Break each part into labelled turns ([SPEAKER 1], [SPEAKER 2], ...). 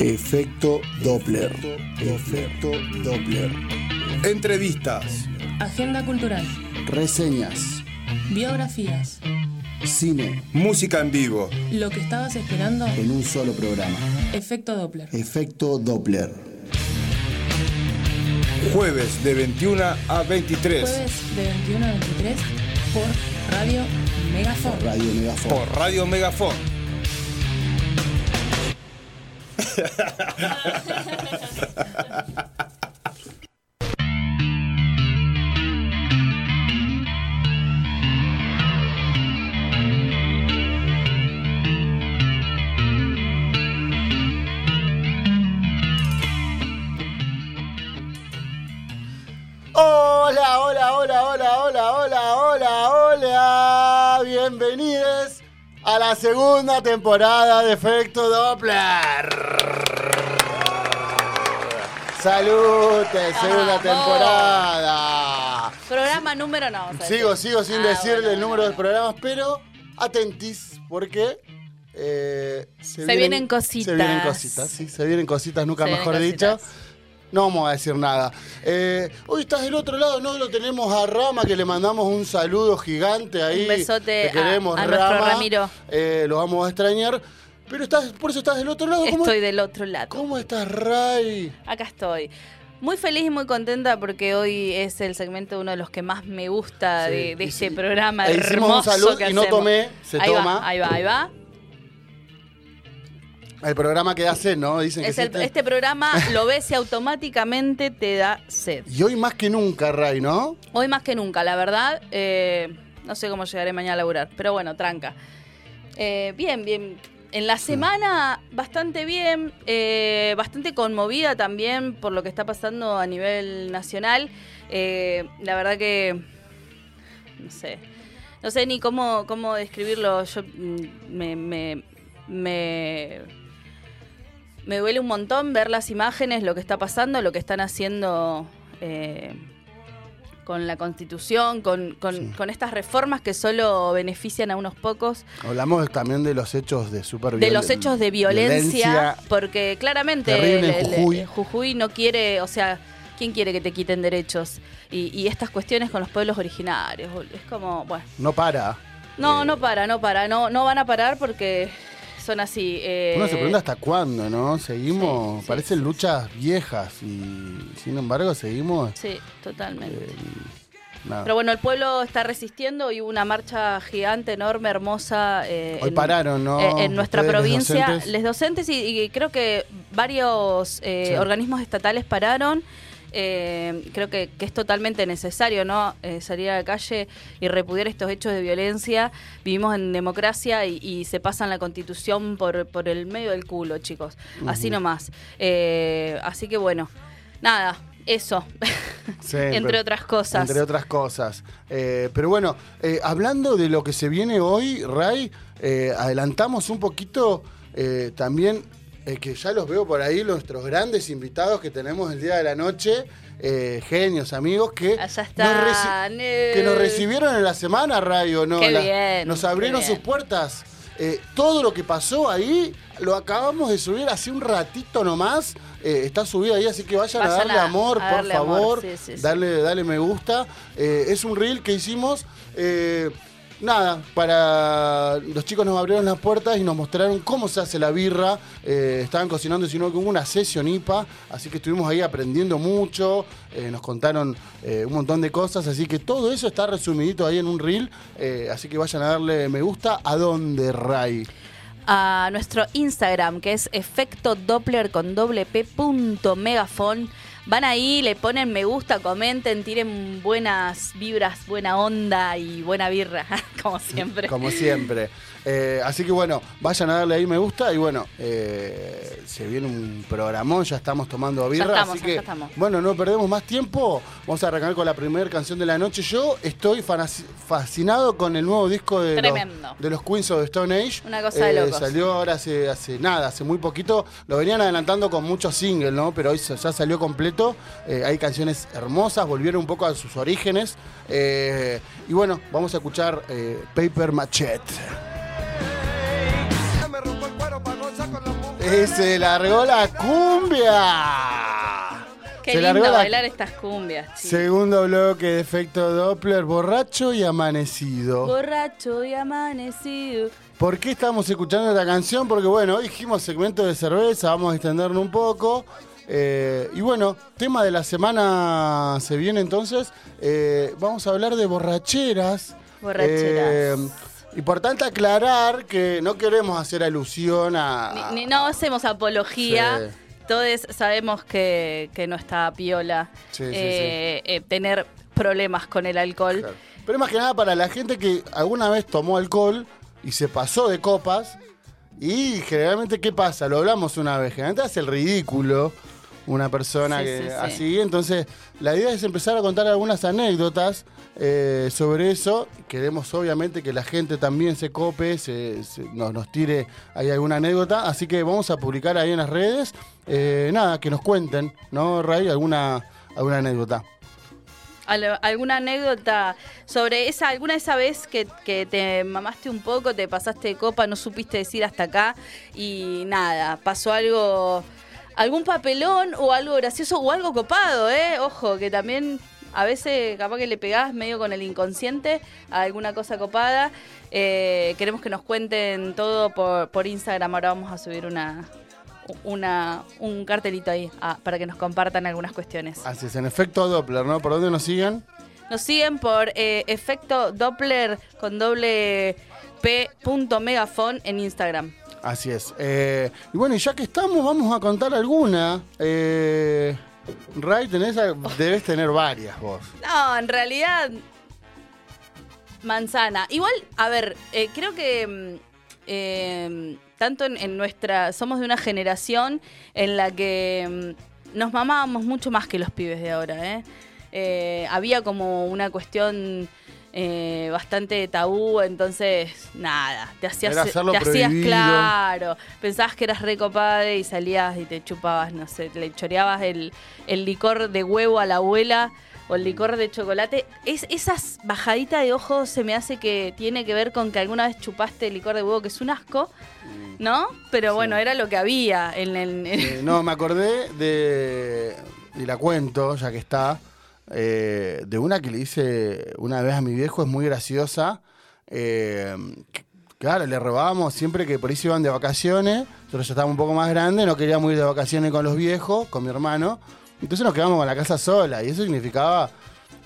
[SPEAKER 1] Efecto Doppler. Efecto Doppler.
[SPEAKER 2] Entrevistas.
[SPEAKER 3] Agenda cultural.
[SPEAKER 1] Reseñas.
[SPEAKER 3] Biografías.
[SPEAKER 1] Cine.
[SPEAKER 2] Música en vivo.
[SPEAKER 3] Lo que estabas esperando.
[SPEAKER 1] En un solo programa.
[SPEAKER 3] Efecto Doppler.
[SPEAKER 1] Efecto Doppler.
[SPEAKER 2] Jueves de 21 a 23.
[SPEAKER 3] Jueves de 21 a 23 por Radio Megafon.
[SPEAKER 1] Radio Megafon.
[SPEAKER 2] Por Radio Megafon.
[SPEAKER 4] Hola, hola, hola, hola, hola, hola, hola, hola. Bienvenidos a la segunda temporada de Efecto Doppler. Salute,
[SPEAKER 5] Ah,
[SPEAKER 4] segunda
[SPEAKER 5] Vamos.
[SPEAKER 4] temporada.
[SPEAKER 5] Programa número no. vamos a decir.
[SPEAKER 4] Sigo, sigo sin
[SPEAKER 5] Ah,
[SPEAKER 4] decirle
[SPEAKER 5] bueno,
[SPEAKER 4] el
[SPEAKER 5] bueno,
[SPEAKER 4] número de
[SPEAKER 5] bueno.
[SPEAKER 4] programas, pero atentis, porque eh, se,
[SPEAKER 5] vienen cositas.
[SPEAKER 4] Se vienen cositas, sí, se vienen cositas, nunca
[SPEAKER 5] Se vienen
[SPEAKER 4] mejor dicho.
[SPEAKER 5] cositas.
[SPEAKER 4] No vamos a decir nada. Eh, hoy estás del otro lado, no lo tenemos a Rama, que le mandamos un saludo gigante ahí.
[SPEAKER 5] Un
[SPEAKER 4] Te
[SPEAKER 5] besote
[SPEAKER 4] queremos,
[SPEAKER 5] a- a
[SPEAKER 4] Rama.
[SPEAKER 5] nuestro Ramiro.
[SPEAKER 4] Eh, lo vamos a extrañar. Pero estás, por eso estás del otro lado. ¿Cómo,
[SPEAKER 5] Estoy del otro lado.
[SPEAKER 4] ¿Cómo estás, Ray?
[SPEAKER 5] Acá estoy. Muy feliz y muy contenta porque hoy es el segmento uno de los que más me gusta
[SPEAKER 4] Sí,
[SPEAKER 5] de, de
[SPEAKER 4] y
[SPEAKER 5] este
[SPEAKER 4] sí.
[SPEAKER 5] programa
[SPEAKER 4] E hicimos un
[SPEAKER 5] hermoso
[SPEAKER 4] salud
[SPEAKER 5] que
[SPEAKER 4] y no
[SPEAKER 5] hacemos.
[SPEAKER 4] tomé, se
[SPEAKER 5] ahí
[SPEAKER 4] toma.
[SPEAKER 5] Va, ahí va, ahí va.
[SPEAKER 4] El programa que hace, ¿no? Dicen que
[SPEAKER 5] Es el-
[SPEAKER 4] existe.
[SPEAKER 5] este programa lo ves y automáticamente te da sed.
[SPEAKER 4] Y hoy más que nunca, Ray, ¿no?
[SPEAKER 5] Hoy más que nunca, la verdad. eh, no sé cómo llegaré mañana a laburar, pero bueno, tranca. Eh, bien, bien. En la semana bastante bien, eh, bastante conmovida también por lo que está pasando a nivel nacional. Eh, la verdad que, no sé, no sé ni cómo, cómo describirlo. Yo mm, me, me, me, me duele un montón ver las imágenes, lo que está pasando, lo que están haciendo eh, con la constitución, con, con- con estas reformas que solo benefician a unos pocos,
[SPEAKER 4] Hablamos también de los hechos de
[SPEAKER 5] de
[SPEAKER 4] supervivencia.
[SPEAKER 5] los hechos de violencia, porque claramente
[SPEAKER 4] terrible en
[SPEAKER 5] el- el-
[SPEAKER 4] Jujuy.
[SPEAKER 5] el Jujuy no quiere, o sea, ¿quién quiere que te quiten derechos? Y, y estas cuestiones con los pueblos originarios, bol- es como, bueno.
[SPEAKER 4] No para. Eh.
[SPEAKER 5] No, no para, no para, no, no van a parar porque son así. eh,
[SPEAKER 4] Uno se pregunta hasta cuándo, ¿no? Seguimos,
[SPEAKER 5] sí, sí,
[SPEAKER 4] parecen
[SPEAKER 5] sí,
[SPEAKER 4] luchas viejas y sin embargo seguimos.
[SPEAKER 5] Sí,
[SPEAKER 4] Eh,
[SPEAKER 5] totalmente.
[SPEAKER 4] nada.
[SPEAKER 5] Pero bueno, el pueblo está resistiendo y hubo una marcha gigante, enorme, hermosa. eh,
[SPEAKER 4] Hoy pararon, ¿no?
[SPEAKER 5] eh, en nuestra
[SPEAKER 4] Ustedes, los
[SPEAKER 5] provincia.
[SPEAKER 4] docentes.
[SPEAKER 5] Les docentes y, y creo que varios eh,
[SPEAKER 4] Sí.
[SPEAKER 5] organismos estatales pararon. Eh, creo que, que es totalmente necesario, ¿no? Eh, salir a la calle y repudiar estos hechos de violencia. Vivimos en democracia y, y se pasan la constitución por, por el medio del culo, chicos. Así nomás. Eh, así que bueno, nada, eso.
[SPEAKER 4] Sí,
[SPEAKER 5] entre
[SPEAKER 4] pero-
[SPEAKER 5] otras cosas.
[SPEAKER 4] Entre otras cosas. Eh, pero bueno, eh, hablando de lo que se viene hoy, Ray, eh, adelantamos un poquito eh, también eh, que ya los veo por ahí, nuestros grandes invitados que tenemos el día de la noche, eh, genios, amigos, que,
[SPEAKER 5] Allá
[SPEAKER 4] nos reci-
[SPEAKER 5] están, eh.
[SPEAKER 4] que nos recibieron en la semana, Ray, ¿o no?
[SPEAKER 5] Qué
[SPEAKER 4] La-
[SPEAKER 5] bien,
[SPEAKER 4] nos abrieron
[SPEAKER 5] qué bien.
[SPEAKER 4] sus puertas. Eh, todo lo que pasó ahí lo acabamos de subir hace un ratito nomás. Eh, está subido ahí, así que vayan, a
[SPEAKER 5] Vayan
[SPEAKER 4] darle
[SPEAKER 5] a-
[SPEAKER 4] amor,
[SPEAKER 5] a
[SPEAKER 4] por
[SPEAKER 5] darle amor,
[SPEAKER 4] favor.
[SPEAKER 5] sí, sí, sí.
[SPEAKER 4] Dale dale, dale me gusta. Eh, es un reel que hicimos. eh, nada, para. Los chicos nos abrieron las puertas y nos mostraron cómo se hace la birra. Eh, estaban cocinando, sino que hubo una sesión IPA. Así que estuvimos ahí aprendiendo mucho. eh, nos contaron eh, un montón de cosas. Así que todo eso está resumidito ahí en un reel. eh, así que vayan a darle me gusta. ¿A dónde, Ray?
[SPEAKER 5] a nuestro Instagram, que es efecto Doppler con doble P punto megafon. Van ahí, le ponen me gusta, comenten, tiren buenas vibras, buena onda y buena birra, como siempre.
[SPEAKER 4] Como siempre. Eh, así que bueno, vayan a darle ahí me gusta y bueno, eh, se viene un programón, ya estamos tomando birra.
[SPEAKER 5] estamos,
[SPEAKER 4] así que,
[SPEAKER 5] ya estamos.
[SPEAKER 4] bueno, no perdemos más tiempo. Vamos a arrancar con la primera canción de la noche. Yo estoy fanaci- fascinado con el nuevo disco de,
[SPEAKER 5] Tremendo.
[SPEAKER 4] Los, de los Queens of the Stone Age.
[SPEAKER 5] Una cosa de
[SPEAKER 4] Eh,
[SPEAKER 5] locos.
[SPEAKER 4] Salió ahora hace, hace nada, hace muy poquito. Lo venían adelantando con muchos singles, ¿no? Pero hoy se- ya salió completo. Eh, hay canciones hermosas, volvieron un poco a sus orígenes. Eh, y bueno, vamos a escuchar eh, Paper Machete.
[SPEAKER 6] Me rompo el cuero pa' gozar con la mujer.
[SPEAKER 4] Eh, se largó la cumbia.
[SPEAKER 5] Qué
[SPEAKER 4] Se
[SPEAKER 5] lindo
[SPEAKER 4] largó la-
[SPEAKER 5] bailar estas cumbias, chicos.
[SPEAKER 4] Segundo bloque de efecto Doppler, borracho y amanecido.
[SPEAKER 5] Borracho y amanecido.
[SPEAKER 4] ¿Por qué estamos escuchando esta canción? Porque bueno, hoy dijimos segmento de cerveza, vamos a extendernos un poco. Eh, y bueno, tema de la semana se viene entonces. Eh, vamos a hablar de borracheras.
[SPEAKER 5] Borracheras.
[SPEAKER 4] Eh, importante aclarar que no queremos hacer alusión a...
[SPEAKER 5] Ni- ni- no hacemos apología.
[SPEAKER 4] Ah. Sí.
[SPEAKER 5] Todos sabemos que, que no está piola
[SPEAKER 4] Sí, sí,
[SPEAKER 5] eh, eh, tener problemas con el alcohol.
[SPEAKER 4] Claro. Pero más que nada para la gente que alguna vez tomó alcohol y se pasó de copas. Y generalmente, ¿qué pasa? Lo hablamos una vez. Generalmente hace el ridículo una persona
[SPEAKER 5] Sí,
[SPEAKER 4] que-
[SPEAKER 5] sí, sí.
[SPEAKER 4] así. Entonces, la idea es empezar a contar algunas anécdotas eh, sobre eso. Queremos, obviamente, que la gente también se cope, se, se- nos, nos tire ahí alguna anécdota. Así que vamos a publicar ahí en las redes. eh, nada, que nos cuenten, ¿no, Ray? Alguna, alguna anécdota.
[SPEAKER 5] Al- ¿Alguna anécdota sobre esa, alguna esa vez que, que te mamaste un poco, te pasaste de copa, no supiste decir hasta acá y nada, pasó algo, algún papelón o algo gracioso o algo copado, ¿eh? Ojo, que también a veces capaz que le pegás medio con el inconsciente a alguna cosa copada. Eh, queremos que nos cuenten todo por, por Instagram, ahora vamos a subir una... Una, un cartelito ahí ah, para que nos compartan algunas cuestiones.
[SPEAKER 4] Así es, en efecto Doppler, ¿no? ¿Por dónde nos siguen?
[SPEAKER 5] Nos siguen por eh, efecto Doppler con doble P punto megafon en Instagram.
[SPEAKER 4] Así es. Eh, y bueno, y ya que estamos, vamos a contar alguna. Eh, Ray, tenés, a- debes tener varias vos.
[SPEAKER 5] No, en realidad. Manzana. Igual, a ver, eh, creo que. mm, eh, tanto en, en nuestra. Somos de una generación en la que mm, nos mamábamos mucho más que los pibes de ahora, ¿eh? Eh, había como una cuestión. eh, bastante tabú, entonces nada, te hacías,
[SPEAKER 4] Era hacerlo
[SPEAKER 5] te hacías
[SPEAKER 4] prohibido.
[SPEAKER 5] claro, pensabas que eras recopadre y salías y te chupabas, no sé, le choreabas el, el licor de huevo a la abuela o el licor de chocolate. Es, esas bajaditas de ojos se me hace que tiene que ver con que alguna vez chupaste licor de huevo, que es un asco,
[SPEAKER 4] Mm.
[SPEAKER 5] ¿no? Pero bueno, era lo que había en el... en-
[SPEAKER 4] Eh, no, me acordé de. Y la cuento, ya que está. eh, de una que le hice una vez a mi viejo, es muy graciosa. Eh, que- claro, le robábamos siempre que por ahí se iban de vacaciones. Nosotros ya estábamos un poco más grandes, no queríamos ir de vacaciones con los viejos, con mi hermano. Entonces nos quedamos con la casa sola. Y eso significaba.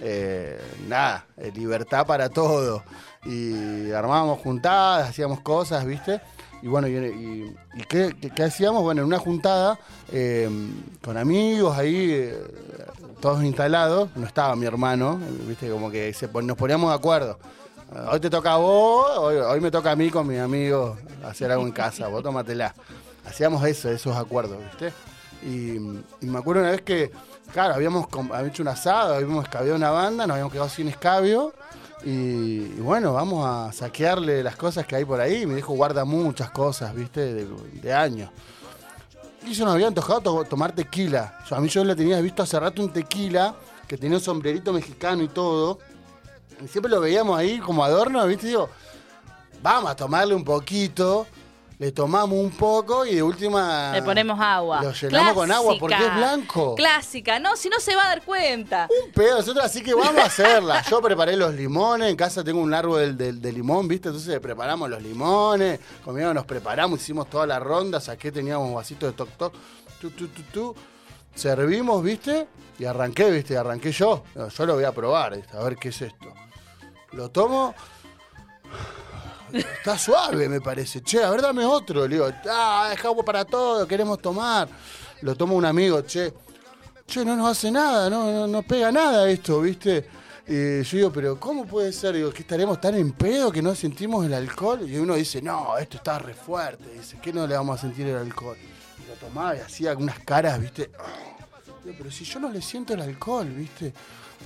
[SPEAKER 4] eh, nada, eh, libertad para todo. Y armábamos juntadas, hacíamos cosas, ¿viste? Y bueno, ¿y, y- y qué, qué- qué hacíamos? Bueno, en una juntada eh, con amigos ahí, eh, todos instalados, no estaba mi hermano, viste, como que se pon- nos poníamos de acuerdo. Ah, Hoy te toca a vos, hoy, hoy me toca a mí con mis amigos hacer algo en casa, vos tomatela. Hacíamos eso, esos acuerdos, viste. Y, y me acuerdo una vez que, claro, habíamos, com- habíamos hecho un asado, habíamos escabeado una banda, nos habíamos quedado sin escabio. Y, y bueno, vamos a saquearle las cosas que hay por ahí. Me dijo, guarda muchas cosas, viste, de, de años. Y se nos había antojado to- tomar tequila. Yo- a mí yo le tenía visto hace rato un tequila que tenía un sombrerito mexicano y todo. Y siempre lo veíamos ahí como adorno, viste, digo, vamos a tomarle un poquito. Le tomamos un poco y de última...
[SPEAKER 5] Le ponemos agua.
[SPEAKER 4] Lo llenamos con agua porque es blanco.
[SPEAKER 5] Clásica, no, si no se va a dar cuenta.
[SPEAKER 4] Pero nosotros así que vamos a hacerla. Yo preparé los limones, en casa tengo un árbol del- del- de, limón, ¿viste? Entonces preparamos los limones, comíamos, nos preparamos, hicimos toda la ronda, saqué, teníamos un vasito de toc toc, tu, tu, tu, tu. Servimos, ¿viste? Y arranqué, ¿viste? Arranqué yo. No, yo lo voy a probar, ¿viste? a ver qué es esto. Lo tomo. Está suave, me parece. Che, a ver, dame otro. Le digo, ah, dejamos para todo, queremos tomar. Lo toma un amigo, che. Che, no nos hace nada, no, no, no pega nada esto, ¿viste? Y yo digo, pero ¿cómo puede ser? Digo, que estaremos tan en pedo que no sentimos el alcohol. Y uno dice, no, esto está re fuerte. Dice, ¿qué no le vamos a sentir el alcohol? Y lo tomaba y hacía algunas caras, ¿viste? Digo, pero si yo no le siento el alcohol, ¿viste?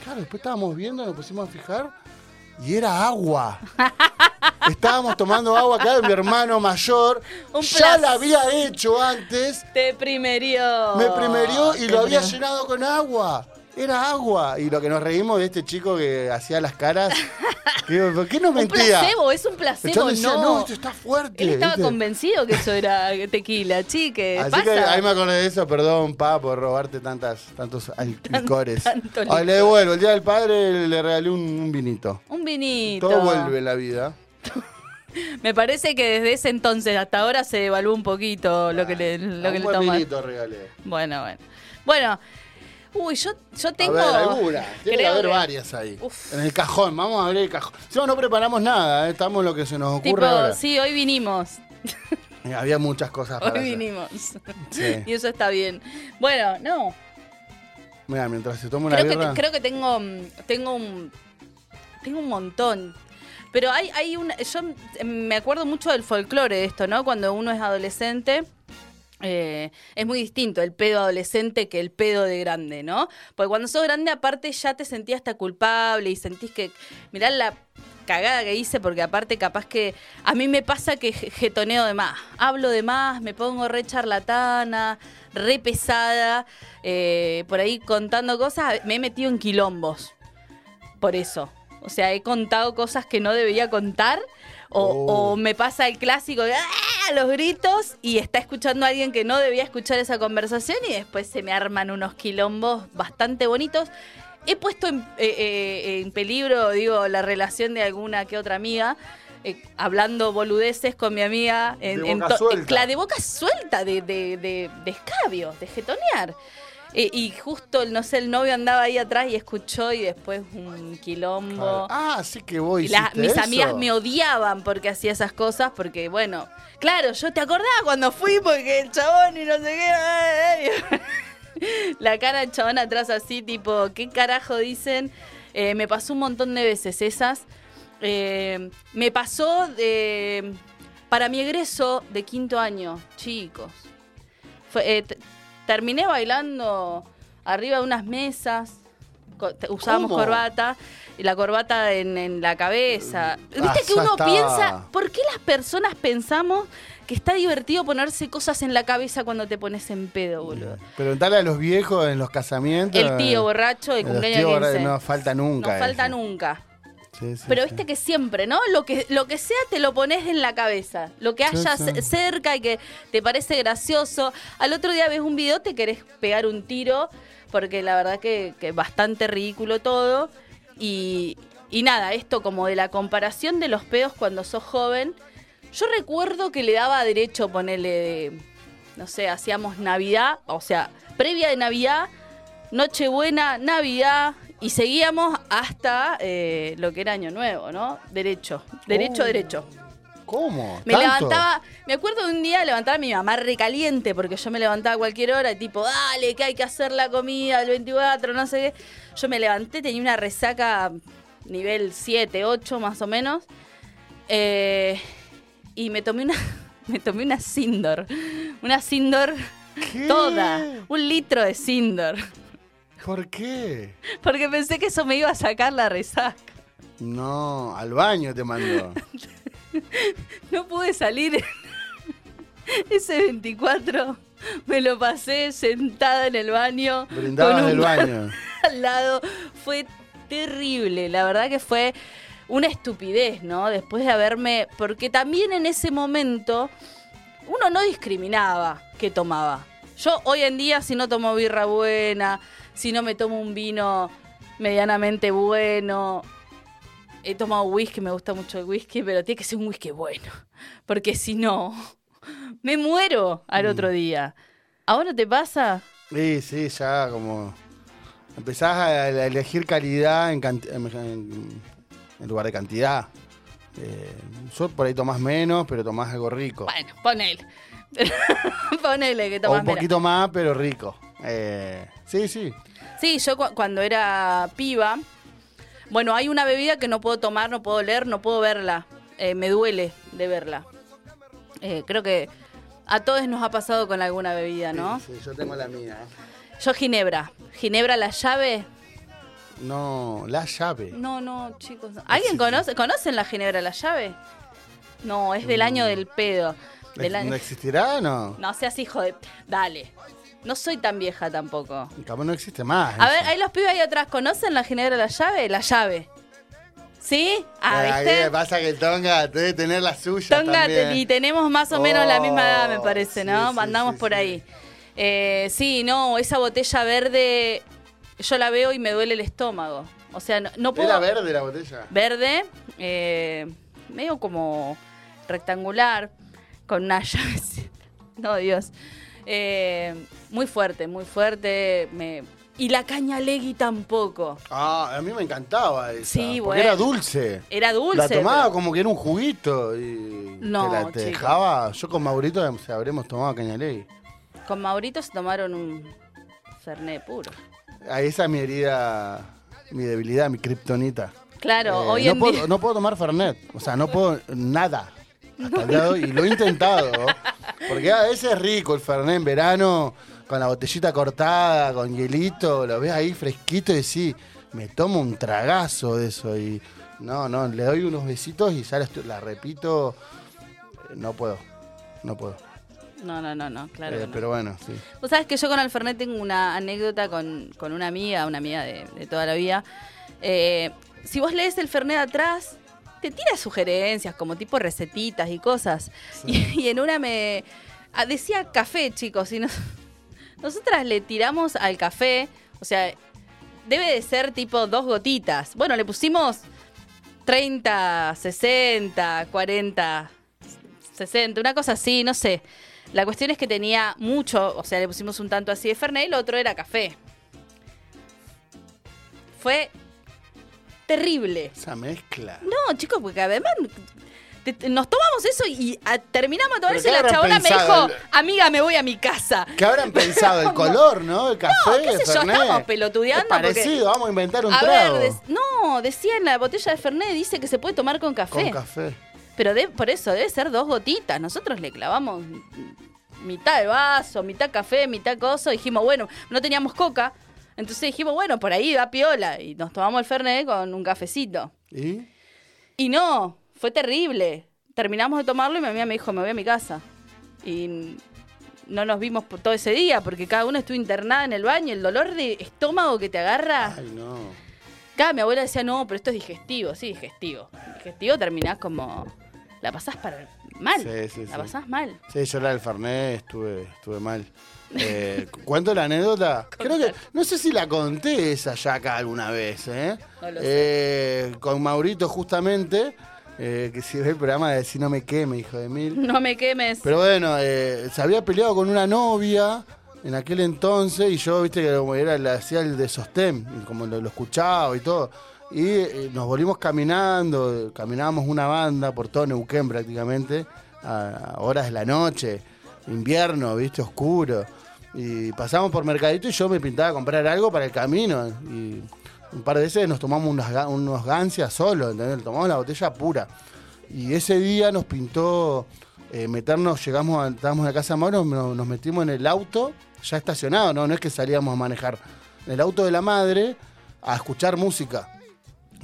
[SPEAKER 4] Claro, después estábamos viendo, nos pusimos a fijar y era agua. Estábamos tomando agua, claro, mi hermano mayor
[SPEAKER 5] Un
[SPEAKER 4] ya la
[SPEAKER 5] placer.
[SPEAKER 4] había hecho antes
[SPEAKER 5] Te primerió.
[SPEAKER 4] me primerió y
[SPEAKER 5] Te
[SPEAKER 4] lo había
[SPEAKER 5] primerió.
[SPEAKER 4] llenado con agua. Era agua. Y lo que nos reímos de este chico que hacía las caras. que digo, ¿Por qué no
[SPEAKER 5] Un
[SPEAKER 4] mentía?
[SPEAKER 5] placebo, es un
[SPEAKER 4] Yo
[SPEAKER 5] placebo,
[SPEAKER 4] decía,
[SPEAKER 5] no.
[SPEAKER 4] no, esto está fuerte.
[SPEAKER 5] Él estaba
[SPEAKER 4] ¿viste?
[SPEAKER 5] convencido que eso era tequila, chique.
[SPEAKER 4] Así
[SPEAKER 5] pasa.
[SPEAKER 4] que ahí me acordé de eso, perdón, pa, por robarte tantas, tantos al- licores.
[SPEAKER 5] tanto
[SPEAKER 4] Ahí le
[SPEAKER 5] licor.
[SPEAKER 4] devuelvo, el día del padre le regalé un, un vinito.
[SPEAKER 5] Un vinito.
[SPEAKER 4] Todo vuelve en la vida.
[SPEAKER 5] Me parece que desde ese entonces hasta ahora se devaluó un poquito lo que le, lo que
[SPEAKER 4] un
[SPEAKER 5] le
[SPEAKER 4] buen
[SPEAKER 5] tomas.
[SPEAKER 4] vinito regalé.
[SPEAKER 5] Bueno, bueno. Bueno, uy, yo, yo tengo.
[SPEAKER 4] A ver, alguna. Tiene que
[SPEAKER 5] creo
[SPEAKER 4] haber
[SPEAKER 5] que-
[SPEAKER 4] varias ahí.
[SPEAKER 5] Uf.
[SPEAKER 4] En el cajón, vamos a abrir el cajón. Si no, no preparamos nada, eh, estamos lo que se nos ocurre
[SPEAKER 5] Tipo,
[SPEAKER 4] ahora.
[SPEAKER 5] sí, hoy vinimos.
[SPEAKER 4] Eh, Había muchas cosas para
[SPEAKER 5] Hoy
[SPEAKER 4] hacer.
[SPEAKER 5] vinimos.
[SPEAKER 4] Sí.
[SPEAKER 5] Y eso está bien. Bueno, no.
[SPEAKER 4] Mira, mientras se toma una
[SPEAKER 5] Creo
[SPEAKER 4] birra.
[SPEAKER 5] que, creo que tengo, mm, tengo un. Tengo un montón. Pero hay, hay una. Yo mm, me acuerdo mucho del folclore de esto, ¿no? Cuando uno es adolescente. eh, es muy distinto el pedo adolescente que el pedo de grande, ¿no? Porque cuando sos grande, aparte ya te sentías hasta culpable y sentís que. Mirá la cagada que hice, porque aparte, capaz que. A mí me pasa que je- jetoneo de más. Hablo de más, me pongo re charlatana, re pesada, eh, por ahí contando cosas. Me he metido en quilombos por eso. O sea, he contado cosas que no debería contar. O,
[SPEAKER 4] Oh.
[SPEAKER 5] o me pasa el clásico de ¡ah! los gritos y está escuchando a alguien que no debía escuchar esa conversación y después se me arman unos quilombos bastante bonitos. He puesto en, eh, eh, en peligro, digo, la relación de alguna que otra amiga, eh, hablando boludeces con mi amiga. En,
[SPEAKER 4] De
[SPEAKER 5] en
[SPEAKER 4] boca
[SPEAKER 5] to-
[SPEAKER 4] suelta.
[SPEAKER 5] la de boca suelta, de, de, de, de escabio, de jetonear. Eh, y justo, no sé, el novio andaba ahí atrás y escuchó y después un quilombo.
[SPEAKER 4] Ah, sí que voy.
[SPEAKER 5] Y las- mis amigas
[SPEAKER 4] Eh,
[SPEAKER 5] me odiaban porque hacía esas cosas, porque bueno, claro, yo te acordaba cuando fui porque el chabón y no sé qué. eh, eh. La cara del chabón atrás así, tipo, ¿qué carajo dicen? Eh, me pasó un montón de veces esas. Eh, me pasó de, para mi egreso de quinto año, chicos. Fue, eh, t- terminé bailando arriba de unas mesas. co- te- Usábamos
[SPEAKER 4] ¿Cómo?
[SPEAKER 5] corbata y la corbata en, en la cabeza. Viste
[SPEAKER 4] Ah,
[SPEAKER 5] que
[SPEAKER 4] ya
[SPEAKER 5] uno
[SPEAKER 4] está.
[SPEAKER 5] piensa, ¿por qué las personas pensamos que está divertido ponerse cosas en la cabeza cuando te pones en pedo, boludo?
[SPEAKER 4] Preguntarle a los viejos en los casamientos.
[SPEAKER 5] El tío
[SPEAKER 4] eh,
[SPEAKER 5] borracho de
[SPEAKER 4] los
[SPEAKER 5] cumpleaños
[SPEAKER 4] tíos
[SPEAKER 5] 15.
[SPEAKER 4] borra- No falta nunca.
[SPEAKER 5] no falta
[SPEAKER 4] eso.
[SPEAKER 5] nunca.
[SPEAKER 4] Sí, sí,
[SPEAKER 5] Pero
[SPEAKER 4] sí.
[SPEAKER 5] viste que siempre, ¿no? Lo que, lo que sea te lo pones en la cabeza. Lo que
[SPEAKER 4] Sí,
[SPEAKER 5] haya
[SPEAKER 4] sí.
[SPEAKER 5] ce- cerca y que te parece gracioso. Al otro día ves un video, te querés pegar un tiro, porque la verdad que, que bastante ridículo todo. Y, y nada, esto como de la comparación de los pedos cuando sos joven. Yo recuerdo que le daba derecho ponerle, de- no sé, hacíamos Navidad, o sea, previa de Navidad, Nochebuena, Navidad, y seguíamos hasta eh, lo que era Año Nuevo, ¿no? Derecho, derecho,
[SPEAKER 4] Oh.
[SPEAKER 5] derecho.
[SPEAKER 4] ¿Cómo?
[SPEAKER 5] Me
[SPEAKER 4] ¿Tanto?
[SPEAKER 5] levantaba, me acuerdo de un día levantar a mi mamá recaliente, porque yo me levantaba a cualquier hora, y tipo, dale, que hay que hacer la comida el 24, no sé qué. Yo me levanté, tenía una resaca nivel 7, 8 más o menos. eh, y me tomé una, me tomé una Sindor. Una Sindor
[SPEAKER 4] ¿Qué?
[SPEAKER 5] toda. Un litro de Sindor.
[SPEAKER 4] ¿Por qué?
[SPEAKER 5] Porque pensé que eso me iba a sacar la resaca.
[SPEAKER 4] No, al baño te mandó.
[SPEAKER 5] No pude salir. Ese 24 me lo pasé sentada en el baño.
[SPEAKER 4] Brindabas
[SPEAKER 5] con un
[SPEAKER 4] del
[SPEAKER 5] bar
[SPEAKER 4] baño.
[SPEAKER 5] Al lado. Fue terrible. La verdad que fue una estupidez, ¿no? Después de haberme. Porque también en ese momento uno no discriminaba qué tomaba. Yo hoy en día, si no tomo birra buena, si no me tomo un vino medianamente bueno, he tomado whisky, me gusta mucho el whisky, pero tiene que ser un whisky bueno. Porque si no, me muero al otro día. ¿A vos no te pasa?
[SPEAKER 4] Sí, sí, ya como. Empezás a a elegir calidad en, canti- en- en- en lugar de cantidad. Eh, yo por ahí tomás menos, pero tomás algo rico.
[SPEAKER 5] Bueno, ponele. ponele que
[SPEAKER 4] o
[SPEAKER 5] tomás
[SPEAKER 4] un
[SPEAKER 5] menos.
[SPEAKER 4] poquito más, pero rico. Eh, sí, sí.
[SPEAKER 5] Sí, yo cu- cuando era piba, bueno, hay una bebida que no puedo tomar, no puedo leer, no puedo verla. Eh, me duele de verla. Eh, creo que a todos nos ha pasado con alguna bebida, ¿no?
[SPEAKER 4] Sí, sí, yo tengo la mía.
[SPEAKER 5] Yo Ginebra. Ginebra la llave.
[SPEAKER 4] No, la llave.
[SPEAKER 5] No, no, chicos. no. ¿Alguien conoce? ¿Conocen la Ginebra la llave? No,
[SPEAKER 4] Mm.
[SPEAKER 5] es del año del pedo. Del
[SPEAKER 4] ¿No
[SPEAKER 5] año...
[SPEAKER 4] existirá o no?
[SPEAKER 5] No seas hijo de... Dale. No soy tan vieja tampoco.
[SPEAKER 4] Capaz no existe más.
[SPEAKER 5] A
[SPEAKER 4] eso.
[SPEAKER 5] ver, ahí los pibes ahí atrás, ¿conocen la ginebra de la llave? La llave. ¿Sí? Ah,
[SPEAKER 4] Eh, Ahí
[SPEAKER 5] ¿viste?
[SPEAKER 4] me pasa que el Tonga debe tener la suya
[SPEAKER 5] Tonga,
[SPEAKER 4] también.
[SPEAKER 5] te- y tenemos más o menos la misma edad, me
[SPEAKER 4] Oh,
[SPEAKER 5] parece,
[SPEAKER 4] sí,
[SPEAKER 5] ¿no?
[SPEAKER 4] sí,
[SPEAKER 5] Andamos
[SPEAKER 4] sí,
[SPEAKER 5] por
[SPEAKER 4] sí.
[SPEAKER 5] ahí. Eh, sí, no, esa botella verde, yo la veo y me duele el estómago. O sea, no, no puedo...
[SPEAKER 4] ¿Era verde la botella?
[SPEAKER 5] Verde, eh, medio como rectangular, con una llavecita. No, Dios. Eh, muy fuerte, muy fuerte. me- Y la caña legui tampoco.
[SPEAKER 4] Ah, a mí me encantaba esa.
[SPEAKER 5] Sí,
[SPEAKER 4] porque
[SPEAKER 5] bueno.
[SPEAKER 4] era dulce.
[SPEAKER 5] Era dulce.
[SPEAKER 4] La tomaba
[SPEAKER 5] pero-
[SPEAKER 4] como que era un juguito y
[SPEAKER 5] No,
[SPEAKER 4] te la te
[SPEAKER 5] chico.
[SPEAKER 4] dejaba. Yo con Maurito se habremos tomado cañaley.
[SPEAKER 5] Con Maurito se tomaron un Fernet puro.
[SPEAKER 4] Ah, Esa es mi herida, mi debilidad, mi kriptonita.
[SPEAKER 5] Claro,
[SPEAKER 4] Eh,
[SPEAKER 5] hoy
[SPEAKER 4] no
[SPEAKER 5] en
[SPEAKER 4] puedo,
[SPEAKER 5] día.
[SPEAKER 4] No puedo tomar Fernet. O sea, no puedo nada. Hasta el día de hoy, y lo he intentado. Porque a veces es rico el Fernet en verano, con la botellita cortada, con hielito, lo ves ahí fresquito y decís, me tomo un tragazo de eso. Y no, no, le doy unos besitos y ya la, estoy- la repito. eh, No puedo, no puedo.
[SPEAKER 5] No, no, no, no, claro.
[SPEAKER 4] Eh,
[SPEAKER 5] que no.
[SPEAKER 4] Pero bueno, sí.
[SPEAKER 5] Vos sabés que yo con el Fernet tengo una anécdota con, con una amiga, una amiga de, de toda la vida. Eh, si vos lees el Fernet atrás, te tira sugerencias, como tipo recetitas y cosas. Y, y en una me. ah, Decía café, chicos, y nos- nosotras le tiramos al café, o sea, debe de ser tipo dos gotitas. Bueno, le pusimos 30, 60, 40, 60, una cosa así, no sé. La cuestión es que tenía mucho, o sea, le pusimos un tanto así de Fernet y lo otro era café. Fue terrible.
[SPEAKER 4] Esa mezcla.
[SPEAKER 5] No, chicos, porque además te- te- nos tomamos eso y a- terminamos de tomar
[SPEAKER 4] Pero
[SPEAKER 5] eso y
[SPEAKER 4] ¿qué
[SPEAKER 5] la
[SPEAKER 4] habrán
[SPEAKER 5] chabona
[SPEAKER 4] pensado?
[SPEAKER 5] me dijo, amiga, me voy a mi casa.
[SPEAKER 4] ¿Qué habrán pensado? El color, ¿no? El café,
[SPEAKER 5] qué sé
[SPEAKER 4] el
[SPEAKER 5] yo,
[SPEAKER 4] Fernet.
[SPEAKER 5] estamos pelotudeando
[SPEAKER 4] Es
[SPEAKER 5] porque-
[SPEAKER 4] parecido, vamos a inventar un
[SPEAKER 5] A ver,
[SPEAKER 4] trago.
[SPEAKER 5] des- no, decía en la botella de Fernet, dice que se puede tomar con café.
[SPEAKER 4] Con café.
[SPEAKER 5] Pero de- por eso, debe ser dos gotitas. Nosotros le clavamos mitad de vaso, mitad café, mitad coso. Dijimos, bueno, no teníamos coca. Entonces dijimos, bueno, por ahí va piola. Y nos tomamos el Fernet con un cafecito.
[SPEAKER 4] ¿Y?
[SPEAKER 5] Y no, fue terrible. Terminamos de tomarlo y mi amiga me dijo, me voy a mi casa. Y no nos vimos por todo ese día porque cada uno estuvo internada en el baño. El dolor de estómago que te agarra.
[SPEAKER 4] Ay, no.
[SPEAKER 5] Cada mi abuela decía, no, pero esto es digestivo, sí, digestivo. Digestivo terminás como. La pasás para mal.
[SPEAKER 4] Sí, sí,
[SPEAKER 5] la
[SPEAKER 4] sí.
[SPEAKER 5] pasás mal.
[SPEAKER 4] Sí, yo la del Fernet estuve, estuve mal. Eh, cu- ¿Cuento la anécdota? Creo que, no sé si la conté esa ya acá alguna vez, ¿eh?
[SPEAKER 5] No lo sé.
[SPEAKER 4] Eh, Con Maurito justamente, eh, que si ve el programa de Si no me queme, hijo de mil.
[SPEAKER 5] No me quemes.
[SPEAKER 4] Pero bueno, eh, se había peleado con una novia en aquel entonces y yo, viste, que como era, le hacía el de sostén, y como lo, lo escuchaba y todo. Y eh, nos volvimos caminando, eh, caminábamos una banda por todo Neuquén prácticamente, a, a horas de la noche, invierno, viste, oscuro. Y pasamos por Mercadito y yo me pintaba a comprar algo para el camino. Y un par de veces nos tomamos unas, ga- unos gancias solo, ¿entendés? Tomamos la botella pura. Y ese día nos pintó eh, meternos, llegamos, a, estábamos en la casa de Mauro, nos, nos metimos en el auto, ya estacionado, ¿no? no es que salíamos a manejar, en el auto de la madre a escuchar música.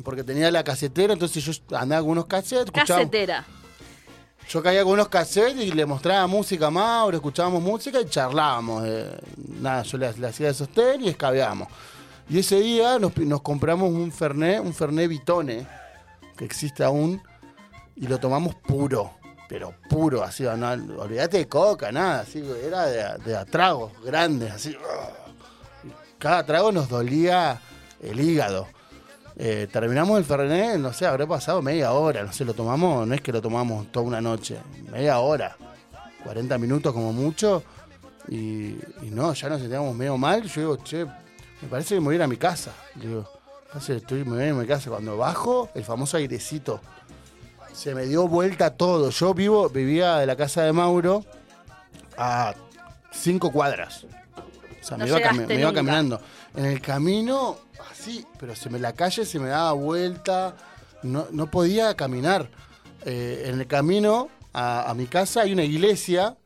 [SPEAKER 4] Porque tenía la casetera, entonces yo andaba con unos cassettes, escuchaba.
[SPEAKER 5] Casetera.
[SPEAKER 4] Yo caía con unos cassettes y le mostraba música a Mauro, escuchábamos música y charlábamos. eh, nada, yo le, le hacía de sostén y escabeábamos. Y ese día nos, pi- nos compramos un Fernet, un Fernet Vitone, que existe aún, y lo tomamos puro, pero puro, así, no, olvídate de coca, nada, así, era de, a- de a tragos grandes, así. ¡ah! Cada trago nos dolía el hígado. Eh, terminamos el Fernet, no sé, habrá pasado media hora, no sé, lo tomamos, no es que lo tomamos toda una noche, media hora, 40 minutos como mucho, y, y no, ya nos sentíamos medio mal, yo digo, che, me parece que me voy a ir a mi casa, digo, "Parece que estoy, me voy a ir a mi casa, cuando bajo, el famoso airecito, se me dio vuelta todo, yo vivo, vivía de la casa de Mauro a cinco cuadras, o sea,
[SPEAKER 5] No
[SPEAKER 4] me, iba, cami-
[SPEAKER 5] llegaste
[SPEAKER 4] me iba
[SPEAKER 5] nunca.
[SPEAKER 4] caminando. No, En el camino, así, pero se me, la calle se me daba vuelta, no, no podía caminar. Eh, en el camino a, a mi casa hay una iglesia,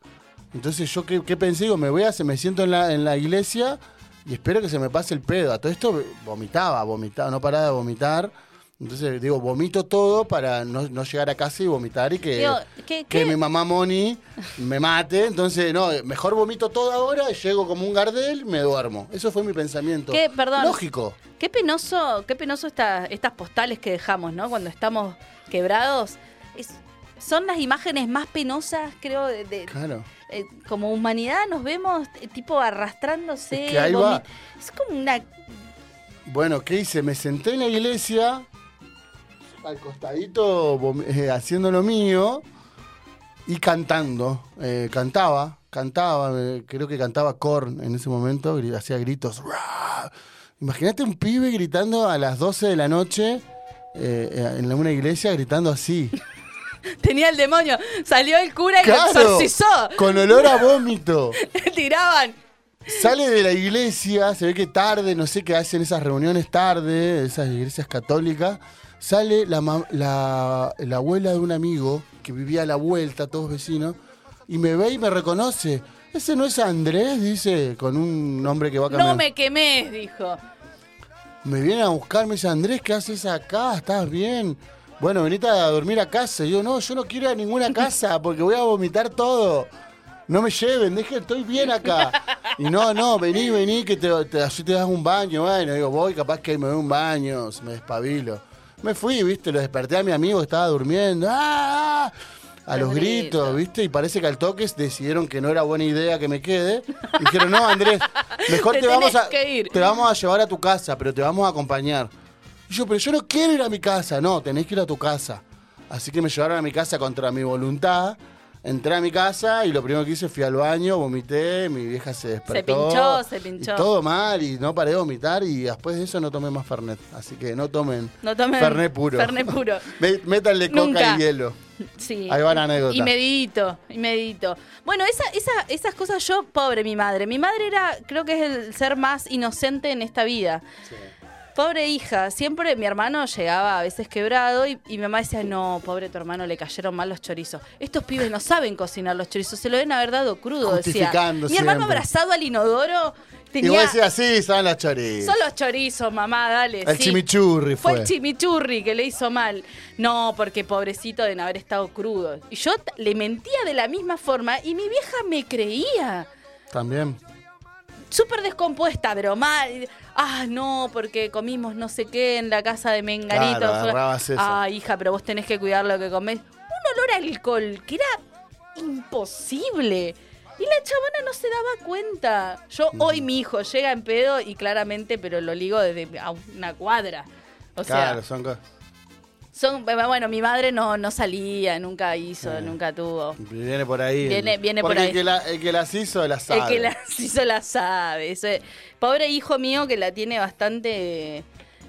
[SPEAKER 4] entonces yo qué, qué pensé, digo, me voy a, se me siento en la, en la iglesia y espero que se me pase el pedo. A todo esto vomitaba, vomitaba, no paraba de vomitar. Entonces, digo, vomito todo para no, no llegar a casa y vomitar y que,
[SPEAKER 5] Digo, ¿qué-
[SPEAKER 4] que
[SPEAKER 5] qué?
[SPEAKER 4] mi mamá Moni me mate. Entonces, no, mejor vomito todo ahora, llego como un gardel, me duermo. Eso fue mi pensamiento.
[SPEAKER 5] ¿Qué? Perdón.
[SPEAKER 4] Lógico.
[SPEAKER 5] Qué penoso, qué penoso esta- estas postales que dejamos, ¿no? Cuando estamos quebrados. Es- son las imágenes más penosas, creo, de, de-
[SPEAKER 4] Claro.
[SPEAKER 5] eh, como humanidad nos vemos eh, tipo arrastrándose.
[SPEAKER 4] Es que ahí va.
[SPEAKER 5] vomi- Es como una...
[SPEAKER 4] Bueno, ¿qué hice? Me senté en la iglesia, al costadito, vom- eh, haciendo lo mío y cantando. Eh, cantaba, cantaba, eh, creo que cantaba Korn en ese momento, gri- hacía gritos. ¡Ruah! Imagínate un pibe gritando a las 12 de la noche eh, eh, en una iglesia gritando así.
[SPEAKER 5] Tenía el demonio. Salió el cura y lo
[SPEAKER 4] ¡Claro!
[SPEAKER 5] exorcizó.
[SPEAKER 4] Con olor a vómito.
[SPEAKER 5] Tiraban.
[SPEAKER 4] Sale de la iglesia, se ve que tarde, no sé qué hacen esas reuniones tarde, esas iglesias católicas. Sale la, ma- la- la abuela de un amigo que vivía a la vuelta, todos vecinos, y me ve y me reconoce. Ese no es Andrés, dice, con un nombre que va a cambiar.
[SPEAKER 5] No me quemés, dijo.
[SPEAKER 4] Me vienen a buscar, me dice, Andrés, ¿qué haces acá? ¿Estás bien? Bueno, venite a dormir a casa. Y yo, no, yo no quiero ir a ninguna casa porque voy a vomitar todo. No me lleven, deje, estoy bien acá. Y no, no, vení, vení, que te, te- así te das un baño. Bueno, digo, voy, capaz que me doy un baño, me despabilo. Me fui, viste, lo desperté a mi amigo que estaba durmiendo. ¡Ah! A los
[SPEAKER 5] Los
[SPEAKER 4] gritos,
[SPEAKER 5] gritos.
[SPEAKER 4] viste, y parece que al toque decidieron que no era buena idea que me quede. Y dijeron, no, Andrés, mejor
[SPEAKER 5] Te
[SPEAKER 4] te, vamos
[SPEAKER 5] tenés
[SPEAKER 4] a.
[SPEAKER 5] que ir.
[SPEAKER 4] Te vamos a llevar a tu casa, pero te vamos a acompañar. Y yo, pero yo no quiero ir a mi casa. No, tenés que ir a tu casa. Así que me llevaron a mi casa contra mi voluntad. Entré a mi casa y lo primero que hice fui al baño, vomité, mi vieja se despertó.
[SPEAKER 5] pinchó, se pinchó.
[SPEAKER 4] y todo mal y no paré de vomitar y después de eso no tomé más Fernet. Así que no tomen,
[SPEAKER 5] No tomen
[SPEAKER 4] Fernet puro.
[SPEAKER 5] Fernet puro.
[SPEAKER 4] Me- Métanle coca
[SPEAKER 5] Nunca.
[SPEAKER 4] y hielo.
[SPEAKER 5] Sí.
[SPEAKER 4] Ahí va la anécdota.
[SPEAKER 5] Y medito, y medito. Bueno, esa, esa- esas cosas yo, pobre mi madre. Mi madre era, creo que es el ser más inocente en esta vida. Pobre hija, siempre mi hermano llegaba a veces quebrado y, y mi mamá decía, no, pobre tu hermano, le cayeron mal los chorizos. Estos pibes no saben cocinar los chorizos, se lo deben haber dado crudo, decía.
[SPEAKER 4] Justificando
[SPEAKER 5] Mi hermano
[SPEAKER 4] siempre.
[SPEAKER 5] abrazado al inodoro
[SPEAKER 4] Y vos
[SPEAKER 5] tenía...
[SPEAKER 4] decís así, son las chorizas.
[SPEAKER 5] Son los chorizos, mamá, dale.
[SPEAKER 4] El
[SPEAKER 5] sí.
[SPEAKER 4] chimichurri
[SPEAKER 5] Fue
[SPEAKER 4] fue.
[SPEAKER 5] el chimichurri que le hizo mal. No, porque pobrecito de no haber estado crudo. Y yo t- le mentía de la misma forma y mi vieja me creía.
[SPEAKER 4] También.
[SPEAKER 5] Súper descompuesta, pero mal. Ah, no, porque comimos no sé qué en la casa de Menganito.
[SPEAKER 4] Claro, agarrabas eso.
[SPEAKER 5] Ah, hija, pero vos tenés que cuidar lo que comés. Un olor a alcohol que era imposible. Y la chavana no se daba cuenta. Yo, hoy mi hijo llega en pedo y claramente, pero lo ligo desde a una cuadra. O sea,
[SPEAKER 4] claro, son cosas.
[SPEAKER 5] son, bueno, mi madre no, no salía, nunca hizo, nunca tuvo.
[SPEAKER 4] Viene por ahí.
[SPEAKER 5] Viene- viene por
[SPEAKER 4] Porque
[SPEAKER 5] ahí.
[SPEAKER 4] El que, la- el que las hizo, las sabe.
[SPEAKER 5] El que las hizo la sabe. Ese pobre hijo mío que la tiene bastante.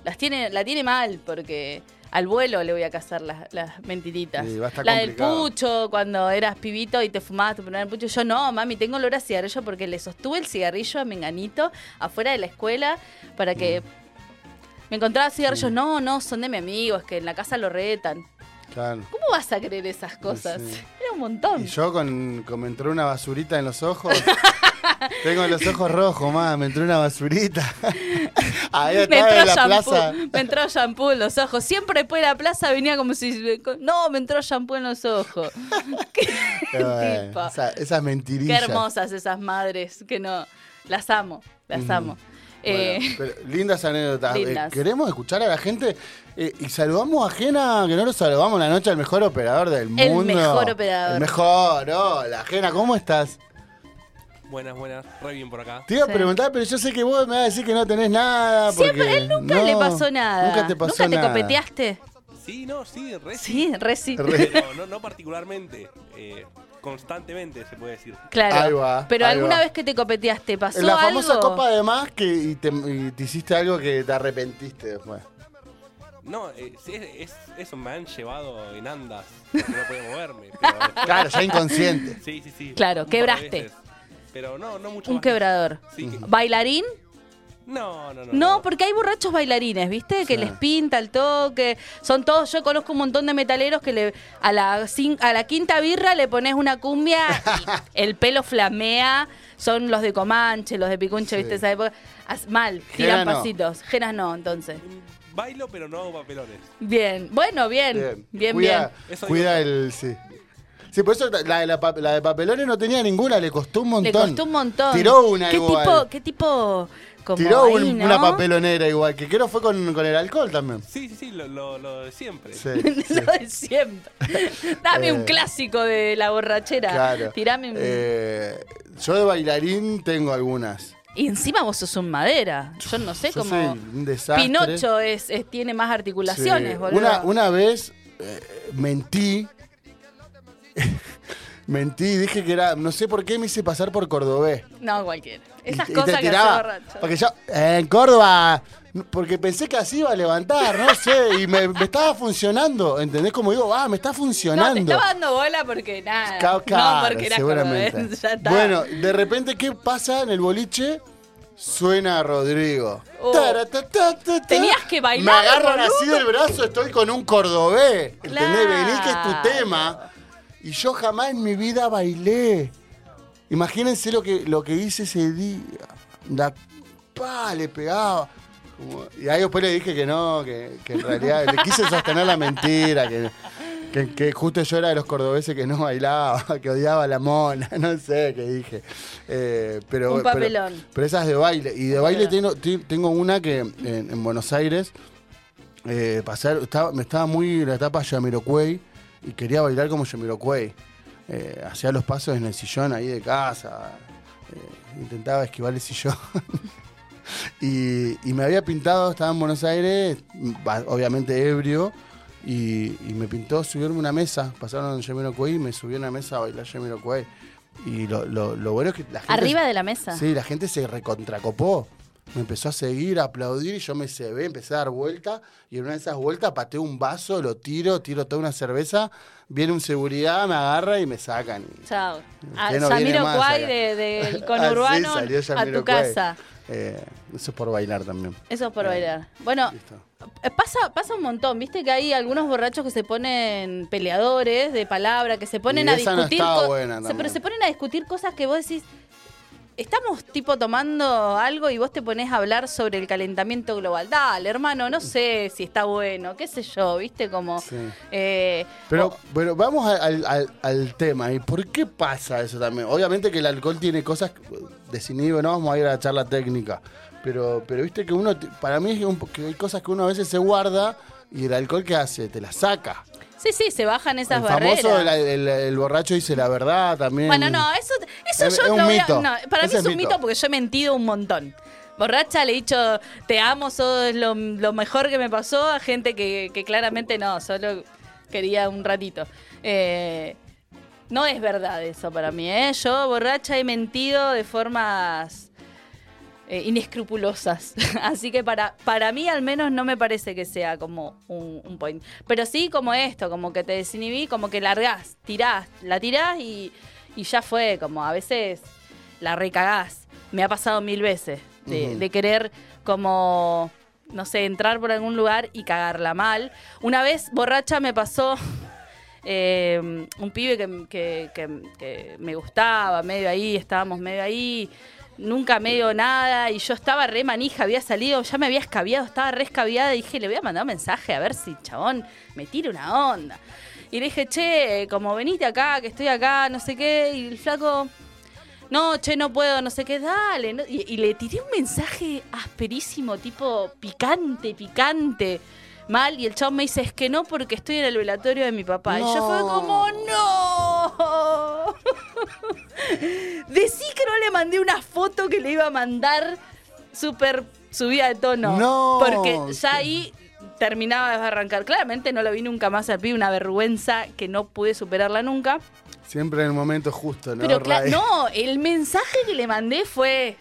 [SPEAKER 5] Las tiene, la tiene mal porque al vuelo le voy a cazar las, las mentiritas.
[SPEAKER 4] Sí, va a estar
[SPEAKER 5] la
[SPEAKER 4] complicado.
[SPEAKER 5] del pucho, cuando eras pibito y te fumabas tu primer pucho. Yo no, mami, tengo olor a cigarrillo porque le sostuve el cigarrillo a Menganito afuera de la escuela para que.
[SPEAKER 4] Mm.
[SPEAKER 5] Me encontraba cigarrillos. No, no, son de mi amigo, es que en la casa lo retan.
[SPEAKER 4] Claro.
[SPEAKER 5] ¿Cómo vas a creer esas cosas?
[SPEAKER 4] Pues sí.
[SPEAKER 5] Era un montón.
[SPEAKER 4] Y yo con, con me entró una basurita en los ojos. Tengo los ojos rojos, más, me entró una basurita. Ahí
[SPEAKER 5] Me
[SPEAKER 4] estaba
[SPEAKER 5] entró,
[SPEAKER 4] en la
[SPEAKER 5] shampoo,
[SPEAKER 4] plaza.
[SPEAKER 5] me entró shampoo en los ojos. Siempre después de la plaza venía como si. No, me entró shampoo en los ojos. qué,
[SPEAKER 4] Pero bueno,
[SPEAKER 5] tipo.
[SPEAKER 4] esa- esas
[SPEAKER 5] Qué
[SPEAKER 4] mentirillas.
[SPEAKER 5] hermosas esas madres que no. Las amo, las amo. Eh,
[SPEAKER 4] Bueno, pero lindas anécdotas. Eh,
[SPEAKER 5] Lindas.
[SPEAKER 4] queremos escuchar a la gente eh, y saludamos a Jena, que no lo saludamos la noche al mejor operador del
[SPEAKER 5] El
[SPEAKER 4] mundo.
[SPEAKER 5] mejor operador.
[SPEAKER 4] El mejor, hola, Jena, ¿cómo estás?
[SPEAKER 6] Buenas, buenas, re bien por acá.
[SPEAKER 4] Te iba
[SPEAKER 5] Sí.
[SPEAKER 4] a preguntar, pero yo sé que vos me vas a decir que no tenés nada. Porque
[SPEAKER 5] siempre, él nunca
[SPEAKER 4] No,
[SPEAKER 5] le pasó nada.
[SPEAKER 4] Nunca te pasó
[SPEAKER 5] ¿Nunca te
[SPEAKER 4] nada.
[SPEAKER 5] copeteaste?
[SPEAKER 6] Sí, no, sí, re
[SPEAKER 5] Sí, Reci.
[SPEAKER 6] Pero no, no particularmente, eh, constantemente se puede decir.
[SPEAKER 5] Claro.
[SPEAKER 4] Ahí va,
[SPEAKER 5] Pero
[SPEAKER 4] ahí
[SPEAKER 5] alguna
[SPEAKER 4] va.
[SPEAKER 5] vez que te copeteaste, ¿pasó
[SPEAKER 4] La famosa
[SPEAKER 5] algo?
[SPEAKER 4] copa de más que y te, y te hiciste algo que te arrepentiste después.
[SPEAKER 6] No, eh, sí, es, es- eso me han llevado en andas, porque no podía moverme. pero después-
[SPEAKER 4] Claro, ya inconsciente.
[SPEAKER 6] Sí, sí, sí.
[SPEAKER 5] Claro,
[SPEAKER 6] un par de
[SPEAKER 5] quebraste.
[SPEAKER 6] veces. Pero no, no mucho
[SPEAKER 5] Un
[SPEAKER 6] más.
[SPEAKER 5] quebrador.
[SPEAKER 6] Sí, que-
[SPEAKER 5] ¿Bailarín?
[SPEAKER 6] No, no, no.
[SPEAKER 5] No, porque hay borrachos bailarines, ¿viste? Que les pinta el toque. Son todos, yo conozco un montón de metaleros que le, a, la, cin- a la quinta birra le pones una cumbia y el pelo flamea. Son los de Comanche, los de Picunche, ¿viste? Esa época. As- mal, tiran
[SPEAKER 4] Jena no.
[SPEAKER 5] pasitos. Genas no, entonces.
[SPEAKER 6] bailo, pero no hago papelones.
[SPEAKER 5] Bien, bueno, bien. Bien, bien.
[SPEAKER 4] cuida,
[SPEAKER 6] Eso
[SPEAKER 4] cuida el. Sí. Sí, por eso la de, la pa- la de papelones no tenía ninguna, le costó un
[SPEAKER 5] Le
[SPEAKER 4] montón.
[SPEAKER 5] costó un montón.
[SPEAKER 4] Tiró una
[SPEAKER 5] ¿Qué
[SPEAKER 4] igual.
[SPEAKER 5] Tipo, ¿Qué tipo? Como
[SPEAKER 4] Tiró un-
[SPEAKER 5] ahí, ¿no?
[SPEAKER 4] una papelonera igual, que creo fue con, con el alcohol también.
[SPEAKER 6] Sí, sí, sí, lo, lo, lo de siempre.
[SPEAKER 4] Sí, sí.
[SPEAKER 5] Lo de siempre. Dame un
[SPEAKER 4] Eh,
[SPEAKER 5] clásico de la borrachera.
[SPEAKER 4] Claro.
[SPEAKER 5] Tirame un.
[SPEAKER 4] Eh, yo de bailarín tengo algunas.
[SPEAKER 5] Y encima vos sos un madera. Yo no sé
[SPEAKER 4] Yo
[SPEAKER 5] cómo.
[SPEAKER 4] soy un desastre.
[SPEAKER 5] Pinocho es, es- tiene más articulaciones,
[SPEAKER 4] Sí.
[SPEAKER 5] boludo.
[SPEAKER 4] Una, una vez eh, mentí. mentí, dije que era. No sé por qué me hice pasar por cordobés.
[SPEAKER 5] No, cualquiera. Esas
[SPEAKER 4] Y- y
[SPEAKER 5] cosas
[SPEAKER 4] te
[SPEAKER 5] que hace
[SPEAKER 4] tiraba,
[SPEAKER 5] borracho.
[SPEAKER 4] Porque yo, eh, en Córdoba. Porque pensé que así iba a levantar, no sé. Y me, me estaba funcionando. ¿Entendés? Como digo, ah, me está
[SPEAKER 5] No, te
[SPEAKER 4] funcionando.
[SPEAKER 5] estaba dando bola porque nada.
[SPEAKER 4] Ca-
[SPEAKER 5] no,
[SPEAKER 4] claro,
[SPEAKER 5] porque era
[SPEAKER 4] seguramente.
[SPEAKER 5] cordobés. Ya está.
[SPEAKER 4] Bueno, de repente, ¿qué pasa en el boliche? Suena Rodrigo.
[SPEAKER 5] Oh.
[SPEAKER 4] Tara, ta, ta, ta, ta.
[SPEAKER 5] Tenías que bailar,
[SPEAKER 4] Me agarran
[SPEAKER 5] boludo.
[SPEAKER 4] así del brazo, estoy con un cordobés. ¿Entendés?
[SPEAKER 5] Claro.
[SPEAKER 4] Vení que es tu tema. Y yo jamás en mi vida bailé. Imagínense lo que, lo que hice ese día. La pa, le pegaba. Como- y ahí después le dije que no, que, que en realidad le quise sostener la mentira, que, que- que justo yo era de los cordobeses que no bailaba, que odiaba a la mona, no sé qué dije. Eh, pero,
[SPEAKER 5] Un
[SPEAKER 4] pero-
[SPEAKER 5] papelón.
[SPEAKER 4] pero esas de baile. Y de baile tengo, ti- tengo una que en, en Buenos Aires eh, pasar, estaba, me estaba muy en la etapa Yamiroquai y quería bailar como Yamiroquai. Eh, hacía los pasos en el sillón ahí de casa. eh, intentaba esquivar el sillón. y, y me había pintado, estaba en Buenos Aires, ba- obviamente ebrio. Y, y me pintó subirme una mesa. Pasaron Yamiroquai y me subí a una mesa a bailar Yamiroquai. Y lo, lo- lo bueno es que la gente.
[SPEAKER 5] Arriba de la mesa.
[SPEAKER 4] Sí, la gente se recontracopó. Me empezó a seguir, a aplaudir y yo me cebé, empecé a dar vuelta y en una de esas vueltas pateo un vaso, lo tiro, tiro toda una cerveza, viene un seguridad, me agarra y me sacan.
[SPEAKER 5] Chao. A
[SPEAKER 4] Usted no viene
[SPEAKER 5] Samiro
[SPEAKER 4] más
[SPEAKER 5] Cuay
[SPEAKER 4] acá.
[SPEAKER 5] de- del
[SPEAKER 4] Así
[SPEAKER 5] conurbano
[SPEAKER 4] salió
[SPEAKER 5] a tu
[SPEAKER 4] Yamiroquai.
[SPEAKER 5] casa.
[SPEAKER 4] Eh, eso es por bailar también.
[SPEAKER 5] Eso es por bailar. Bueno,
[SPEAKER 4] Listo.
[SPEAKER 5] eh, pasa, pasa un montón. Viste que hay algunos borrachos que se ponen peleadores de palabra, que se ponen
[SPEAKER 4] Y
[SPEAKER 5] a
[SPEAKER 4] esa no
[SPEAKER 5] discutir.
[SPEAKER 4] está
[SPEAKER 5] co-
[SPEAKER 4] buena
[SPEAKER 5] se-
[SPEAKER 4] también.
[SPEAKER 5] pero se ponen a discutir cosas que vos decís. Estamos tipo tomando algo y vos te ponés a hablar sobre el calentamiento global. Dale, hermano, no sé si está bueno, qué sé yo, viste como.
[SPEAKER 4] Sí.
[SPEAKER 5] eh,
[SPEAKER 4] Pero,
[SPEAKER 5] o-
[SPEAKER 4] pero vamos a- al, al- al tema. ¿Y por qué pasa eso también? Obviamente que el alcohol tiene cosas que- desinhibe, no vamos a ir a la charla técnica. Pero, pero viste que uno, te- para mí es un po- que hay cosas que uno a veces se guarda y el alcohol que hace, te las saca.
[SPEAKER 5] sí, sí, se bajan esas
[SPEAKER 4] el
[SPEAKER 5] barreras.
[SPEAKER 4] famoso, el, el- el borracho dice la verdad también.
[SPEAKER 5] Bueno, no, eh. eso, eso
[SPEAKER 4] Es-
[SPEAKER 5] yo
[SPEAKER 4] es
[SPEAKER 5] lo
[SPEAKER 4] un
[SPEAKER 5] voy a-
[SPEAKER 4] mito.
[SPEAKER 5] no, para mí
[SPEAKER 4] Ese
[SPEAKER 5] es un
[SPEAKER 4] es
[SPEAKER 5] mito.
[SPEAKER 4] mito.
[SPEAKER 5] porque yo he mentido un montón. Borracha le he dicho, te amo, sos lo, lo mejor que me pasó a gente que, que claramente no, solo quería un ratito. Eh, no es verdad eso para mí, ¿eh? Yo borracha he mentido de formas eh, inescrupulosas. Así que para, para mí al menos no me parece que sea como un, un point. Pero sí como esto, como que te desinhibí, como que largás, tirás, la tirás y, y ya fue, como a veces la recagás. Me ha pasado mil veces de, de querer como, no sé, entrar por algún lugar y cagarla mal. Una vez borracha me pasó... eh, un pibe que, que- que- que me gustaba, medio ahí, estábamos medio ahí, nunca medio nada, y yo estaba re manija, había salido, ya me había escabiado, estaba re escabiada, y dije, le voy a mandar un mensaje a ver si chabón me tira una onda. Y le dije, che, como venite acá, que estoy acá, no sé qué, y el flaco, no, che, no puedo, no sé qué, dale. no- Y, y le tiré un mensaje asperísimo, tipo picante, picante, mal. Y el chabón me dice, es que no, porque estoy en el velatorio de mi papá. Y yo
[SPEAKER 4] No.
[SPEAKER 5] fue como, no. Decí que no le mandé una foto que le iba a mandar súper subida de tono.
[SPEAKER 4] No.
[SPEAKER 5] Porque ya ahí terminaba de arrancar. Claramente no lo vi nunca más al pibe, una vergüenza que no pude superarla nunca.
[SPEAKER 4] Siempre en el momento justo, ¿no?
[SPEAKER 5] Pero claro,
[SPEAKER 4] Ray?
[SPEAKER 5] no, el mensaje que le mandé fue,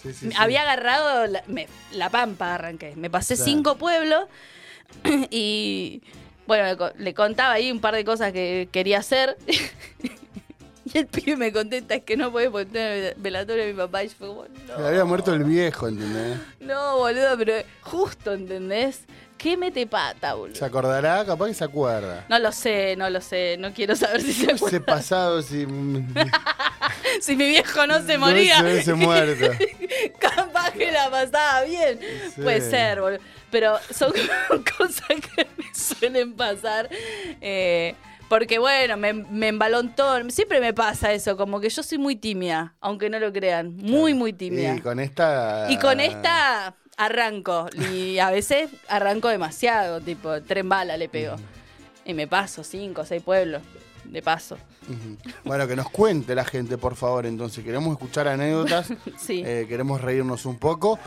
[SPEAKER 4] Sí, sí, sí.
[SPEAKER 5] había agarrado la, me- la pampa, arranqué, me pasé
[SPEAKER 4] Claro.
[SPEAKER 5] cinco pueblos y bueno, le, co- le contaba ahí un par de cosas que quería hacer. Y el pibe me contesta, es que no podés porque estoy en el velatorio de mi papá. Y yo fue como, no.
[SPEAKER 4] Le había muerto el viejo, ¿entendés?
[SPEAKER 5] No, boludo, pero justo, ¿entendés? ¿Qué mete pata, boludo?
[SPEAKER 4] ¿Se acordará? Capaz que se acuerda.
[SPEAKER 5] No lo sé, no lo sé. No quiero saber si se
[SPEAKER 4] Ese
[SPEAKER 5] acuerda.
[SPEAKER 4] pasado, si.
[SPEAKER 5] Si mi viejo no se moría.
[SPEAKER 4] No se hubiese muerto.
[SPEAKER 5] Capaz que la pasaba bien.
[SPEAKER 4] Sí.
[SPEAKER 5] Puede ser, boludo. Pero son cosas que me suelen pasar. eh, porque bueno, me, me embalontó. Siempre me pasa eso, como que yo soy muy tímida, aunque no lo crean. Muy, muy tímida.
[SPEAKER 4] Y con Ah. esta.
[SPEAKER 5] Y con esta arranco. Y a veces arranco demasiado, tipo, tren bala le pego. Y me paso cinco o seis pueblos. De paso.
[SPEAKER 4] Ujú. Bueno, que nos cuente la gente, por favor. Entonces, queremos escuchar anécdotas.
[SPEAKER 5] Sí.
[SPEAKER 4] eh, queremos reírnos un poco.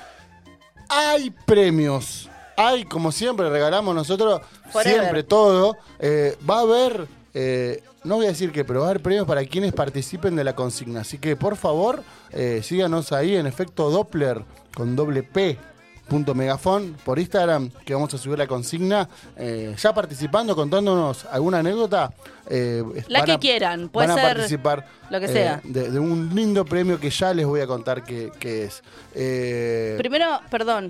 [SPEAKER 4] Hay premios. Hay, como siempre, regalamos nosotros
[SPEAKER 5] Forever.
[SPEAKER 4] siempre todo. Eh, va a haber, eh, no voy a decir que, pero va a haber premios para quienes participen de la consigna. Así que, por favor, eh, síganos ahí en efecto Doppler con doble P. Punto megafon por Instagram, que vamos a subir la consigna. eh, ya participando, contándonos alguna anécdota. eh,
[SPEAKER 5] La
[SPEAKER 4] van
[SPEAKER 5] que
[SPEAKER 4] a-
[SPEAKER 5] quieran, puede
[SPEAKER 4] van a
[SPEAKER 5] ser
[SPEAKER 4] participar,
[SPEAKER 5] lo que
[SPEAKER 4] eh,
[SPEAKER 5] sea.
[SPEAKER 4] de, de un lindo premio que ya les voy a contar qué, qué es. Eh,
[SPEAKER 5] Primero, perdón.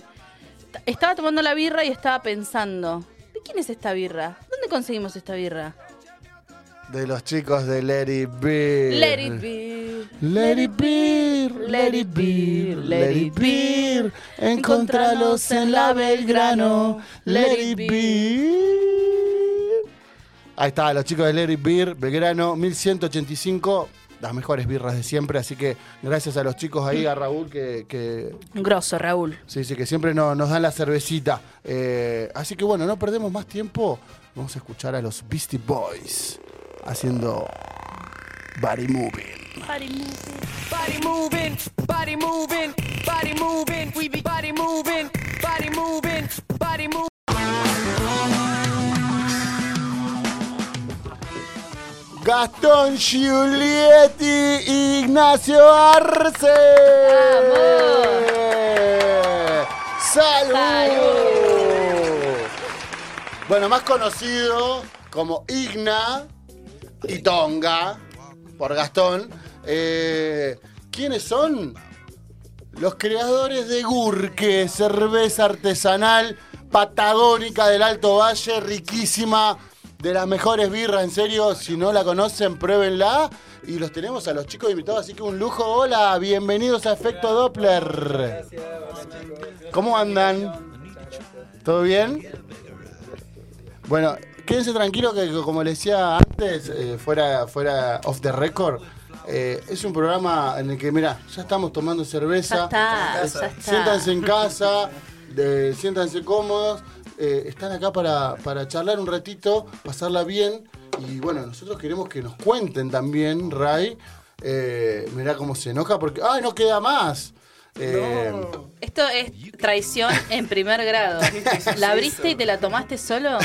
[SPEAKER 5] t- Estaba tomando la birra y estaba pensando. ¿De quién es esta birra? ¿Dónde conseguimos esta birra?
[SPEAKER 4] de los chicos de Let It Be.
[SPEAKER 5] Let it be.
[SPEAKER 4] Eh, Let it be, let it be, let it be. Encontralos en la Belgrano. Let it be. Ahí está, los chicos de Let It Beer, Belgrano, 1185, las mejores birras de siempre. Así que gracias a los chicos ahí, a Raúl, que- que,
[SPEAKER 5] Grosso, Raúl.
[SPEAKER 4] Sí, sí, que siempre no- nos dan la cervecita. Eh, así que bueno, no perdemos más tiempo. Vamos a escuchar a los Beastie Boys haciendo Body Moving.
[SPEAKER 7] Body moving, body moving, body moving, we be body moving, body moving, body moving.
[SPEAKER 4] Gastón Giulietti y Ignacio Arce. ¡Salud! Bueno, más conocido como Igna y Tonga por Gastón. Eh, ¿Quiénes son? Los creadores de Gurke, cerveza artesanal patagónica del Alto Valle, riquísima, de las mejores birras, en serio, si no la conocen, pruébenla. Y los tenemos a los chicos invitados, así que un lujo. Hola, bienvenidos a Efecto Doppler. ¿Cómo andan? ¿Todo bien? Bueno, quédense tranquilos que como les decía antes, eh, fuera, fuera off the record, eh, es un programa en el que, mira, ya estamos tomando cerveza.
[SPEAKER 5] Ya está, ya está.
[SPEAKER 4] Siéntanse en casa, de- siéntanse cómodos. eh, están acá para, para charlar un ratito, pasarla bien. Y bueno, nosotros queremos que nos cuenten también, Ray. Eh, mirá cómo se enoja porque. ¡Ay, no queda más! Eh,
[SPEAKER 5] Esto es traición en primer grado. ¿La abriste y te la tomaste solo?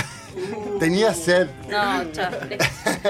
[SPEAKER 4] Tenía sed.
[SPEAKER 5] No, chao.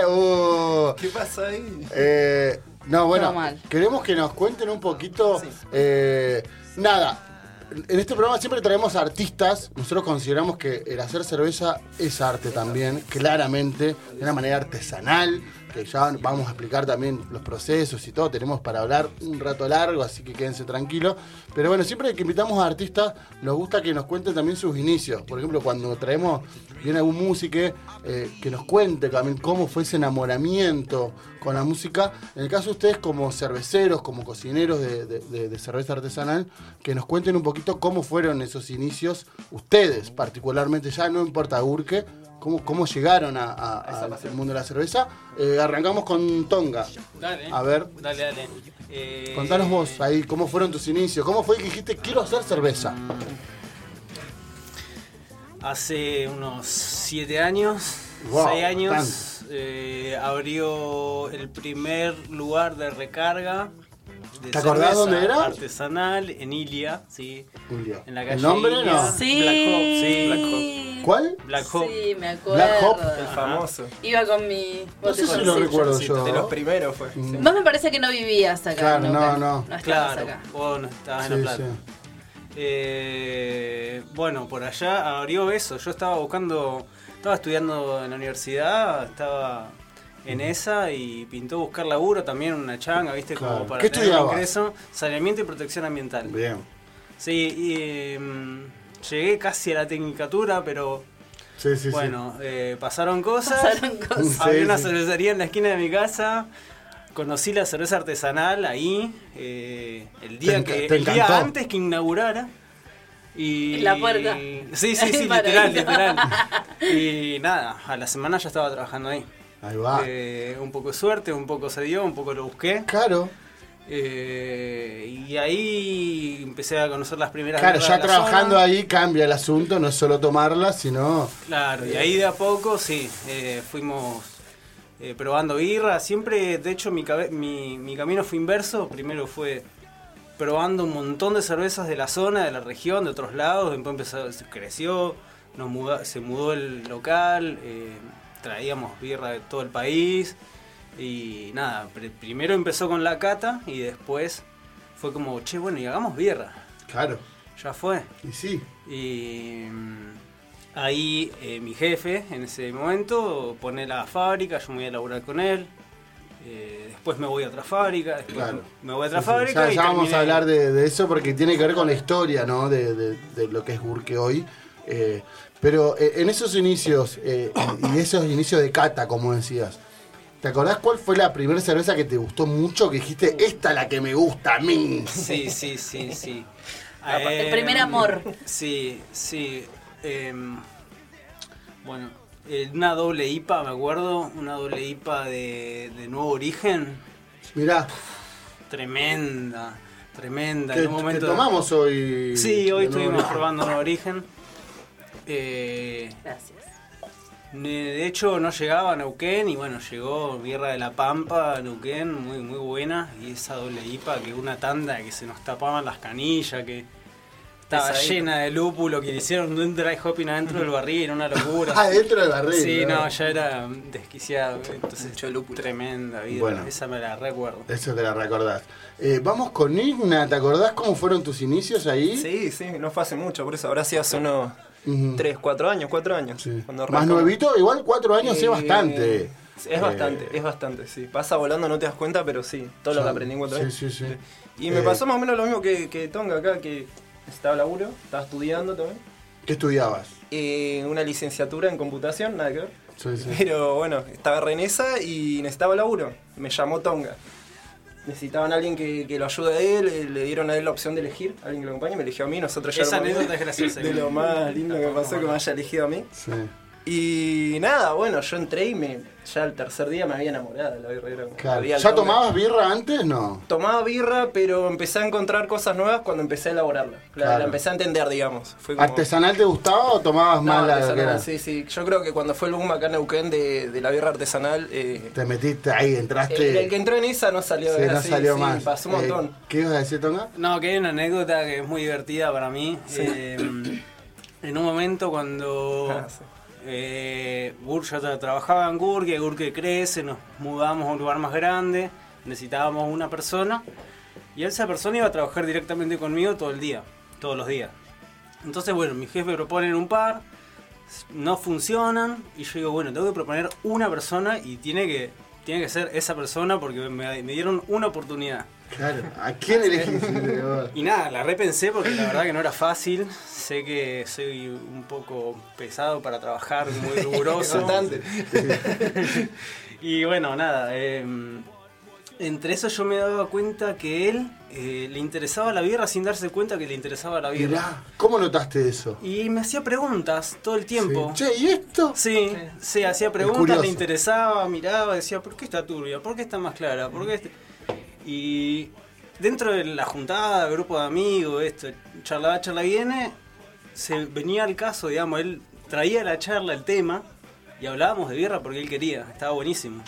[SPEAKER 4] Uh,
[SPEAKER 8] ¿Qué pasa ahí?
[SPEAKER 4] Eh, no, bueno,
[SPEAKER 5] Todo mal.
[SPEAKER 4] queremos que nos cuenten un poquito. eh, nada, en este programa siempre traemos artistas. Nosotros consideramos que el hacer cerveza es arte también, claramente, de una manera artesanal. Que ya vamos a explicar también los procesos y todo. Tenemos para hablar un rato largo, así que quédense tranquilos. Pero bueno, siempre que invitamos a artistas, nos gusta que nos cuenten también sus inicios. Por ejemplo, cuando traemos, viene algún músico que nos cuente también cómo fue ese enamoramiento con la música. En el caso de ustedes, como cerveceros, como cocineros de, de- de- de cerveza artesanal, que nos cuenten un poquito cómo fueron esos inicios, ustedes particularmente, ya no importa Urque, cómo, cómo llegaron a- a- al mundo de la cerveza. Eh, arrancamos con Tonga.
[SPEAKER 9] Dale.
[SPEAKER 4] A ver.
[SPEAKER 9] Dale, dale. Eh,
[SPEAKER 4] Contanos vos ahí, ¿cómo fueron tus inicios? ¿Cómo fue que dijiste quiero hacer cerveza?
[SPEAKER 9] Hace unos 7 años,
[SPEAKER 4] Wow,
[SPEAKER 9] 6 años, eh, abrió el primer lugar de recarga. De
[SPEAKER 4] ¿Te acordás
[SPEAKER 9] cerveza
[SPEAKER 4] dónde era?
[SPEAKER 9] Artesanal, en Ilia, sí.
[SPEAKER 4] Ilia.
[SPEAKER 9] En la
[SPEAKER 4] ¿El
[SPEAKER 9] calle
[SPEAKER 4] nombre
[SPEAKER 9] Ilia.
[SPEAKER 4] no?
[SPEAKER 9] Black Hawk, sí.
[SPEAKER 4] ¿Cuál?
[SPEAKER 9] Black Hawk. Black Hawk.
[SPEAKER 5] Sí, me acuerdo.
[SPEAKER 4] Black Hop.
[SPEAKER 8] El famoso.
[SPEAKER 5] Iba con mi.
[SPEAKER 4] No sé si lo
[SPEAKER 5] Sí,
[SPEAKER 4] recuerdo
[SPEAKER 8] Sí,
[SPEAKER 4] yo.
[SPEAKER 8] de los primeros fue. sí.
[SPEAKER 5] Vos me parece que no vivías acá.
[SPEAKER 4] Claro,
[SPEAKER 5] en
[SPEAKER 4] no,
[SPEAKER 5] Neuquén.
[SPEAKER 4] no.
[SPEAKER 5] No estabas
[SPEAKER 9] Claro,
[SPEAKER 5] acá.
[SPEAKER 9] vos Ah, no estabas
[SPEAKER 4] Sí,
[SPEAKER 9] en La Plata.
[SPEAKER 4] sí.
[SPEAKER 9] Eh, bueno, por allá abrió eso. Yo estaba buscando, estaba estudiando en la universidad, estaba en esa y pintó buscar laburo también, una changa, ¿viste?
[SPEAKER 4] Claro.
[SPEAKER 9] Como para
[SPEAKER 4] ¿Qué
[SPEAKER 9] tener
[SPEAKER 4] estudiabas?
[SPEAKER 9] un ingreso, saneamiento y protección ambiental.
[SPEAKER 4] Bien.
[SPEAKER 9] Sí, y, eh, llegué casi a la tecnicatura, pero
[SPEAKER 4] Sí, sí, sí.
[SPEAKER 9] bueno, eh, pasaron cosas.
[SPEAKER 5] Pasaron cosas.
[SPEAKER 4] Sí,
[SPEAKER 9] Había una
[SPEAKER 4] sí.
[SPEAKER 9] cervecería en la esquina de mi casa. Conocí la cerveza artesanal ahí. eh, el día
[SPEAKER 4] enca-
[SPEAKER 9] que
[SPEAKER 4] te
[SPEAKER 9] el día
[SPEAKER 4] encantó.
[SPEAKER 9] antes que inaugurara. Y...
[SPEAKER 5] En la puerta.
[SPEAKER 9] Sí, sí, sí,
[SPEAKER 5] Para
[SPEAKER 9] literal,
[SPEAKER 5] adentro.
[SPEAKER 9] literal. Y nada, a la semana ya estaba trabajando ahí.
[SPEAKER 4] Ahí va.
[SPEAKER 9] Eh, un poco de suerte, un poco se dio, un poco lo busqué.
[SPEAKER 4] Claro.
[SPEAKER 9] Eh, y ahí empecé a conocer las primeras
[SPEAKER 4] Claro,
[SPEAKER 9] birras
[SPEAKER 4] ya
[SPEAKER 9] de la
[SPEAKER 4] trabajando
[SPEAKER 9] zona.
[SPEAKER 4] ahí cambia el asunto, no es solo tomarla, sino.
[SPEAKER 9] Claro, y ahí de a poco, sí, eh, fuimos eh, probando birra. Siempre, de hecho, mi, cabe- mi, mi camino fue inverso. Primero fue probando un montón de cervezas de la zona, de la región, de otros lados. Después empezó, se creció, nos muda- se mudó el local, eh, traíamos birra de todo el país. Y nada, pr- primero empezó con la cata y después fue como, che, bueno, y hagamos birra.
[SPEAKER 4] Claro.
[SPEAKER 9] Ya fue.
[SPEAKER 4] Y sí.
[SPEAKER 9] Y mm, ahí eh, mi jefe en ese momento pone la fábrica, yo me voy a laburar con él. eh, después me voy a otra fábrica, después
[SPEAKER 4] Claro.
[SPEAKER 9] me voy a otra
[SPEAKER 4] Sí, sí.
[SPEAKER 9] fábrica.
[SPEAKER 4] Ya,
[SPEAKER 9] y
[SPEAKER 4] ya vamos
[SPEAKER 9] terminé-
[SPEAKER 4] a hablar de, de eso porque tiene que ver con la historia, ¿no? De, de- de lo que es Burke hoy. Eh, pero eh, en esos inicios, eh, y esos inicios de cata, como decías, ¿te acordás cuál fue la primera cerveza que te gustó mucho? Que dijiste, esta es la que me gusta a mí.
[SPEAKER 9] Sí, sí, sí, sí.
[SPEAKER 5] El
[SPEAKER 9] Em,
[SPEAKER 5] primer amor.
[SPEAKER 9] Sí, sí. em, bueno, eh, una doble IPA, me acuerdo, una doble IPA de, de nuevo origen,
[SPEAKER 4] Mirá,
[SPEAKER 9] tremenda, tremenda.
[SPEAKER 4] que,
[SPEAKER 9] en
[SPEAKER 4] que
[SPEAKER 9] un momento
[SPEAKER 4] tomamos hoy.
[SPEAKER 9] Sí, hoy
[SPEAKER 4] de nuevo.
[SPEAKER 9] estuvimos probando Nuevo Origen. Eh,
[SPEAKER 5] Gracias.
[SPEAKER 9] ne- de hecho, no llegaba a Neuquén y bueno, llegó Guerra de la Pampa, Neuquén, muy, muy buena. Y esa doble IPA, que una tanda que se nos tapaban las canillas, que estaba
[SPEAKER 8] Pesadita.
[SPEAKER 9] llena de lúpulo, que le hicieron un dry hopping adentro del barril, una locura.
[SPEAKER 4] Ah, dentro del barril.
[SPEAKER 9] Sí,
[SPEAKER 4] ¿no?
[SPEAKER 9] no, ya era desquiciado. Entonces,
[SPEAKER 8] Mucho lúpulo.
[SPEAKER 9] tremenda vida.
[SPEAKER 4] Bueno.
[SPEAKER 9] Esa me la recuerdo.
[SPEAKER 4] Eso te la recordás. Eh, vamos con Igna, ¿te acordás cómo fueron tus inicios ahí?
[SPEAKER 8] Sí, sí, no fue hace mucho, por eso habrá sido hace unos
[SPEAKER 4] Ujú.
[SPEAKER 8] 3, 4 años, 4 años.
[SPEAKER 4] Sí.
[SPEAKER 8] cuando
[SPEAKER 4] Más
[SPEAKER 8] arrancamos.
[SPEAKER 4] nuevito, Eh, igual cuatro años es
[SPEAKER 8] Eh,
[SPEAKER 4] bastante.
[SPEAKER 8] Es bastante, es bastante, sí. Pasa volando, no te das cuenta, pero sí, todo lo que aprendí en cuatro
[SPEAKER 4] Sí,
[SPEAKER 8] años.
[SPEAKER 4] sí, sí.
[SPEAKER 8] Y me
[SPEAKER 4] Eh,
[SPEAKER 8] pasó más o menos lo mismo que, que Tonga acá, que estaba laburo, estaba estudiando también.
[SPEAKER 4] ¿Qué estudiabas?
[SPEAKER 8] Eh, una licenciatura en computación, nada que ver.
[SPEAKER 4] Sí, sí.
[SPEAKER 8] Pero bueno, estaba re en esa y necesitaba laburo. Me llamó Tonga. Necesitaban a alguien que, que lo ayude a él, eh, le dieron a él la opción de elegir, alguien que lo acompañe, me eligió a mí, nosotros ya
[SPEAKER 9] Esa
[SPEAKER 8] lo
[SPEAKER 9] anécdota es graciosa.
[SPEAKER 8] De lo más lindo que pasó que me haya elegido a mí.
[SPEAKER 4] Sí.
[SPEAKER 8] Y nada, bueno, yo entré y me, ya el tercer día me había enamorado de la birra. era como-
[SPEAKER 4] Claro.
[SPEAKER 8] había
[SPEAKER 4] ¿Ya
[SPEAKER 8] alcohol.
[SPEAKER 4] tomabas birra antes? No.
[SPEAKER 8] Tomaba birra, pero empecé a encontrar cosas nuevas cuando empecé a elaborarla. La,
[SPEAKER 4] Claro.
[SPEAKER 8] la empecé a entender, digamos. Fue como-
[SPEAKER 4] ¿Artesanal te gustaba o tomabas
[SPEAKER 8] No,
[SPEAKER 4] más la
[SPEAKER 8] artesanal,
[SPEAKER 4] que era?
[SPEAKER 8] sí, sí. Yo creo que cuando fue el boom acá en Neuquén de, de la birra artesanal, eh,
[SPEAKER 4] Te metiste ahí, entraste.
[SPEAKER 8] el, el que entró en esa no salió
[SPEAKER 4] Sí,
[SPEAKER 8] de
[SPEAKER 4] no
[SPEAKER 8] sí,
[SPEAKER 4] salió
[SPEAKER 8] sí,
[SPEAKER 4] más.
[SPEAKER 8] Pasó un
[SPEAKER 4] Eh,
[SPEAKER 8] montón.
[SPEAKER 4] ¿Qué ibas a decir, Tonga?
[SPEAKER 9] No, que hay una anécdota que es muy divertida para mí. Eh, en un momento cuando
[SPEAKER 8] Ah, sí.
[SPEAKER 9] eh, Gur- yo tra- trabajaba en Gurke, Gurke crece, nos mudamos a un lugar más grande, necesitábamos una persona y esa persona iba a trabajar directamente conmigo todo el día, todos los días. Entonces, bueno, mi jefe proponen un par, no funcionan y yo digo, bueno, tengo que proponer una persona y tiene que, tiene que ser esa persona porque me- me dieron una oportunidad.
[SPEAKER 4] Claro. ¿A quién elegiste? vos?
[SPEAKER 9] Y nada, la repensé porque la verdad que no era fácil. Sé que soy un poco pesado para trabajar, muy riguroso.
[SPEAKER 8] Bastante.
[SPEAKER 9] Y bueno, nada. eh, entre eso yo me daba cuenta que él eh, le interesaba la birra sin darse cuenta que le interesaba la birra.
[SPEAKER 4] Mirá, ¿cómo notaste eso?
[SPEAKER 9] Y me hacía preguntas todo el tiempo.
[SPEAKER 4] Sí. Che, ¿y esto?
[SPEAKER 9] Sí, sí, hacía preguntas,
[SPEAKER 4] curioso.
[SPEAKER 9] le interesaba, miraba, decía, ¿por qué está turbia? ¿Por qué está más clara? ¿Por qué este-?" Y dentro de la juntada, grupo de amigos, esto, charla charla viene, se venía el caso, digamos, él traía la charla, el tema, y hablábamos de guerra porque él quería, estaba buenísimo.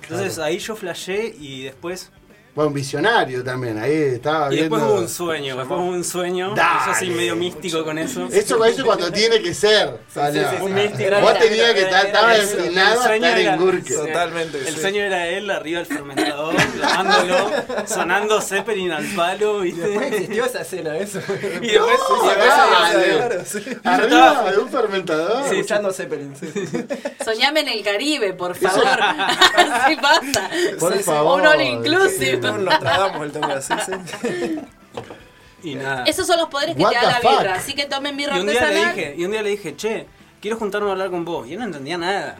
[SPEAKER 9] Entonces ahí yo flashé y después...
[SPEAKER 4] Bueno, un visionario también, ahí estaba
[SPEAKER 9] Y después
[SPEAKER 4] viendo.
[SPEAKER 9] hubo un sueño, después hubo un sueño, yo soy
[SPEAKER 4] Dale.
[SPEAKER 9] medio místico con eso.
[SPEAKER 4] Eso, eso cuando tiene que ser. Salió.
[SPEAKER 8] sí, sí.
[SPEAKER 4] Ah, Vos
[SPEAKER 9] Místico.
[SPEAKER 4] tenías que estar estaba
[SPEAKER 9] Era eso.
[SPEAKER 4] destinado
[SPEAKER 9] El
[SPEAKER 4] a
[SPEAKER 9] sueño
[SPEAKER 4] estar
[SPEAKER 9] era-
[SPEAKER 4] en Gurke.
[SPEAKER 9] sí.
[SPEAKER 8] Totalmente,
[SPEAKER 9] El
[SPEAKER 8] sí.
[SPEAKER 9] sueño era él arriba del fermentador, llamándolo, sonando Zeppelin al palo,
[SPEAKER 8] Y después
[SPEAKER 9] ¿viste?
[SPEAKER 8] existió esa escena, eso.
[SPEAKER 9] Y después
[SPEAKER 4] No,
[SPEAKER 9] se
[SPEAKER 4] dale.
[SPEAKER 8] claro, sí.
[SPEAKER 4] Arriba de un fermentador.
[SPEAKER 9] Sí.
[SPEAKER 8] Escuchando Zeppelin, sí.
[SPEAKER 5] Soñame en el Caribe, por favor. Así pasa.
[SPEAKER 4] Por
[SPEAKER 8] Sí, sí.
[SPEAKER 4] favor.
[SPEAKER 5] Un all inclusive.
[SPEAKER 8] Nos lo tragamos el tema, sí, sí.
[SPEAKER 9] Y nada.
[SPEAKER 5] Esos son los poderes que
[SPEAKER 4] What
[SPEAKER 5] te da la
[SPEAKER 4] the fuck?
[SPEAKER 5] birra. Así que tomen birra
[SPEAKER 9] Y un día le
[SPEAKER 5] artesanal.
[SPEAKER 9] dije, y un día le dije, che, quiero juntarme a hablar con vos. Y él no entendía nada.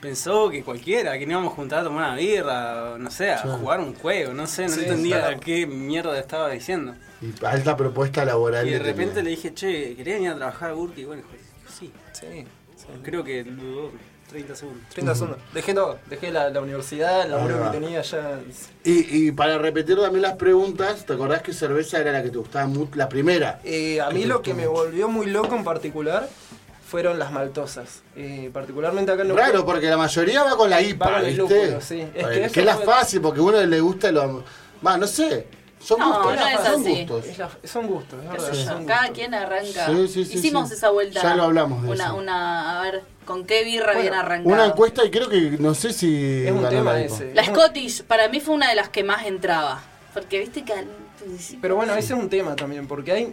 [SPEAKER 9] Pensó que cualquiera, que nos íbamos a juntar a tomar una birra, no sé, a jugar un juego, no sé, no
[SPEAKER 8] Sí,
[SPEAKER 9] entendía
[SPEAKER 8] claro.
[SPEAKER 9] qué mierda estaba diciendo.
[SPEAKER 4] Y alta propuesta laboral.
[SPEAKER 9] Y de
[SPEAKER 4] que tenía.
[SPEAKER 9] repente le dije, che, ¿querés venir a trabajar a Burki? Y bueno, dijo, sí.
[SPEAKER 8] Sí, sí.
[SPEAKER 9] Creo que dudó 30 segundos.
[SPEAKER 8] 30 segundos. Dejé todo. Dejé la, la universidad, el laburo
[SPEAKER 4] va.
[SPEAKER 8] que tenía ya.
[SPEAKER 4] Y, y para repetir también las preguntas, ¿te acordás que cerveza era la que te gustaba mucho? La primera.
[SPEAKER 8] Eh, a mí lo que me volvió muy loco en particular fueron las maltosas. Eh, particularmente acá en Neuquén.
[SPEAKER 4] Claro, porque la mayoría va con la IPA,
[SPEAKER 8] con el
[SPEAKER 4] ¿viste?
[SPEAKER 8] lúpulo, sí. Es
[SPEAKER 4] Para
[SPEAKER 8] que
[SPEAKER 4] el-
[SPEAKER 8] eso
[SPEAKER 4] que es la
[SPEAKER 8] fue-
[SPEAKER 4] fácil, porque a uno le gusta lo... Va, no sé. Son
[SPEAKER 5] No,
[SPEAKER 4] gustos.
[SPEAKER 5] no es
[SPEAKER 4] son
[SPEAKER 5] así.
[SPEAKER 4] gustos.
[SPEAKER 8] Es la- son gustos, es
[SPEAKER 5] Qué
[SPEAKER 8] verdad.
[SPEAKER 5] sé yo,
[SPEAKER 8] son
[SPEAKER 5] Cada
[SPEAKER 8] gustos.
[SPEAKER 5] quien arranca.
[SPEAKER 4] Sí, sí, sí,
[SPEAKER 5] Hicimos
[SPEAKER 4] sí.
[SPEAKER 5] esa vuelta.
[SPEAKER 4] Ya lo hablamos de
[SPEAKER 5] una,
[SPEAKER 4] eso.
[SPEAKER 5] una, a ver, ¿con qué birra
[SPEAKER 8] Bueno,
[SPEAKER 5] bien arrancado?
[SPEAKER 4] Una encuesta y creo que no sé si...
[SPEAKER 8] Es un
[SPEAKER 4] ganó
[SPEAKER 8] tema
[SPEAKER 4] la IPA.
[SPEAKER 8] ese.
[SPEAKER 5] La Scottish para mí fue una de las que más entraba. Porque viste que al principio-
[SPEAKER 8] Pero bueno, ese es un tema también, porque hay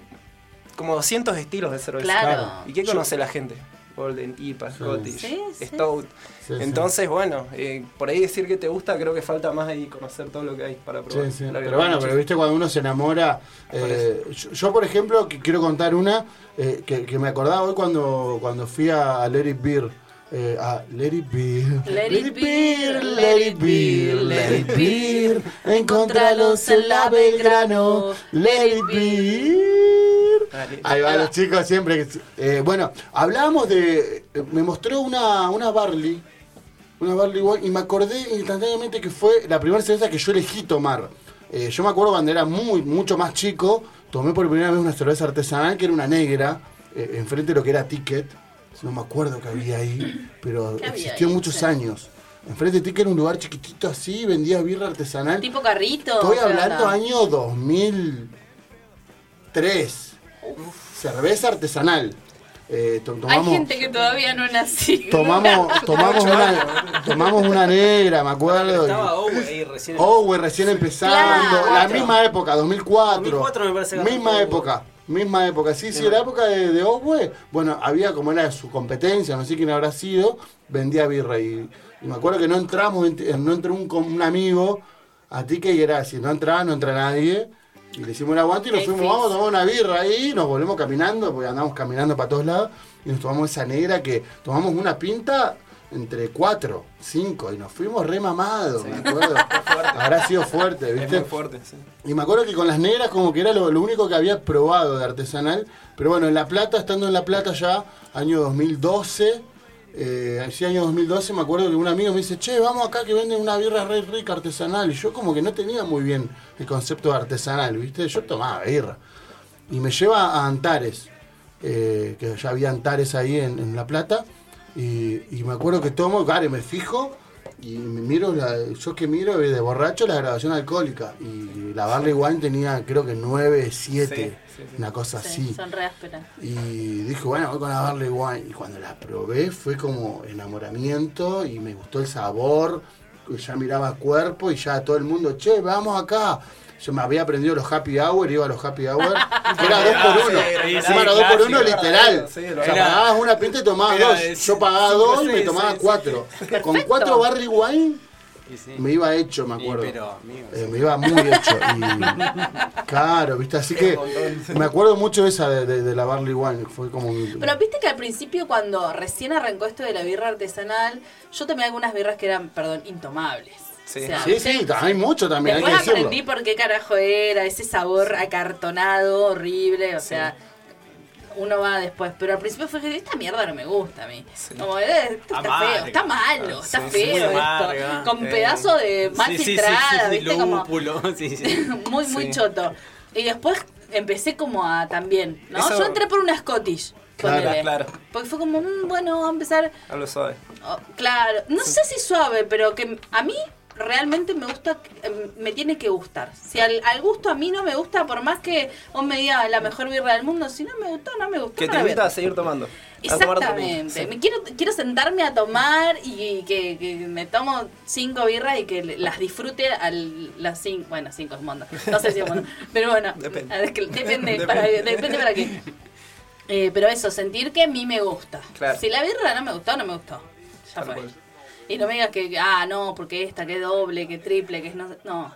[SPEAKER 8] como 200 estilos de cerveza.
[SPEAKER 5] Claro.
[SPEAKER 4] Claro.
[SPEAKER 8] ¿Y qué conoce la gente? Golden, IPA, Scottish,
[SPEAKER 5] Sí, sí.
[SPEAKER 8] Stout.
[SPEAKER 4] Sí, sí.
[SPEAKER 8] Entonces, bueno, eh, por ahí decir que te gusta, creo que falta más ahí conocer todo lo que hay para probar.
[SPEAKER 4] Sí, sí.
[SPEAKER 8] La
[SPEAKER 4] Pero
[SPEAKER 8] verdad,
[SPEAKER 4] bueno,
[SPEAKER 8] muchísimo.
[SPEAKER 4] pero viste cuando uno se enamora. eh, yo, yo, por ejemplo, que quiero contar una eh, que, que me acordaba hoy cuando, cuando fui a Let It Beer. eh, a Let It Beer.
[SPEAKER 5] Let it beer,
[SPEAKER 4] Let It Beer, Let It Beer. Encontralos en la Belgrano. Let It Beer.
[SPEAKER 8] Dale.
[SPEAKER 4] Ahí va, los chicos siempre. que- eh, bueno, hablábamos de. Me mostró una, una Barley. Una Barley Wine. Y me acordé instantáneamente que fue la primera cerveza que yo elegí tomar. Eh, yo me acuerdo cuando era muy, mucho más chico, tomé por primera vez una cerveza artesanal que era una negra, eh, enfrente de lo que era Ticket. No me acuerdo que había ahí, pero
[SPEAKER 5] ¿Qué había
[SPEAKER 4] existió
[SPEAKER 5] ahí?
[SPEAKER 4] muchos
[SPEAKER 5] Sí.
[SPEAKER 4] años. Enfrente de Ticket era un lugar chiquitito así, vendía birra artesanal.
[SPEAKER 5] Tipo carrito.
[SPEAKER 4] Estoy
[SPEAKER 5] o sea,
[SPEAKER 4] hablando
[SPEAKER 5] la-
[SPEAKER 4] año 2003. Cerveza artesanal. Eh, to-
[SPEAKER 5] Hay
[SPEAKER 4] tomamos,
[SPEAKER 5] gente que todavía no nació.
[SPEAKER 4] tomamos, tomamos, una, tomamos una negra, me acuerdo.
[SPEAKER 9] Estaba Owe ahí recién.
[SPEAKER 4] Oh, güey, recién empezando.
[SPEAKER 5] Claro.
[SPEAKER 4] La misma época, 2004.
[SPEAKER 9] 2004 me parece que
[SPEAKER 4] Misma
[SPEAKER 9] arrancó,
[SPEAKER 4] época. Misma época, sí, sí, la época de, de Owe, bueno, había como era su competencia, no sé quién habrá sido, vendía birra y, y me acuerdo que no entramos, ent- no entró un, con un amigo a ti que era así, no entraba, no entra nadie, y le hicimos el aguante y nos
[SPEAKER 5] Qué
[SPEAKER 4] fuimos,
[SPEAKER 5] difícil.
[SPEAKER 4] vamos a tomar una birra ahí, nos volvemos caminando, porque andamos caminando para todos lados, y nos tomamos esa negra que tomamos una pinta entre cuatro, cinco, y nos fuimos remamados, me acuerdo. Habrá sido fuerte,
[SPEAKER 8] Es
[SPEAKER 4] ¿viste?
[SPEAKER 8] muy fuerte, sí.
[SPEAKER 4] Y me acuerdo que con las negras como que era lo, lo único que había probado de artesanal. Pero bueno, en La Plata, estando en La Plata ya, año 2012, eh, sí, año 2012, me acuerdo que un amigo me dice, che, vamos acá que venden una birra re rica artesanal. Y yo como que no tenía muy bien el concepto de artesanal, ¿viste? Yo tomaba birra. Y me lleva a Antares, eh, que ya había Antares ahí en, en La Plata. Y, y me acuerdo que tomo, claro, y me fijo y me miro, la- yo que miro eh, de borracho la grabación alcohólica. Y la Barley Wine tenía creo que 9, 7, una cosa
[SPEAKER 5] Sí,
[SPEAKER 4] así.
[SPEAKER 5] son re ásperas.
[SPEAKER 4] Y dije, bueno, voy con la Barley Wine. Y cuando la probé fue como enamoramiento y me gustó el sabor. y Ya miraba cuerpo y ya todo el mundo, che, vamos acá. Yo me había aprendido los happy hour, iba a los happy hour. que era dos por uno.
[SPEAKER 8] sí,
[SPEAKER 4] Encima era dos por
[SPEAKER 9] clásico,
[SPEAKER 4] uno literal.
[SPEAKER 8] sí,
[SPEAKER 4] o
[SPEAKER 8] lo
[SPEAKER 4] sea,
[SPEAKER 9] era-
[SPEAKER 4] pagabas una pinta y tomabas
[SPEAKER 9] era
[SPEAKER 4] dos.
[SPEAKER 9] de
[SPEAKER 4] Yo pagaba
[SPEAKER 9] cinco,
[SPEAKER 4] dos y me
[SPEAKER 9] seis,
[SPEAKER 4] tomaba
[SPEAKER 9] sí, sí.
[SPEAKER 4] cuatro. Con cuatro Barley Wine
[SPEAKER 9] Y sí.
[SPEAKER 4] me iba hecho, me acuerdo.
[SPEAKER 9] Y pero, amigo,
[SPEAKER 4] Eh, me iba muy hecho. Y, claro, viste, así que me acuerdo mucho esa de, de- de la Barley Wine. Fue como un-
[SPEAKER 5] Pero viste que al principio cuando recién arrancó esto de la birra artesanal, yo tomé algunas birras que eran, perdón, intomables.
[SPEAKER 8] Sí.
[SPEAKER 4] Sí, sí, hay mucho también, hay que
[SPEAKER 5] Después
[SPEAKER 4] decirlo.
[SPEAKER 5] aprendí por qué carajo era, ese sabor acartonado, horrible, o sea, uno va después. Pero al principio fue que esta mierda no me gusta a mí. Como, eh, esto está
[SPEAKER 9] Amarga.
[SPEAKER 5] feo, está malo, está
[SPEAKER 9] sí,
[SPEAKER 5] feo
[SPEAKER 9] muy
[SPEAKER 5] esto.
[SPEAKER 9] amarga.
[SPEAKER 5] Con
[SPEAKER 9] Eh,
[SPEAKER 5] pedazo de mal
[SPEAKER 9] sí, sí, sí,
[SPEAKER 5] filtrada,
[SPEAKER 9] sí,
[SPEAKER 5] viste, como
[SPEAKER 9] lúpulo, sí, sí.
[SPEAKER 5] muy, muy choto. Y después empecé como a también, ¿no?
[SPEAKER 8] Eso-
[SPEAKER 5] Yo entré por una Scottish.
[SPEAKER 4] Claro,
[SPEAKER 5] ponele.
[SPEAKER 8] claro.
[SPEAKER 5] Porque fue como, mm, bueno, vamos a empezar.
[SPEAKER 8] A lo suave.
[SPEAKER 5] Oh, claro, no sé si suave, pero que a mí realmente me gusta, eh, me tiene que gustar. Si al, al gusto a mí no me gusta, por más que vos me digas la mejor birra del mundo, si no me gustó, no me gustó.
[SPEAKER 8] Que
[SPEAKER 5] no
[SPEAKER 8] te
[SPEAKER 5] la voy a
[SPEAKER 8] invita a
[SPEAKER 5] tomar.
[SPEAKER 8] seguir tomando. a tomar otro vino.
[SPEAKER 5] Exactamente.
[SPEAKER 8] Sí.
[SPEAKER 5] Me quiero, quiero sentarme a tomar y que, que me tomo cinco birras y que las disfrute al, las cinco. Bueno, cinco es montón. No sé si es montón. Pero bueno,
[SPEAKER 8] Depende.
[SPEAKER 5] a ver, que- depende, para, depende para qué. Eh, pero eso, sentir que a mí me gusta.
[SPEAKER 8] Claro.
[SPEAKER 5] Si la birra no me gustó, no me gustó. Ya
[SPEAKER 8] Tal
[SPEAKER 5] fue.
[SPEAKER 8] cual.
[SPEAKER 5] Y no me digas que, ah, no, porque esta, que doble, que triple, que no. No.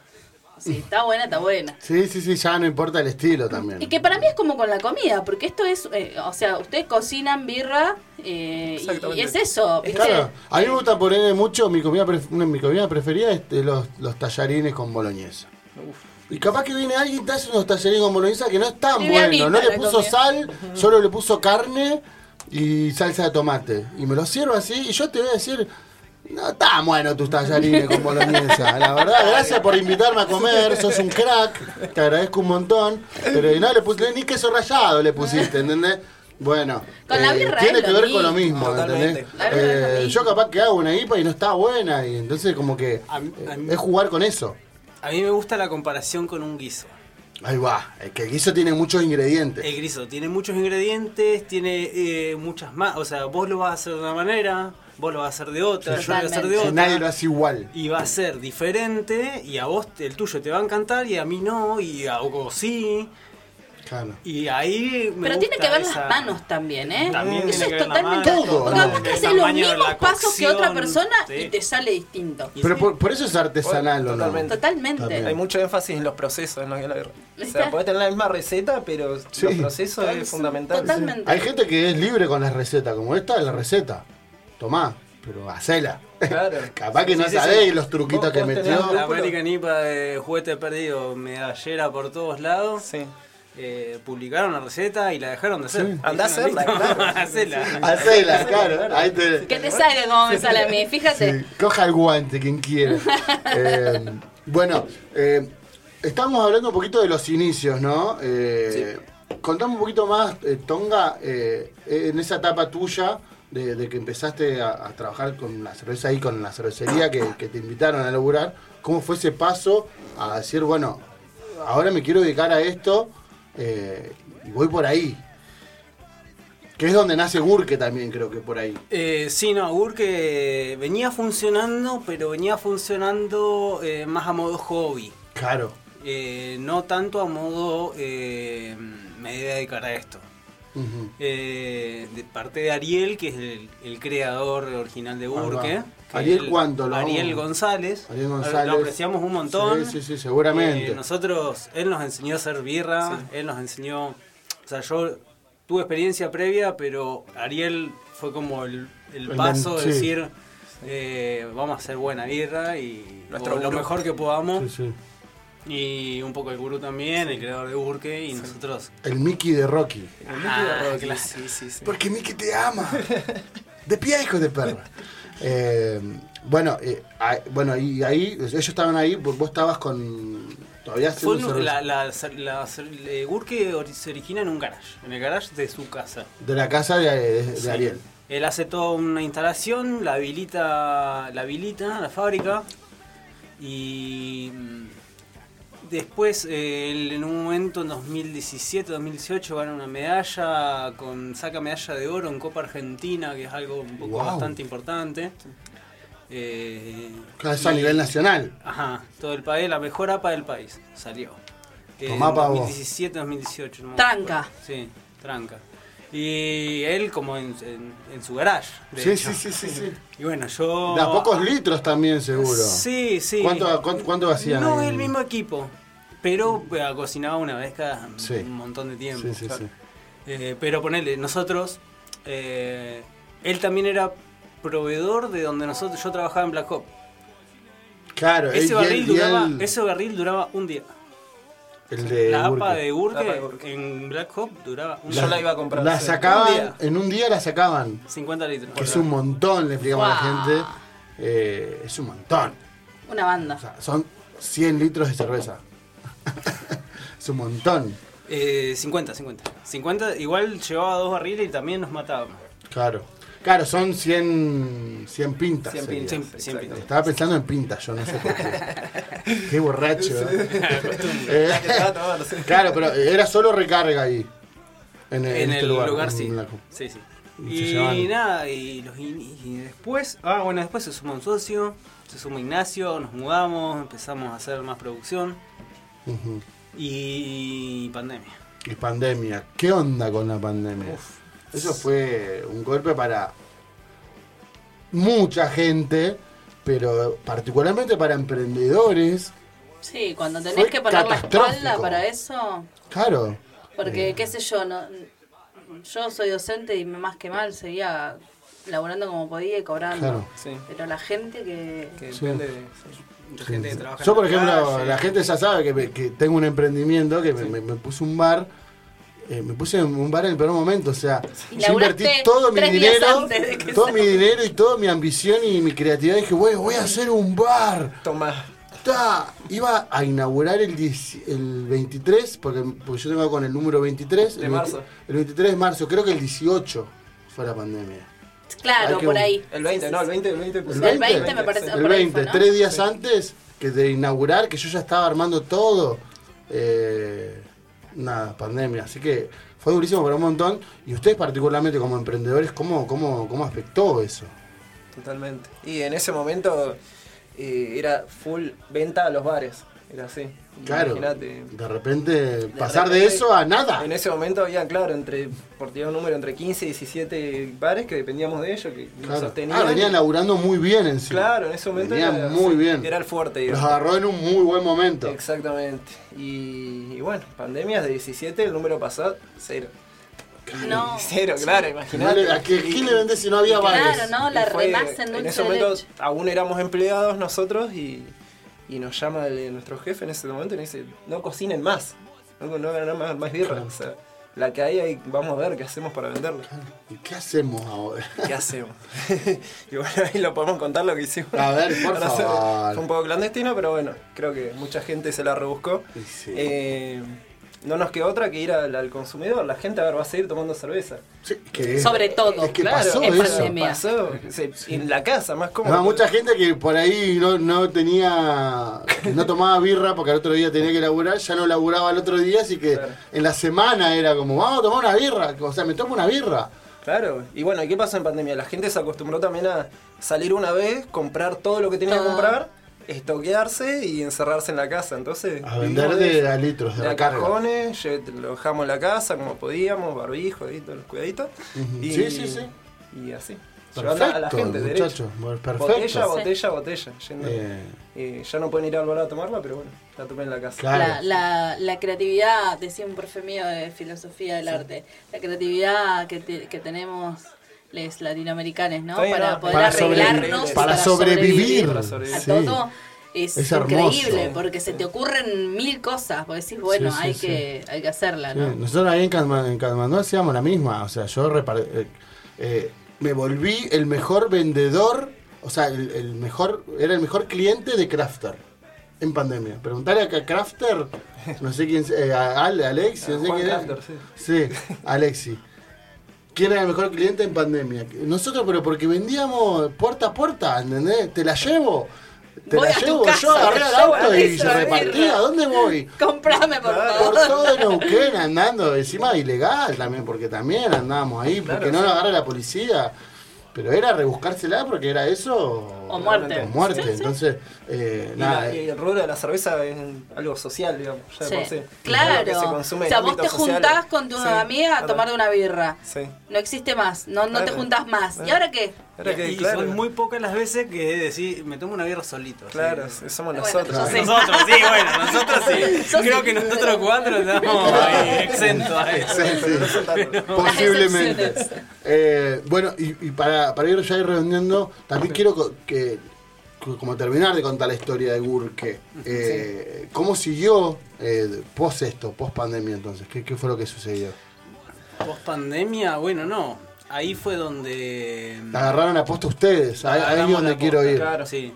[SPEAKER 5] Si está buena, está buena.
[SPEAKER 4] Sí, sí, sí, ya no importa el estilo también.
[SPEAKER 5] Y que para mí es como con la comida, porque esto es, eh, o sea, ustedes cocinan birra eh, y, y
[SPEAKER 8] Exactamente.
[SPEAKER 5] es eso, ¿viste?
[SPEAKER 4] Claro, a mí me gusta poner mucho, mi comida, pref- una de mis comidas preferidas es los, los tallarines con boloñesa. Y capaz que viene alguien y te hace unos tallarines con boloñesa que no es tan
[SPEAKER 5] Livianita
[SPEAKER 4] bueno, no le
[SPEAKER 5] la
[SPEAKER 4] puso
[SPEAKER 5] comida.
[SPEAKER 4] sal, solo le puso carne y salsa de tomate. Y me lo sirvo así y yo te voy a decir, no tan bueno tus tallarines con boloñesa. La verdad, gracias por invitarme a comer, sos un crack, te agradezco un montón. Pero y no le pusiste ni queso rallado le pusiste, ¿entendés? Bueno, eh,
[SPEAKER 5] Con la birra
[SPEAKER 4] tiene
[SPEAKER 5] es
[SPEAKER 4] que
[SPEAKER 5] lo
[SPEAKER 4] ver con lo
[SPEAKER 5] mismo.
[SPEAKER 4] mismo.
[SPEAKER 8] Totalmente.
[SPEAKER 4] ¿entendés?
[SPEAKER 5] La verdad es lo
[SPEAKER 4] Eh,
[SPEAKER 5] mismo.
[SPEAKER 4] yo capaz que hago una IPA y no está buena, y entonces como que
[SPEAKER 9] A mí- a
[SPEAKER 4] eh,
[SPEAKER 9] mí-
[SPEAKER 4] es jugar con eso.
[SPEAKER 9] A mí me gusta la comparación con un guiso.
[SPEAKER 4] Ahí va, es que el guiso tiene muchos ingredientes.
[SPEAKER 9] El griso tiene muchos ingredientes, tiene eh, muchas más. O sea, vos lo vas a hacer de una manera, vos lo vas a hacer de otra, yo lo voy a hacer de
[SPEAKER 5] Totalmente.
[SPEAKER 9] otra.
[SPEAKER 4] Si nadie lo hace igual.
[SPEAKER 9] Y va a ser diferente, y a vos te- el tuyo te va a encantar, y a mí no, y a vos sí.
[SPEAKER 4] Claro.
[SPEAKER 9] Y ahí me
[SPEAKER 5] Pero tiene
[SPEAKER 9] gusta
[SPEAKER 5] que ver
[SPEAKER 9] esa-
[SPEAKER 5] las manos también, ¿eh?
[SPEAKER 9] También
[SPEAKER 5] Eso
[SPEAKER 9] tiene que
[SPEAKER 5] es
[SPEAKER 9] ver la
[SPEAKER 5] totalmente.
[SPEAKER 9] mano,
[SPEAKER 4] Todo,
[SPEAKER 5] Porque
[SPEAKER 4] ¿no?
[SPEAKER 5] capaz que
[SPEAKER 9] el
[SPEAKER 5] haces los
[SPEAKER 9] tamaño,
[SPEAKER 5] mismos
[SPEAKER 9] la
[SPEAKER 5] pasos que otra
[SPEAKER 9] cocción,
[SPEAKER 5] persona
[SPEAKER 9] sí.
[SPEAKER 5] y te sale distinto.
[SPEAKER 9] Y
[SPEAKER 4] Pero
[SPEAKER 9] sí.
[SPEAKER 4] por, por eso es artesanal, ¿o no?
[SPEAKER 8] Totalmente.
[SPEAKER 5] Totalmente.
[SPEAKER 8] Hay mucho énfasis en los procesos en la guerra. O
[SPEAKER 5] Está-
[SPEAKER 8] sea, podés tener la misma receta, pero
[SPEAKER 4] Sí.
[SPEAKER 8] los procesos es fundamental.
[SPEAKER 5] Totalmente.
[SPEAKER 4] Hay gente que es libre con las recetas, como esta es la receta. Tomá, pero hacela.
[SPEAKER 8] Claro.
[SPEAKER 4] capaz que
[SPEAKER 8] Sí,
[SPEAKER 4] no
[SPEAKER 8] sí,
[SPEAKER 4] sabés
[SPEAKER 8] sí.
[SPEAKER 4] los truquitos
[SPEAKER 8] Vos-
[SPEAKER 4] que
[SPEAKER 8] vos tenés
[SPEAKER 4] metió.
[SPEAKER 8] un
[SPEAKER 9] La
[SPEAKER 8] Lúpulo.
[SPEAKER 9] American IPA de eh, juguete perdido, medallera por todos lados.
[SPEAKER 8] Sí.
[SPEAKER 9] Eh, publicaron la receta y la dejaron de hacer.
[SPEAKER 8] Andá a
[SPEAKER 9] Dijeron,
[SPEAKER 8] hacerla,
[SPEAKER 9] "Listo,
[SPEAKER 8] claro".
[SPEAKER 9] hacela.
[SPEAKER 4] Hacela, claro. Ahí te-
[SPEAKER 5] Que te salga como me sale a mí, fíjate.
[SPEAKER 4] Sí, coja el guante, quien quiera. Eh, bueno, eh, estamos hablando un poquito de los inicios, ¿no? Eh, Contame un poquito más, eh, Tonga, eh, en esa etapa tuya, de, de que empezaste a, a trabajar con la cerveza ahí, con la cervecería que, que te invitaron a laburar, ¿cómo fue ese paso a decir, bueno, ahora me quiero dedicar a esto eh, y voy por ahí? Que es donde nace Gurke también, creo que por ahí.
[SPEAKER 9] Eh, sí, no, Gurke venía funcionando, pero venía funcionando eh, más a modo hobby.
[SPEAKER 4] Claro.
[SPEAKER 9] Eh, no tanto a modo eh, me voy a dedicar a esto.
[SPEAKER 4] Ujú.
[SPEAKER 9] Eh, de parte de Ariel, que es el, el creador original de
[SPEAKER 4] va.
[SPEAKER 1] Ah,
[SPEAKER 9] Burke. que
[SPEAKER 4] Ariel,
[SPEAKER 9] es el-
[SPEAKER 4] ¿cuánto? Lo
[SPEAKER 9] Ariel
[SPEAKER 4] vamos-
[SPEAKER 9] González.
[SPEAKER 4] Ariel González.
[SPEAKER 9] Lo apreciamos un montón.
[SPEAKER 4] Sí, sí, sí, seguramente.
[SPEAKER 9] Eh, nosotros, él nos enseñó a hacer birra, él nos enseñó... O sea, yo tuve experiencia previa, pero Ariel fue como el, el
[SPEAKER 4] El
[SPEAKER 9] paso
[SPEAKER 4] men-
[SPEAKER 9] de
[SPEAKER 4] sí.
[SPEAKER 9] decir... eh, vamos a hacer buena birra y
[SPEAKER 8] Nuestro
[SPEAKER 9] o lo
[SPEAKER 8] gurú.
[SPEAKER 9] mejor que podamos
[SPEAKER 4] Sí, sí.
[SPEAKER 9] y un poco el gurú también, el creador de Burke y nosotros
[SPEAKER 4] El Mickey de Rocky.
[SPEAKER 9] Ah,
[SPEAKER 8] Rocky,
[SPEAKER 9] claro.
[SPEAKER 8] sí, sí, sí.
[SPEAKER 4] Porque Mickey te ama. De pie, hijo de perra. Eh, bueno, eh, ah, bueno, y ahí, ellos estaban ahí, vos vos estabas con. Todavía
[SPEAKER 9] Fue
[SPEAKER 4] haciendo
[SPEAKER 9] en-
[SPEAKER 4] cerveza.
[SPEAKER 9] la, la, la- eh, Gurke ori- se origina en un garage, en el garage de su casa.
[SPEAKER 4] de la casa de, de- de
[SPEAKER 9] Sí.
[SPEAKER 4] Ariel.
[SPEAKER 9] Él hace toda una instalación, la habilita, la habilita, la fábrica. Y mm, después, eh, él en un momento, en 2017, 2018, gana una medalla, con saca medalla de oro en Copa Argentina, que es algo un poco
[SPEAKER 4] Guau.
[SPEAKER 9] bastante importante. Eh,
[SPEAKER 4] Claro, eso a
[SPEAKER 9] y-
[SPEAKER 4] nivel nacional.
[SPEAKER 9] Ajá, todo el país, la mejor APA del país, salió. Eh,
[SPEAKER 4] Tomá pa' vos.
[SPEAKER 9] 2017, 2018. no me
[SPEAKER 5] Tranca.
[SPEAKER 9] acuerdo. Sí, tranca. Y él como en, en- en su garage. de
[SPEAKER 4] Sí,
[SPEAKER 9] hecho.
[SPEAKER 4] sí, sí, sí, sí.
[SPEAKER 9] Y bueno, yo...
[SPEAKER 4] De a pocos litros también, seguro.
[SPEAKER 9] Sí, sí.
[SPEAKER 4] ¿Cuánto, cuánto, cuánto hacían?
[SPEAKER 9] No
[SPEAKER 4] ahí?
[SPEAKER 9] el mismo equipo, pero eh, cocinaba una vez cada
[SPEAKER 4] Sí.
[SPEAKER 9] un montón de tiempo.
[SPEAKER 4] Sí, sí, sí.
[SPEAKER 9] Eh, pero ponele, nosotros, eh, él también era proveedor de donde nosotros, yo trabajaba en Black Hop.
[SPEAKER 4] Claro, él- y
[SPEAKER 9] Ese barril,
[SPEAKER 4] él- y
[SPEAKER 9] duraba,
[SPEAKER 4] él-
[SPEAKER 9] ese barril duraba un día.
[SPEAKER 4] el de
[SPEAKER 9] la
[SPEAKER 4] Burke.
[SPEAKER 9] APA de
[SPEAKER 8] La APA de
[SPEAKER 9] Burke
[SPEAKER 8] Burke.
[SPEAKER 9] en Black Hop duraba un
[SPEAKER 8] Yo la iba a comprar.
[SPEAKER 4] La
[SPEAKER 8] sí.
[SPEAKER 4] sacaban,
[SPEAKER 9] Un día.
[SPEAKER 4] en un día la sacaban.
[SPEAKER 9] 50 litros.
[SPEAKER 4] Que es un montón, le explicamos a
[SPEAKER 5] Guau.
[SPEAKER 4] la gente. Eh, es un montón.
[SPEAKER 5] Una banda.
[SPEAKER 4] O sea, son 100 litros de cerveza. es un montón.
[SPEAKER 9] Eh, 50, 50. 50, igual llevaba dos barriles y también nos matábamos.
[SPEAKER 4] Claro. Claro, son 100, 100 pintas.
[SPEAKER 8] 100
[SPEAKER 4] sería.
[SPEAKER 8] pintas,
[SPEAKER 9] Siempre, siempre.
[SPEAKER 4] Estaba pensando en pintas, yo no sé por qué. qué borracho. ¿eh? Eh,
[SPEAKER 8] La que estaba tomando, sí.
[SPEAKER 4] claro, pero era solo recarga ahí. En, en
[SPEAKER 9] En
[SPEAKER 4] este
[SPEAKER 9] el
[SPEAKER 4] lugar,
[SPEAKER 9] lugar,
[SPEAKER 4] en
[SPEAKER 9] sí.
[SPEAKER 4] la-
[SPEAKER 9] sí, sí.
[SPEAKER 4] Y se
[SPEAKER 9] Y,
[SPEAKER 4] llevaban.
[SPEAKER 9] nada, y, los in- y después, ah, bueno, después se suma un socio, se suma Ignacio, nos mudamos, empezamos a hacer más producción
[SPEAKER 4] Ujú.
[SPEAKER 9] y pandemia.
[SPEAKER 4] Y pandemia. ¿Qué onda con la pandemia? Eso fue un golpe para mucha gente, pero particularmente para emprendedores
[SPEAKER 5] Sí, cuando tenés
[SPEAKER 4] Fue
[SPEAKER 5] que parar la espalda
[SPEAKER 4] catastrófico.
[SPEAKER 5] para eso,
[SPEAKER 4] Claro. Eh.
[SPEAKER 5] porque qué sé yo, no, yo soy docente y más que mal seguía laborando como podía y cobrando.
[SPEAKER 4] Claro.
[SPEAKER 9] Sí.
[SPEAKER 5] Pero la gente que...
[SPEAKER 9] Que
[SPEAKER 4] Sí.
[SPEAKER 9] depende de, de gente que trabaja.
[SPEAKER 4] Yo,
[SPEAKER 9] en
[SPEAKER 4] por
[SPEAKER 9] la
[SPEAKER 4] ejemplo,
[SPEAKER 9] calle.
[SPEAKER 4] la gente ya sabe que, me- que tengo un emprendimiento, que me, me- me puse un bar. eh, me puse en un bar en el peor momento, o sea,
[SPEAKER 5] Y
[SPEAKER 4] yo
[SPEAKER 5] laburaste
[SPEAKER 4] invertí todo mi
[SPEAKER 5] tres días
[SPEAKER 4] dinero,
[SPEAKER 5] antes de que
[SPEAKER 4] todo
[SPEAKER 5] se-
[SPEAKER 4] mi dinero y toda mi ambición y mi creatividad. Dije, güey, voy a hacer un bar.
[SPEAKER 8] Tomás.
[SPEAKER 4] Ta, iba a inaugurar el, 10 el 23, porque, porque yo tengo con el número 23.
[SPEAKER 8] De
[SPEAKER 4] el
[SPEAKER 8] marzo.
[SPEAKER 4] El 23 de marzo, creo que el 18 fue la pandemia.
[SPEAKER 5] Claro,
[SPEAKER 4] Hay que
[SPEAKER 5] por
[SPEAKER 4] un-
[SPEAKER 5] ahí.
[SPEAKER 8] El 20, no, el 20, el 20.
[SPEAKER 4] El
[SPEAKER 5] 20,
[SPEAKER 4] 20,
[SPEAKER 5] me parece.
[SPEAKER 4] El
[SPEAKER 5] Ah, por ahí
[SPEAKER 4] 20,
[SPEAKER 5] fue, ¿no?
[SPEAKER 4] tres días antes que de inaugurar, que yo ya estaba armando todo. eh, nada, pandemia. Así que fue durísimo para un montón. Y ustedes particularmente como emprendedores, ¿cómo, cómo, cómo afectó eso?
[SPEAKER 8] Totalmente. Y en ese momento eh, era full venta a los bares. Era así.
[SPEAKER 4] Claro.
[SPEAKER 8] Imagínate.
[SPEAKER 4] De repente
[SPEAKER 8] De
[SPEAKER 4] pasar de
[SPEAKER 8] repente,
[SPEAKER 4] eso a nada.
[SPEAKER 8] En ese momento había, claro, entre, por tirar un número, entre 15 y 17 bares que dependíamos de ellos, que nos
[SPEAKER 4] Claro.
[SPEAKER 8] sostenían.
[SPEAKER 4] Ah, venían laburando muy bien en sí.
[SPEAKER 8] Claro, en ese momento
[SPEAKER 4] Venían muy
[SPEAKER 8] sí,
[SPEAKER 4] bien.
[SPEAKER 8] Era el fuerte,
[SPEAKER 4] Los
[SPEAKER 8] digamos.
[SPEAKER 4] agarró en un muy buen momento.
[SPEAKER 8] Exactamente. Y, y bueno, pandemias de 17, el número pasado, cero.
[SPEAKER 5] No.
[SPEAKER 8] Cero, claro,
[SPEAKER 4] No
[SPEAKER 8] imagínate.
[SPEAKER 4] le- ¿A qué, qué le vendés si no había bares?
[SPEAKER 5] Claro, no,
[SPEAKER 8] Y
[SPEAKER 5] la
[SPEAKER 8] fue-
[SPEAKER 5] remasa en
[SPEAKER 8] En
[SPEAKER 5] dulce
[SPEAKER 8] ese
[SPEAKER 5] de
[SPEAKER 8] momento
[SPEAKER 5] leche.
[SPEAKER 8] aún éramos empleados nosotros y, y nos llama el- nuestro jefe en ese momento y nos dice, no cocinen más, no, no hagan más, más birra. O sea, la que hay, ahí vamos a ver qué hacemos para venderla.
[SPEAKER 4] ¿Y qué hacemos ahora?
[SPEAKER 8] ¿Qué hacemos? y bueno, ahí lo podemos contar lo que hicimos.
[SPEAKER 4] A ver, por
[SPEAKER 8] Para hacer-
[SPEAKER 4] favor.
[SPEAKER 8] Fue un poco clandestino, pero bueno, creo que mucha gente se la rebuscó.
[SPEAKER 4] Y sí.
[SPEAKER 8] Eh, no nos quedó otra que ir al, al consumidor. La gente, a ver, va a seguir tomando cerveza.
[SPEAKER 4] Sí, que-
[SPEAKER 5] Sobre todo.
[SPEAKER 4] Es que
[SPEAKER 8] Claro,
[SPEAKER 4] pasó
[SPEAKER 5] en
[SPEAKER 4] eso.
[SPEAKER 5] pandemia.
[SPEAKER 8] Pasó sí, en la casa, más cómodo.
[SPEAKER 4] Además, mucha gente que por ahí no, no tenía, no tomaba birra porque al otro día tenía que laburar, ya no laburaba al otro día, así que
[SPEAKER 8] Claro.
[SPEAKER 4] en la semana era como, vamos a tomar una birra, o sea, me tomo una birra.
[SPEAKER 8] Claro, y bueno, ¿y ¿qué pasó en pandemia? La gente se acostumbró también a salir una vez, comprar todo lo que tenía que
[SPEAKER 5] Todo.
[SPEAKER 8] comprar, estoquearse y encerrarse en la casa. Entonces,
[SPEAKER 4] A vender
[SPEAKER 8] vivimos
[SPEAKER 4] de
[SPEAKER 8] eso.
[SPEAKER 4] a litros, de
[SPEAKER 8] de
[SPEAKER 4] la
[SPEAKER 8] a
[SPEAKER 4] carga.
[SPEAKER 8] cajones, lle- lo dejamos en la casa como podíamos, barbijo, ahí, todos los cuidaditos.
[SPEAKER 4] Ujú.
[SPEAKER 8] y,
[SPEAKER 4] Sí, sí, sí.
[SPEAKER 8] Y así. Llevando a la
[SPEAKER 4] Perfecto,
[SPEAKER 8] gente,
[SPEAKER 4] muchachos,
[SPEAKER 8] derecho.
[SPEAKER 4] perfecto.
[SPEAKER 8] Botella, botella, botella. yendo.
[SPEAKER 4] Eh,
[SPEAKER 8] Eh, ya no pueden ir al bar a tomarla, pero bueno, la tomé en la casa.
[SPEAKER 4] Claro.
[SPEAKER 5] La, la- la creatividad, decía un profe mío de filosofía del arte, la creatividad que, te- que tenemos los latinoamericanos, ¿no?
[SPEAKER 8] Está bien,
[SPEAKER 5] para
[SPEAKER 8] no,
[SPEAKER 5] poder
[SPEAKER 4] para,
[SPEAKER 8] sobre-
[SPEAKER 4] sobrevivir,
[SPEAKER 5] arreglarnos, y
[SPEAKER 4] para sobrevivir.
[SPEAKER 8] para sobrevivir.
[SPEAKER 5] a
[SPEAKER 4] Sí.
[SPEAKER 5] todo. Es,
[SPEAKER 4] Es hermoso.
[SPEAKER 5] increíble porque se te ocurren mil cosas, porque decís, bueno,
[SPEAKER 4] Sí, sí,
[SPEAKER 5] hay,
[SPEAKER 4] sí.
[SPEAKER 5] Que, hay que hacerla,
[SPEAKER 4] Sí,
[SPEAKER 5] ¿no?
[SPEAKER 4] Nosotros ahí en Katma- en Katmandú hacíamos la misma. O sea, yo repar- eh, eh, me volví el mejor vendedor, o sea, el, el mejor era el mejor cliente de Crafter en pandemia. Preguntarle a Ca- Crafter, no sé quién, es, eh, a Ale- Alexi, no sé
[SPEAKER 8] Juan
[SPEAKER 4] quién es.
[SPEAKER 8] Crafter,
[SPEAKER 4] sí. Alexi. ¿Quién era el mejor cliente en pandemia? Nosotros, pero porque vendíamos puerta a puerta, ¿entendés? Te la llevo. Te
[SPEAKER 5] Voy
[SPEAKER 4] la
[SPEAKER 5] a tu
[SPEAKER 4] llevo,
[SPEAKER 5] casa,
[SPEAKER 4] yo agarré
[SPEAKER 5] te
[SPEAKER 4] el
[SPEAKER 5] llevo
[SPEAKER 4] auto
[SPEAKER 5] a
[SPEAKER 4] y
[SPEAKER 5] esa birra.
[SPEAKER 4] repartía. ¿A dónde voy?
[SPEAKER 5] Comprame, por
[SPEAKER 4] Por
[SPEAKER 5] favor.
[SPEAKER 4] todo Neuquén andando, encima ilegal también, porque también andábamos ahí, porque no lo agarra la policía. Pero era rebuscársela porque era eso. O
[SPEAKER 5] muerte.
[SPEAKER 4] O muerte.
[SPEAKER 5] Sí, sí.
[SPEAKER 4] Entonces, eh,
[SPEAKER 8] Y
[SPEAKER 4] nada.
[SPEAKER 8] la- Ah, y
[SPEAKER 4] eh,
[SPEAKER 8] el rubro de la cerveza es algo social, digamos. Ya de
[SPEAKER 5] Sí.
[SPEAKER 8] por sí. Algo que se
[SPEAKER 5] Claro.
[SPEAKER 8] consume
[SPEAKER 5] o
[SPEAKER 8] en
[SPEAKER 5] sea, vos
[SPEAKER 8] ámbitos
[SPEAKER 5] te
[SPEAKER 8] sociales.
[SPEAKER 5] juntás con tu
[SPEAKER 8] Sí,
[SPEAKER 5] amiga a
[SPEAKER 8] claro.
[SPEAKER 5] tomar una birra.
[SPEAKER 8] Sí.
[SPEAKER 5] No existe más, no, no te
[SPEAKER 8] Claro.
[SPEAKER 5] juntás más. ¿Y
[SPEAKER 8] Claro.
[SPEAKER 5] ahora qué?
[SPEAKER 8] Ahora que,
[SPEAKER 9] y
[SPEAKER 8] claro,
[SPEAKER 9] son muy pocas las veces que decís, me tomo una birra solito. así.
[SPEAKER 8] claro, somos
[SPEAKER 5] Bueno,
[SPEAKER 8] nosotros.
[SPEAKER 5] yo sé.
[SPEAKER 9] Nosotros, sí, bueno, nosotros sí.
[SPEAKER 5] Sos-
[SPEAKER 9] Creo que nosotros cuatro estamos ahí, exentos a eso.
[SPEAKER 8] Pero no son tantos.
[SPEAKER 4] Posiblemente.
[SPEAKER 5] Las excepciones.
[SPEAKER 4] Eh, bueno, y, y para, para ir ya ir redondeando, también quiero co- que, co- como terminar de contar la historia de Gurke. Eh, ¿Cómo siguió eh, post esto, post pandemia entonces? ¿Qué, ¿Qué fue lo que sucedió?
[SPEAKER 9] Post pandemia, bueno, no. Ahí fue donde.
[SPEAKER 4] La agarraron a posta ustedes, Ah, ahí- ahí es
[SPEAKER 9] Agarramos la
[SPEAKER 4] donde quiero
[SPEAKER 9] posta,
[SPEAKER 4] ir. Mm.
[SPEAKER 9] Claro, sí.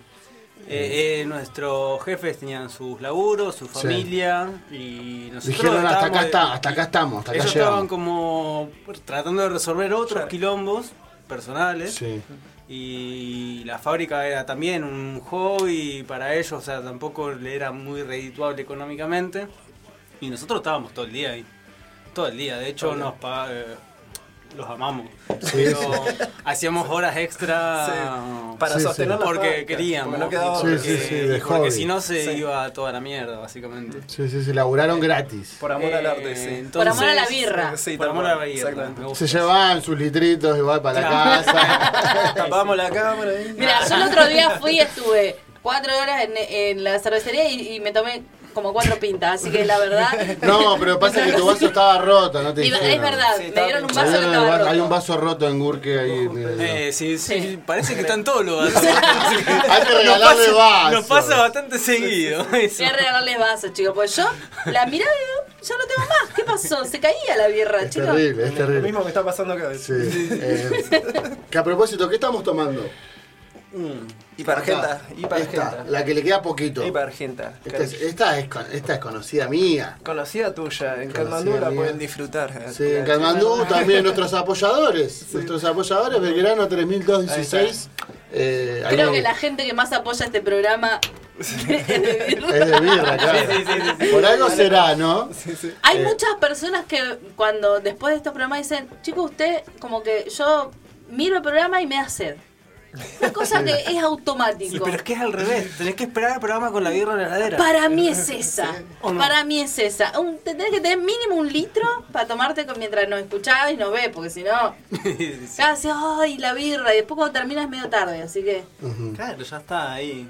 [SPEAKER 9] Eh, eh, nuestros jefes tenían sus laburos, su familia y nosotros
[SPEAKER 4] Dijeron hasta acá
[SPEAKER 9] estábamos-
[SPEAKER 4] está, hasta acá estamos, hasta acá
[SPEAKER 9] Ellos estaban
[SPEAKER 4] llegamos.
[SPEAKER 9] como tratando de resolver otros quilombos personales
[SPEAKER 4] Sí.
[SPEAKER 9] y la fábrica era también un hobby para ellos, o sea, tampoco le era muy redituable económicamente y nosotros estábamos todo el día ahí, todo el día, de hecho nos pa- eh, los amamos, pero hacíamos horas extra
[SPEAKER 8] Para
[SPEAKER 4] Sí, sí.
[SPEAKER 8] sostener la
[SPEAKER 9] Ah, porque
[SPEAKER 8] fábrica,
[SPEAKER 9] queríamos,
[SPEAKER 8] porque no quedaba
[SPEAKER 4] Sí,
[SPEAKER 8] otra
[SPEAKER 4] sí,
[SPEAKER 9] porque,
[SPEAKER 4] sí, de hobby.
[SPEAKER 9] porque si no se
[SPEAKER 8] Sí.
[SPEAKER 9] iba a toda la mierda básicamente.
[SPEAKER 4] Sí, sí, se laburaron gratis.
[SPEAKER 8] Por amor al arte,
[SPEAKER 9] Eh,
[SPEAKER 8] sí.
[SPEAKER 5] Por amor a la
[SPEAKER 9] entonces-
[SPEAKER 5] birra.
[SPEAKER 8] Sí,
[SPEAKER 9] por
[SPEAKER 8] tal
[SPEAKER 9] amor
[SPEAKER 8] cual,
[SPEAKER 9] a la birra,
[SPEAKER 8] exactamente.
[SPEAKER 9] me gusta.
[SPEAKER 4] Se llevaban sus litritos igual para la casa.
[SPEAKER 8] Tapamos la cámara ahí.
[SPEAKER 5] Mira, yo el otro día fui y estuve cuatro horas en, en la cervecería y, y me tomé como cuatro pintas, así que la verdad.
[SPEAKER 4] No, pero pasa que tu vaso estaba roto, no te
[SPEAKER 5] Y va- es
[SPEAKER 4] dijeron.
[SPEAKER 5] verdad,
[SPEAKER 8] Sí,
[SPEAKER 5] me
[SPEAKER 8] estaba
[SPEAKER 5] dieron un
[SPEAKER 4] Hay,
[SPEAKER 5] vaso que
[SPEAKER 4] uno de
[SPEAKER 5] estaba
[SPEAKER 4] vaso-
[SPEAKER 5] roto.
[SPEAKER 4] hay un vaso roto en Gurke ahí. míralo.
[SPEAKER 9] Eh, sí, sí,
[SPEAKER 5] Sí.
[SPEAKER 9] parece que están todos los vasos. Así que
[SPEAKER 4] Hay que
[SPEAKER 9] nos
[SPEAKER 4] regalarle
[SPEAKER 9] pasa-
[SPEAKER 4] vasos.
[SPEAKER 9] Nos pasa bastante seguido. eso.
[SPEAKER 5] Voy a regalarles vasos, chicos, pues yo la miraba y digo, ya no tengo más, ¿qué pasó? Se caía la birra,
[SPEAKER 4] Es
[SPEAKER 5] chicos.
[SPEAKER 4] terrible, es
[SPEAKER 8] Lo
[SPEAKER 4] terrible.
[SPEAKER 8] mismo que está pasando acá.
[SPEAKER 4] Sí. eh, que a propósito, ¿qué estamos tomando?
[SPEAKER 8] Y para
[SPEAKER 4] Acá.
[SPEAKER 8] Argenta. Y para
[SPEAKER 4] Esta,
[SPEAKER 8] Argenta.
[SPEAKER 4] la que le queda poquito.
[SPEAKER 8] Y para Argenta.
[SPEAKER 4] Esta Este es, esta, es, con- esta es conocida mía.
[SPEAKER 8] Conocida tuya, en
[SPEAKER 4] Conocida
[SPEAKER 8] Katmandú la
[SPEAKER 4] mía.
[SPEAKER 8] pueden disfrutar.
[SPEAKER 4] Sí, en Calmandú también nuestros apoyadores. Nuestros apoyadores, Belgrano 3216. Eh, ahí
[SPEAKER 5] Creo
[SPEAKER 4] hay-
[SPEAKER 5] que la gente que más apoya este programa es de birra.
[SPEAKER 4] Es de birra, claro. Por algo será, ¿no?
[SPEAKER 5] Hay
[SPEAKER 4] Eh.
[SPEAKER 5] muchas personas que cuando después de estos programas dicen, chicos, usted como que yo miro el programa y me da sed. Una cosa que es automático.
[SPEAKER 9] Pero es que es al revés. Tenés que esperar el programa con la birra en la heladera.
[SPEAKER 5] Para mí es esa.
[SPEAKER 9] ¿O no?
[SPEAKER 5] Para mí es esa. Un, te tenés que tener mínimo un litro para tomarte con- mientras nos escuchás y nos ves, porque si no, ya decís, ay, la birra. Y después cuando terminas es medio tarde, así que.
[SPEAKER 9] Claro, ya está ahí.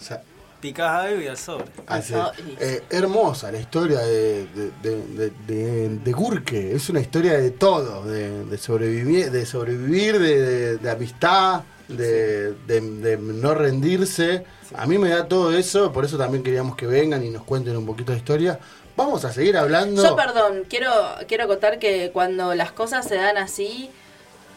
[SPEAKER 4] O sea,
[SPEAKER 9] Picás algo y al sobre.
[SPEAKER 4] Así
[SPEAKER 5] Ah,
[SPEAKER 4] es.
[SPEAKER 5] y-
[SPEAKER 4] Eh, hermosa la historia de, de, de, de- de- de Gurke. Es una historia de todo, de, de sobrevivir, de, sobrevivir de, de- de amistad, de, de- de no rendirse. A mí me da todo eso, por eso también queríamos que vengan y nos cuenten un poquito de historia. Vamos a seguir hablando.
[SPEAKER 5] Yo, perdón, quiero, quiero contar que cuando las cosas se dan así,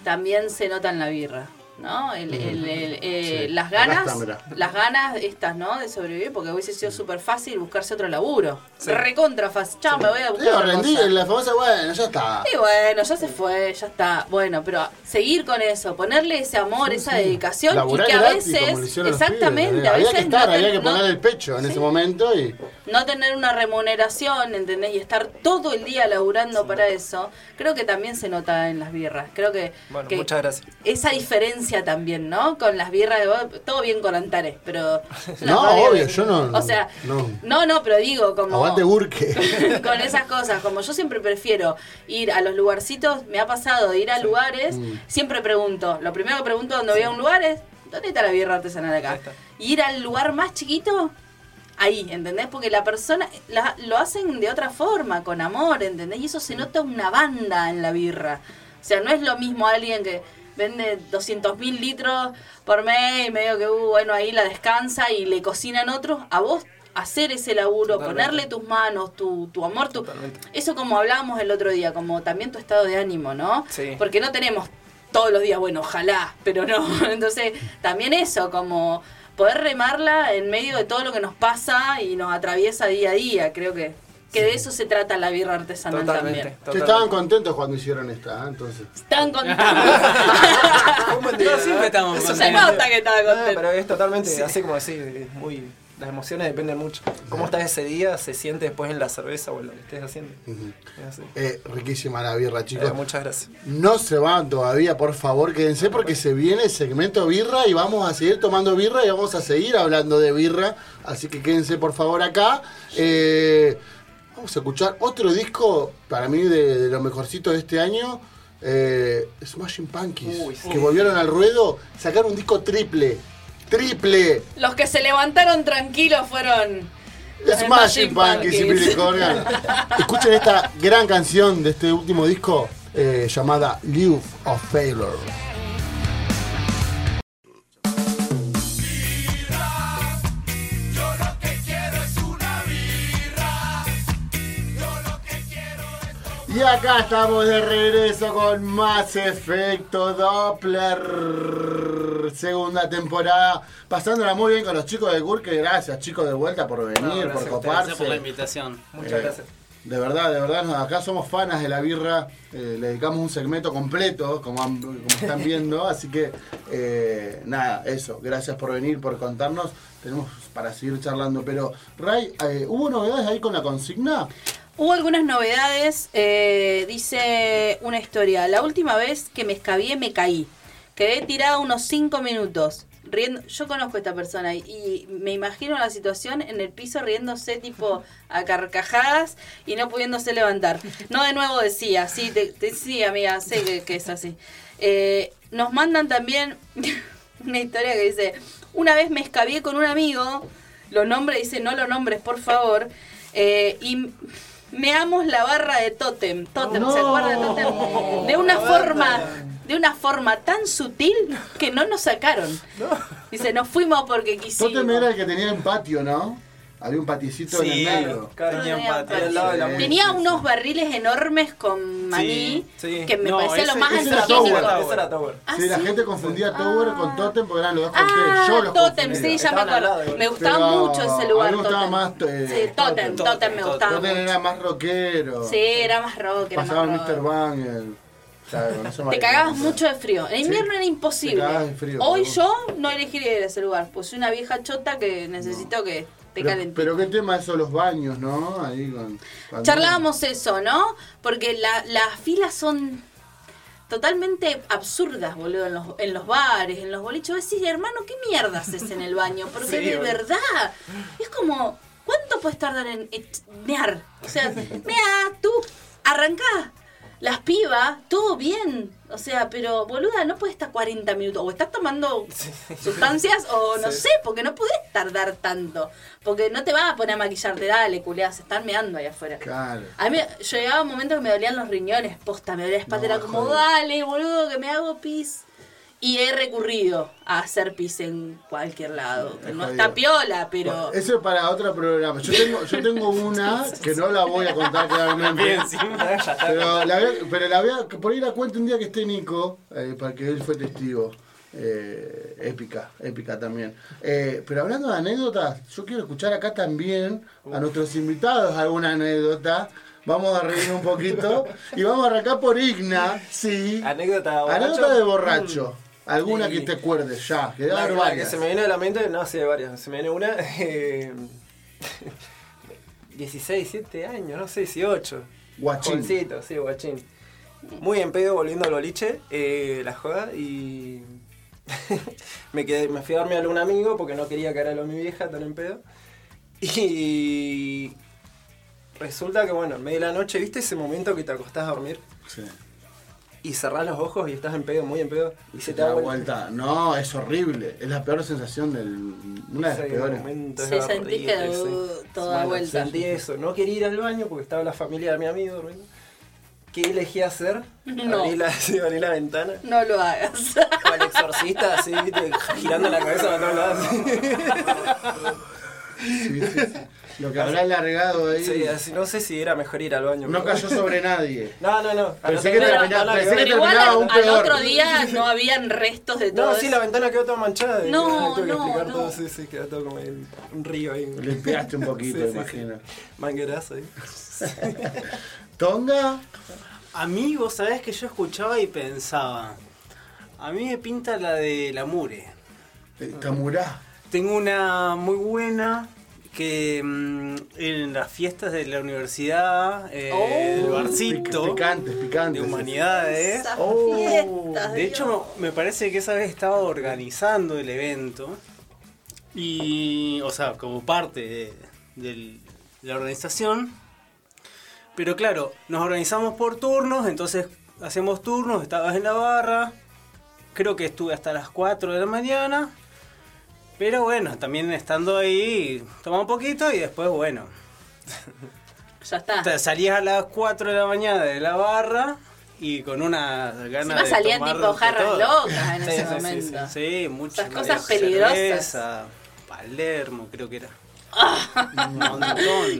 [SPEAKER 5] también se notan la birra, ¿no? El- el- el- eh,
[SPEAKER 4] Sí.
[SPEAKER 5] Las
[SPEAKER 4] Acá
[SPEAKER 5] ganas,
[SPEAKER 4] está, mirá.
[SPEAKER 5] las ganas estas, ¿no? De sobrevivir, porque hubiese sido súper fácil buscarse otro laburo. Recontra fácil. Chao, me voy a buscar
[SPEAKER 4] Digo,
[SPEAKER 5] otra
[SPEAKER 4] rendí,
[SPEAKER 5] cosa.
[SPEAKER 4] la famosa, bueno, ya está.
[SPEAKER 5] Y bueno, ya se fue, ya está. Bueno, pero seguir con eso, ponerle ese amor, esa dedicación
[SPEAKER 4] Laburar
[SPEAKER 5] y que a
[SPEAKER 4] gratis, como lo
[SPEAKER 5] veces,
[SPEAKER 4] hicieron los
[SPEAKER 5] exactamente,
[SPEAKER 4] pibes,
[SPEAKER 5] a
[SPEAKER 4] había
[SPEAKER 5] veces
[SPEAKER 4] que estar,
[SPEAKER 5] no,
[SPEAKER 4] había
[SPEAKER 5] ten-
[SPEAKER 4] que
[SPEAKER 5] no-
[SPEAKER 4] poner el pecho en
[SPEAKER 5] sí.
[SPEAKER 4] ese momento y
[SPEAKER 5] no tener una remuneración, ¿entendés? Y estar todo el día laburando para eso, creo que también se nota en las birras. Creo que,
[SPEAKER 8] Bueno,
[SPEAKER 5] que
[SPEAKER 8] muchas gracias.
[SPEAKER 5] esa diferencia también, ¿no? Con las birras, de vos- todo bien con Antares, pero...
[SPEAKER 4] No,
[SPEAKER 5] las
[SPEAKER 4] obvio,
[SPEAKER 5] birras-
[SPEAKER 4] yo no-
[SPEAKER 5] O sea,
[SPEAKER 4] no.
[SPEAKER 5] no, no, pero digo, como...
[SPEAKER 4] aguante Gurke.
[SPEAKER 5] con esas cosas. Como yo siempre prefiero ir a los lugarcitos, me ha pasado de ir a lugares, siempre pregunto. Lo primero que pregunto cuando voy a un lugar es, ¿dónde está la birra artesanal acá? Y ir al lugar más chiquito, ahí, ¿entendés? Porque la persona, la- lo hacen de otra forma, con amor, ¿entendés? Y eso se nota una banda en la birra. O sea, no es lo mismo alguien que vende 200.000 litros por mes y medio que, uh, bueno, ahí la descansa y le cocinan otros, a vos hacer ese laburo, ponerle tus manos, tu, tu amor, tu... Eso como hablábamos el otro día, como también tu estado de ánimo, ¿no?
[SPEAKER 8] Sí.
[SPEAKER 5] Porque no tenemos todos los días, bueno, ojalá, pero no. Entonces, también eso, como poder remarla en medio de todo lo que nos pasa y nos atraviesa día a día, creo que, que de eso se trata la birra artesanal
[SPEAKER 8] Totalmente.
[SPEAKER 5] también.
[SPEAKER 4] Que estaban contentos cuando hicieron esta, ¿eh? entonces.
[SPEAKER 5] Están contentos.
[SPEAKER 9] No, siempre estamos
[SPEAKER 8] Eso
[SPEAKER 5] se
[SPEAKER 9] contentos.
[SPEAKER 5] nota que estaba
[SPEAKER 8] Ah,
[SPEAKER 5] contento.
[SPEAKER 8] pero es totalmente así como decís, es muy, las emociones dependen mucho. Cómo estás ese día se siente después en la cerveza o en lo que estés haciendo. Es así.
[SPEAKER 4] Eh, riquísima la birra, chicos.
[SPEAKER 8] Eh, muchas gracias.
[SPEAKER 4] No se van todavía, por favor, quédense porque se viene el segmento birra y vamos a seguir tomando birra y vamos a seguir hablando de birra. Así que quédense, por favor, acá. Eh, vamos a escuchar otro disco, para mí, de, de lo mejorcito de este año. eh, Smashing Punkies,
[SPEAKER 8] Uy, sí.
[SPEAKER 4] que volvieron al ruedo, sacaron un disco triple. ¡Triple!
[SPEAKER 5] Los que se levantaron tranquilos fueron...
[SPEAKER 4] Smashing Pumpkins y Billy Corgan. Escuchen esta gran canción de este último disco eh, llamada Youth of Failure. Y acá estamos de regreso con más efecto Doppler. Segunda temporada. Pasándola muy bien con los chicos de Gurke. Gracias, chicos, de vuelta por venir,
[SPEAKER 8] gracias a
[SPEAKER 4] por
[SPEAKER 8] ustedes,
[SPEAKER 4] coparse.
[SPEAKER 9] Gracias por la invitación.
[SPEAKER 8] Muchas gracias.
[SPEAKER 4] De verdad, de verdad, no, acá somos fanas de la birra, eh, le dedicamos un segmento completo, como, han- como están viendo, así que eh, nada, eso, gracias por venir, por contarnos, tenemos para seguir charlando, pero Ray, eh, ¿hubo novedades ahí con la consigna?
[SPEAKER 5] Hubo algunas novedades. eh, dice una historia. La última vez que me escabié me caí. Quedé tirada unos 5 minutos. Riendo. Yo conozco a esta persona y, y me imagino la situación en el piso riéndose tipo a carcajadas y no pudiéndose levantar. No de nuevo decía, sí, te- te- sí amiga, sé que, que es así. Eh, nos mandan también una historia que dice, Una vez me escabié con un amigo, lo nombre, dice, no lo nombres, por favor, eh, y meamos la barra de Totem. Totem, ¿se acuerdan de Totem? De una forma... De una forma tan sutil que no nos sacaron. Dice, nos fuimos porque quisimos.
[SPEAKER 4] Totem era el que tenía el patio, ¿no? Había un patiecito
[SPEAKER 9] Sí.
[SPEAKER 4] en el medio.
[SPEAKER 8] Claro,
[SPEAKER 9] Tenía un
[SPEAKER 5] Tenía
[SPEAKER 9] patio.
[SPEAKER 5] patio.
[SPEAKER 8] al lado de la
[SPEAKER 4] Sí.
[SPEAKER 8] música.
[SPEAKER 5] Tenía unos barriles enormes con maní
[SPEAKER 8] sí.
[SPEAKER 5] que me
[SPEAKER 9] No,
[SPEAKER 5] parecía
[SPEAKER 9] ese-
[SPEAKER 5] lo más
[SPEAKER 4] ese era
[SPEAKER 5] antropiénico.
[SPEAKER 4] Tower.
[SPEAKER 8] Esa era Tower.
[SPEAKER 5] Ah,
[SPEAKER 4] sí, la
[SPEAKER 5] ¿sí?
[SPEAKER 4] gente confundía Tower con Totem porque eran los dos cócteles. Yo
[SPEAKER 5] Ah,
[SPEAKER 4] los
[SPEAKER 5] Totem,
[SPEAKER 4] confundía.
[SPEAKER 5] sí, ya me
[SPEAKER 8] Estaban al lado,
[SPEAKER 5] acuerdo.
[SPEAKER 8] igual.
[SPEAKER 5] Me gustaba
[SPEAKER 4] Pero
[SPEAKER 5] mucho ese lugar.
[SPEAKER 4] a mí me gustaba
[SPEAKER 5] Totem.
[SPEAKER 4] más, eh,
[SPEAKER 5] Sí,
[SPEAKER 4] Totem,
[SPEAKER 5] Totem, Totem me
[SPEAKER 9] Totem.
[SPEAKER 5] gustaba.
[SPEAKER 4] Totem
[SPEAKER 5] mucho.
[SPEAKER 4] era más rockero.
[SPEAKER 5] Sí, era más rock, era
[SPEAKER 4] Pasaba
[SPEAKER 5] más
[SPEAKER 4] Mr.
[SPEAKER 5] rock.
[SPEAKER 4] Banger. Claro, con eso
[SPEAKER 5] Te
[SPEAKER 4] maricón.
[SPEAKER 5] cagabas mucho de frío. En invierno era imposible.
[SPEAKER 4] Te cagabas de frío,
[SPEAKER 5] Hoy
[SPEAKER 4] pero-
[SPEAKER 5] yo no elegiría ir a ese lugar, pues soy una vieja chota que necesito que te
[SPEAKER 4] Pero,
[SPEAKER 5] calentes.
[SPEAKER 4] pero qué tema eso, los baños, ¿no? Ahí con, cuando-
[SPEAKER 5] Charlábamos eso, ¿no? Porque la- las filas son totalmente absurdas, boludo, en los, en los bares, en los bolichos. Vos decís, hermano, ¿qué mierda haces en el baño? Porque de verdad, es como, ¿cuánto puedes tardar en ech- mear? O sea, mea, tú, arrancá. Las pibas, todo bien. O sea, pero boluda, no puedes estar 40 minutos. O estás tomando sustancias o no sé, porque no podés tardar tanto. Porque no te vas a poner a maquillarte, dale, culiás, se están meando allá afuera.
[SPEAKER 4] Claro.
[SPEAKER 5] A mí me- llegaba un momento que me dolían los riñones, posta, me dolía la espalda,
[SPEAKER 4] No,
[SPEAKER 5] era como,
[SPEAKER 4] joder.
[SPEAKER 5] dale, boludo, que me hago pis. Y he recurrido a hacer pis en cualquier lado. que no
[SPEAKER 4] jodido.
[SPEAKER 5] está piola, pero.
[SPEAKER 4] Eso es para otro programa. Yo tengo, yo tengo una que no la voy a contar claramente.
[SPEAKER 9] Bien, sí.
[SPEAKER 4] Pero la, voy a- pero la voy a- por ahí la cuento un día que esté Nico, eh, para que él fue testigo. Eh, épica, épica también. Eh, pero hablando de anécdotas, yo quiero escuchar acá también a nuestros invitados alguna anécdota. Vamos a reír un poquito y vamos a arrancar por Igna, sí.
[SPEAKER 8] Anécdota de borracho.
[SPEAKER 4] Anécdota de borracho. Alguna
[SPEAKER 8] Sí.
[SPEAKER 4] que te acuerdes ya, que
[SPEAKER 8] La-
[SPEAKER 4] dar
[SPEAKER 8] la que
[SPEAKER 4] varias.
[SPEAKER 8] se me viene a la mente, no, sí, hay varias. Se me viene una. eh, 16, 17 años, no sé, 18.
[SPEAKER 4] Guachín.
[SPEAKER 8] Jovencito, sí, guachín. Muy en pedo volviendo al boliche, eh, la joda, y. me, quedé, me fui a darme a un amigo porque no quería caerlo a mi vieja, tan en pedo. Y. Resulta que, bueno, en medio de la noche, ¿viste ese momento que te acostás a dormir?
[SPEAKER 4] Sí.
[SPEAKER 8] Y cerrás los ojos y estás en pedo, muy en pedo, y se te
[SPEAKER 4] da
[SPEAKER 8] da vuelta.
[SPEAKER 4] vuelta. No, es horrible. Es la peor sensación del. Una de las
[SPEAKER 8] Sí,
[SPEAKER 4] peores.
[SPEAKER 8] momento
[SPEAKER 5] Sí,
[SPEAKER 8] es
[SPEAKER 5] sentí
[SPEAKER 8] horrible,
[SPEAKER 5] que,
[SPEAKER 8] sí.
[SPEAKER 5] uh, toda
[SPEAKER 8] Bueno,
[SPEAKER 5] vuelta.
[SPEAKER 8] Sentí eso. No quería ir al baño porque estaba la familia de mi amigo durmiendo. ¿Qué elegí hacer?
[SPEAKER 5] No.
[SPEAKER 8] Abrí la, sí, abrí la ventana.
[SPEAKER 5] No lo hagas.
[SPEAKER 8] Con el exorcista, así, viste, girando la cabeza para todos lados.
[SPEAKER 4] Sí, sí, sí. Lo que habrá alargado ahí.
[SPEAKER 8] Sí, así, no sé si era mejor ir al baño.
[SPEAKER 4] No
[SPEAKER 8] pero-
[SPEAKER 4] cayó sobre nadie.
[SPEAKER 8] No, no, Ah, no.
[SPEAKER 4] Pensé que
[SPEAKER 8] no,
[SPEAKER 4] terminaba- pensé que
[SPEAKER 5] Pero igual
[SPEAKER 4] terminaba aún
[SPEAKER 5] al, al
[SPEAKER 4] peor.
[SPEAKER 5] otro día no habían restos de todo.
[SPEAKER 8] No, sí,
[SPEAKER 5] eso.
[SPEAKER 8] la ventana quedó toda manchada. y
[SPEAKER 5] No,
[SPEAKER 8] tuve que
[SPEAKER 5] no,
[SPEAKER 8] explicar
[SPEAKER 5] no.
[SPEAKER 8] todo, sí, sí, quedó todo como en un río ahí.
[SPEAKER 4] Limpiaste un poquito,
[SPEAKER 8] Sí, sí,
[SPEAKER 4] imagino.
[SPEAKER 8] sí. Manguerazo ahí.
[SPEAKER 4] Tonga.
[SPEAKER 9] Amigos, sabes que yo escuchaba y pensaba. A mí me pinta la de la Mure.
[SPEAKER 4] eh, Tamurá.
[SPEAKER 9] Tengo una muy buena que mm, en las fiestas de la universidad, eh, el barcito
[SPEAKER 4] Pic- Picantes,
[SPEAKER 9] de
[SPEAKER 4] picantes.
[SPEAKER 8] ¿eh?
[SPEAKER 9] humanidades.
[SPEAKER 5] Esas
[SPEAKER 4] Oh.
[SPEAKER 5] fiestas,
[SPEAKER 9] De
[SPEAKER 5] Dios.
[SPEAKER 9] hecho, me parece que esa vez estaba organizando el evento. Y, o sea, como parte de, del- de la organización. Pero claro, nos organizamos por turnos, entonces hacemos turnos, estabas en la barra. Creo que estuve hasta las 4 de la mañana. Pero bueno, también estando ahí, tomaba un poquito y después, bueno,
[SPEAKER 5] ya está.
[SPEAKER 9] te salías a las 4 de la mañana de la barra y con una
[SPEAKER 5] Se
[SPEAKER 9] ganas
[SPEAKER 5] me
[SPEAKER 9] de
[SPEAKER 5] salían
[SPEAKER 9] tomar
[SPEAKER 5] tipo
[SPEAKER 9] de
[SPEAKER 5] jarras
[SPEAKER 9] todo.
[SPEAKER 5] locas en
[SPEAKER 8] Sí,
[SPEAKER 5] ese
[SPEAKER 8] sí, sí,
[SPEAKER 5] momento.
[SPEAKER 9] Sí, muchas
[SPEAKER 5] Esas cosas peligrosas.
[SPEAKER 9] Palermo, creo que era. Un montón.
[SPEAKER 5] Ah.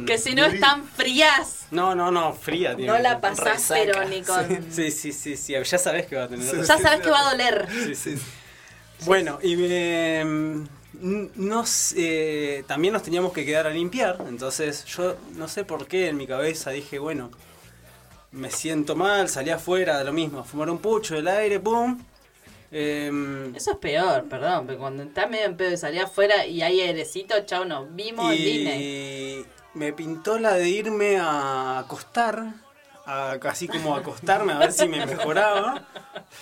[SPEAKER 5] Que si no están frías,
[SPEAKER 9] No, no, no, fría. tiene
[SPEAKER 5] no
[SPEAKER 9] que
[SPEAKER 5] la
[SPEAKER 9] ser.
[SPEAKER 5] pasás, pero ni con.
[SPEAKER 9] Sí, sí, sí, sí, ya sabes que va a tener. otra.
[SPEAKER 5] Ya sabes que va a doler.
[SPEAKER 9] Sí, sí, sí. Bueno, y eh, mm, nos, eh, también nos teníamos que quedar a limpiar, entonces yo no sé por qué en mi cabeza dije, bueno, me siento mal, salí afuera, da lo mismo, a fumar un pucho del aire, pum. Em,
[SPEAKER 5] Eso es peor, perdón, pero cuando estás medio en pedo y salís afuera y hay airecito, chao, nos vimos en Disney.
[SPEAKER 9] Y me pintó la de irme a acostar, a, así como a acostarme a ver si me mejoraba,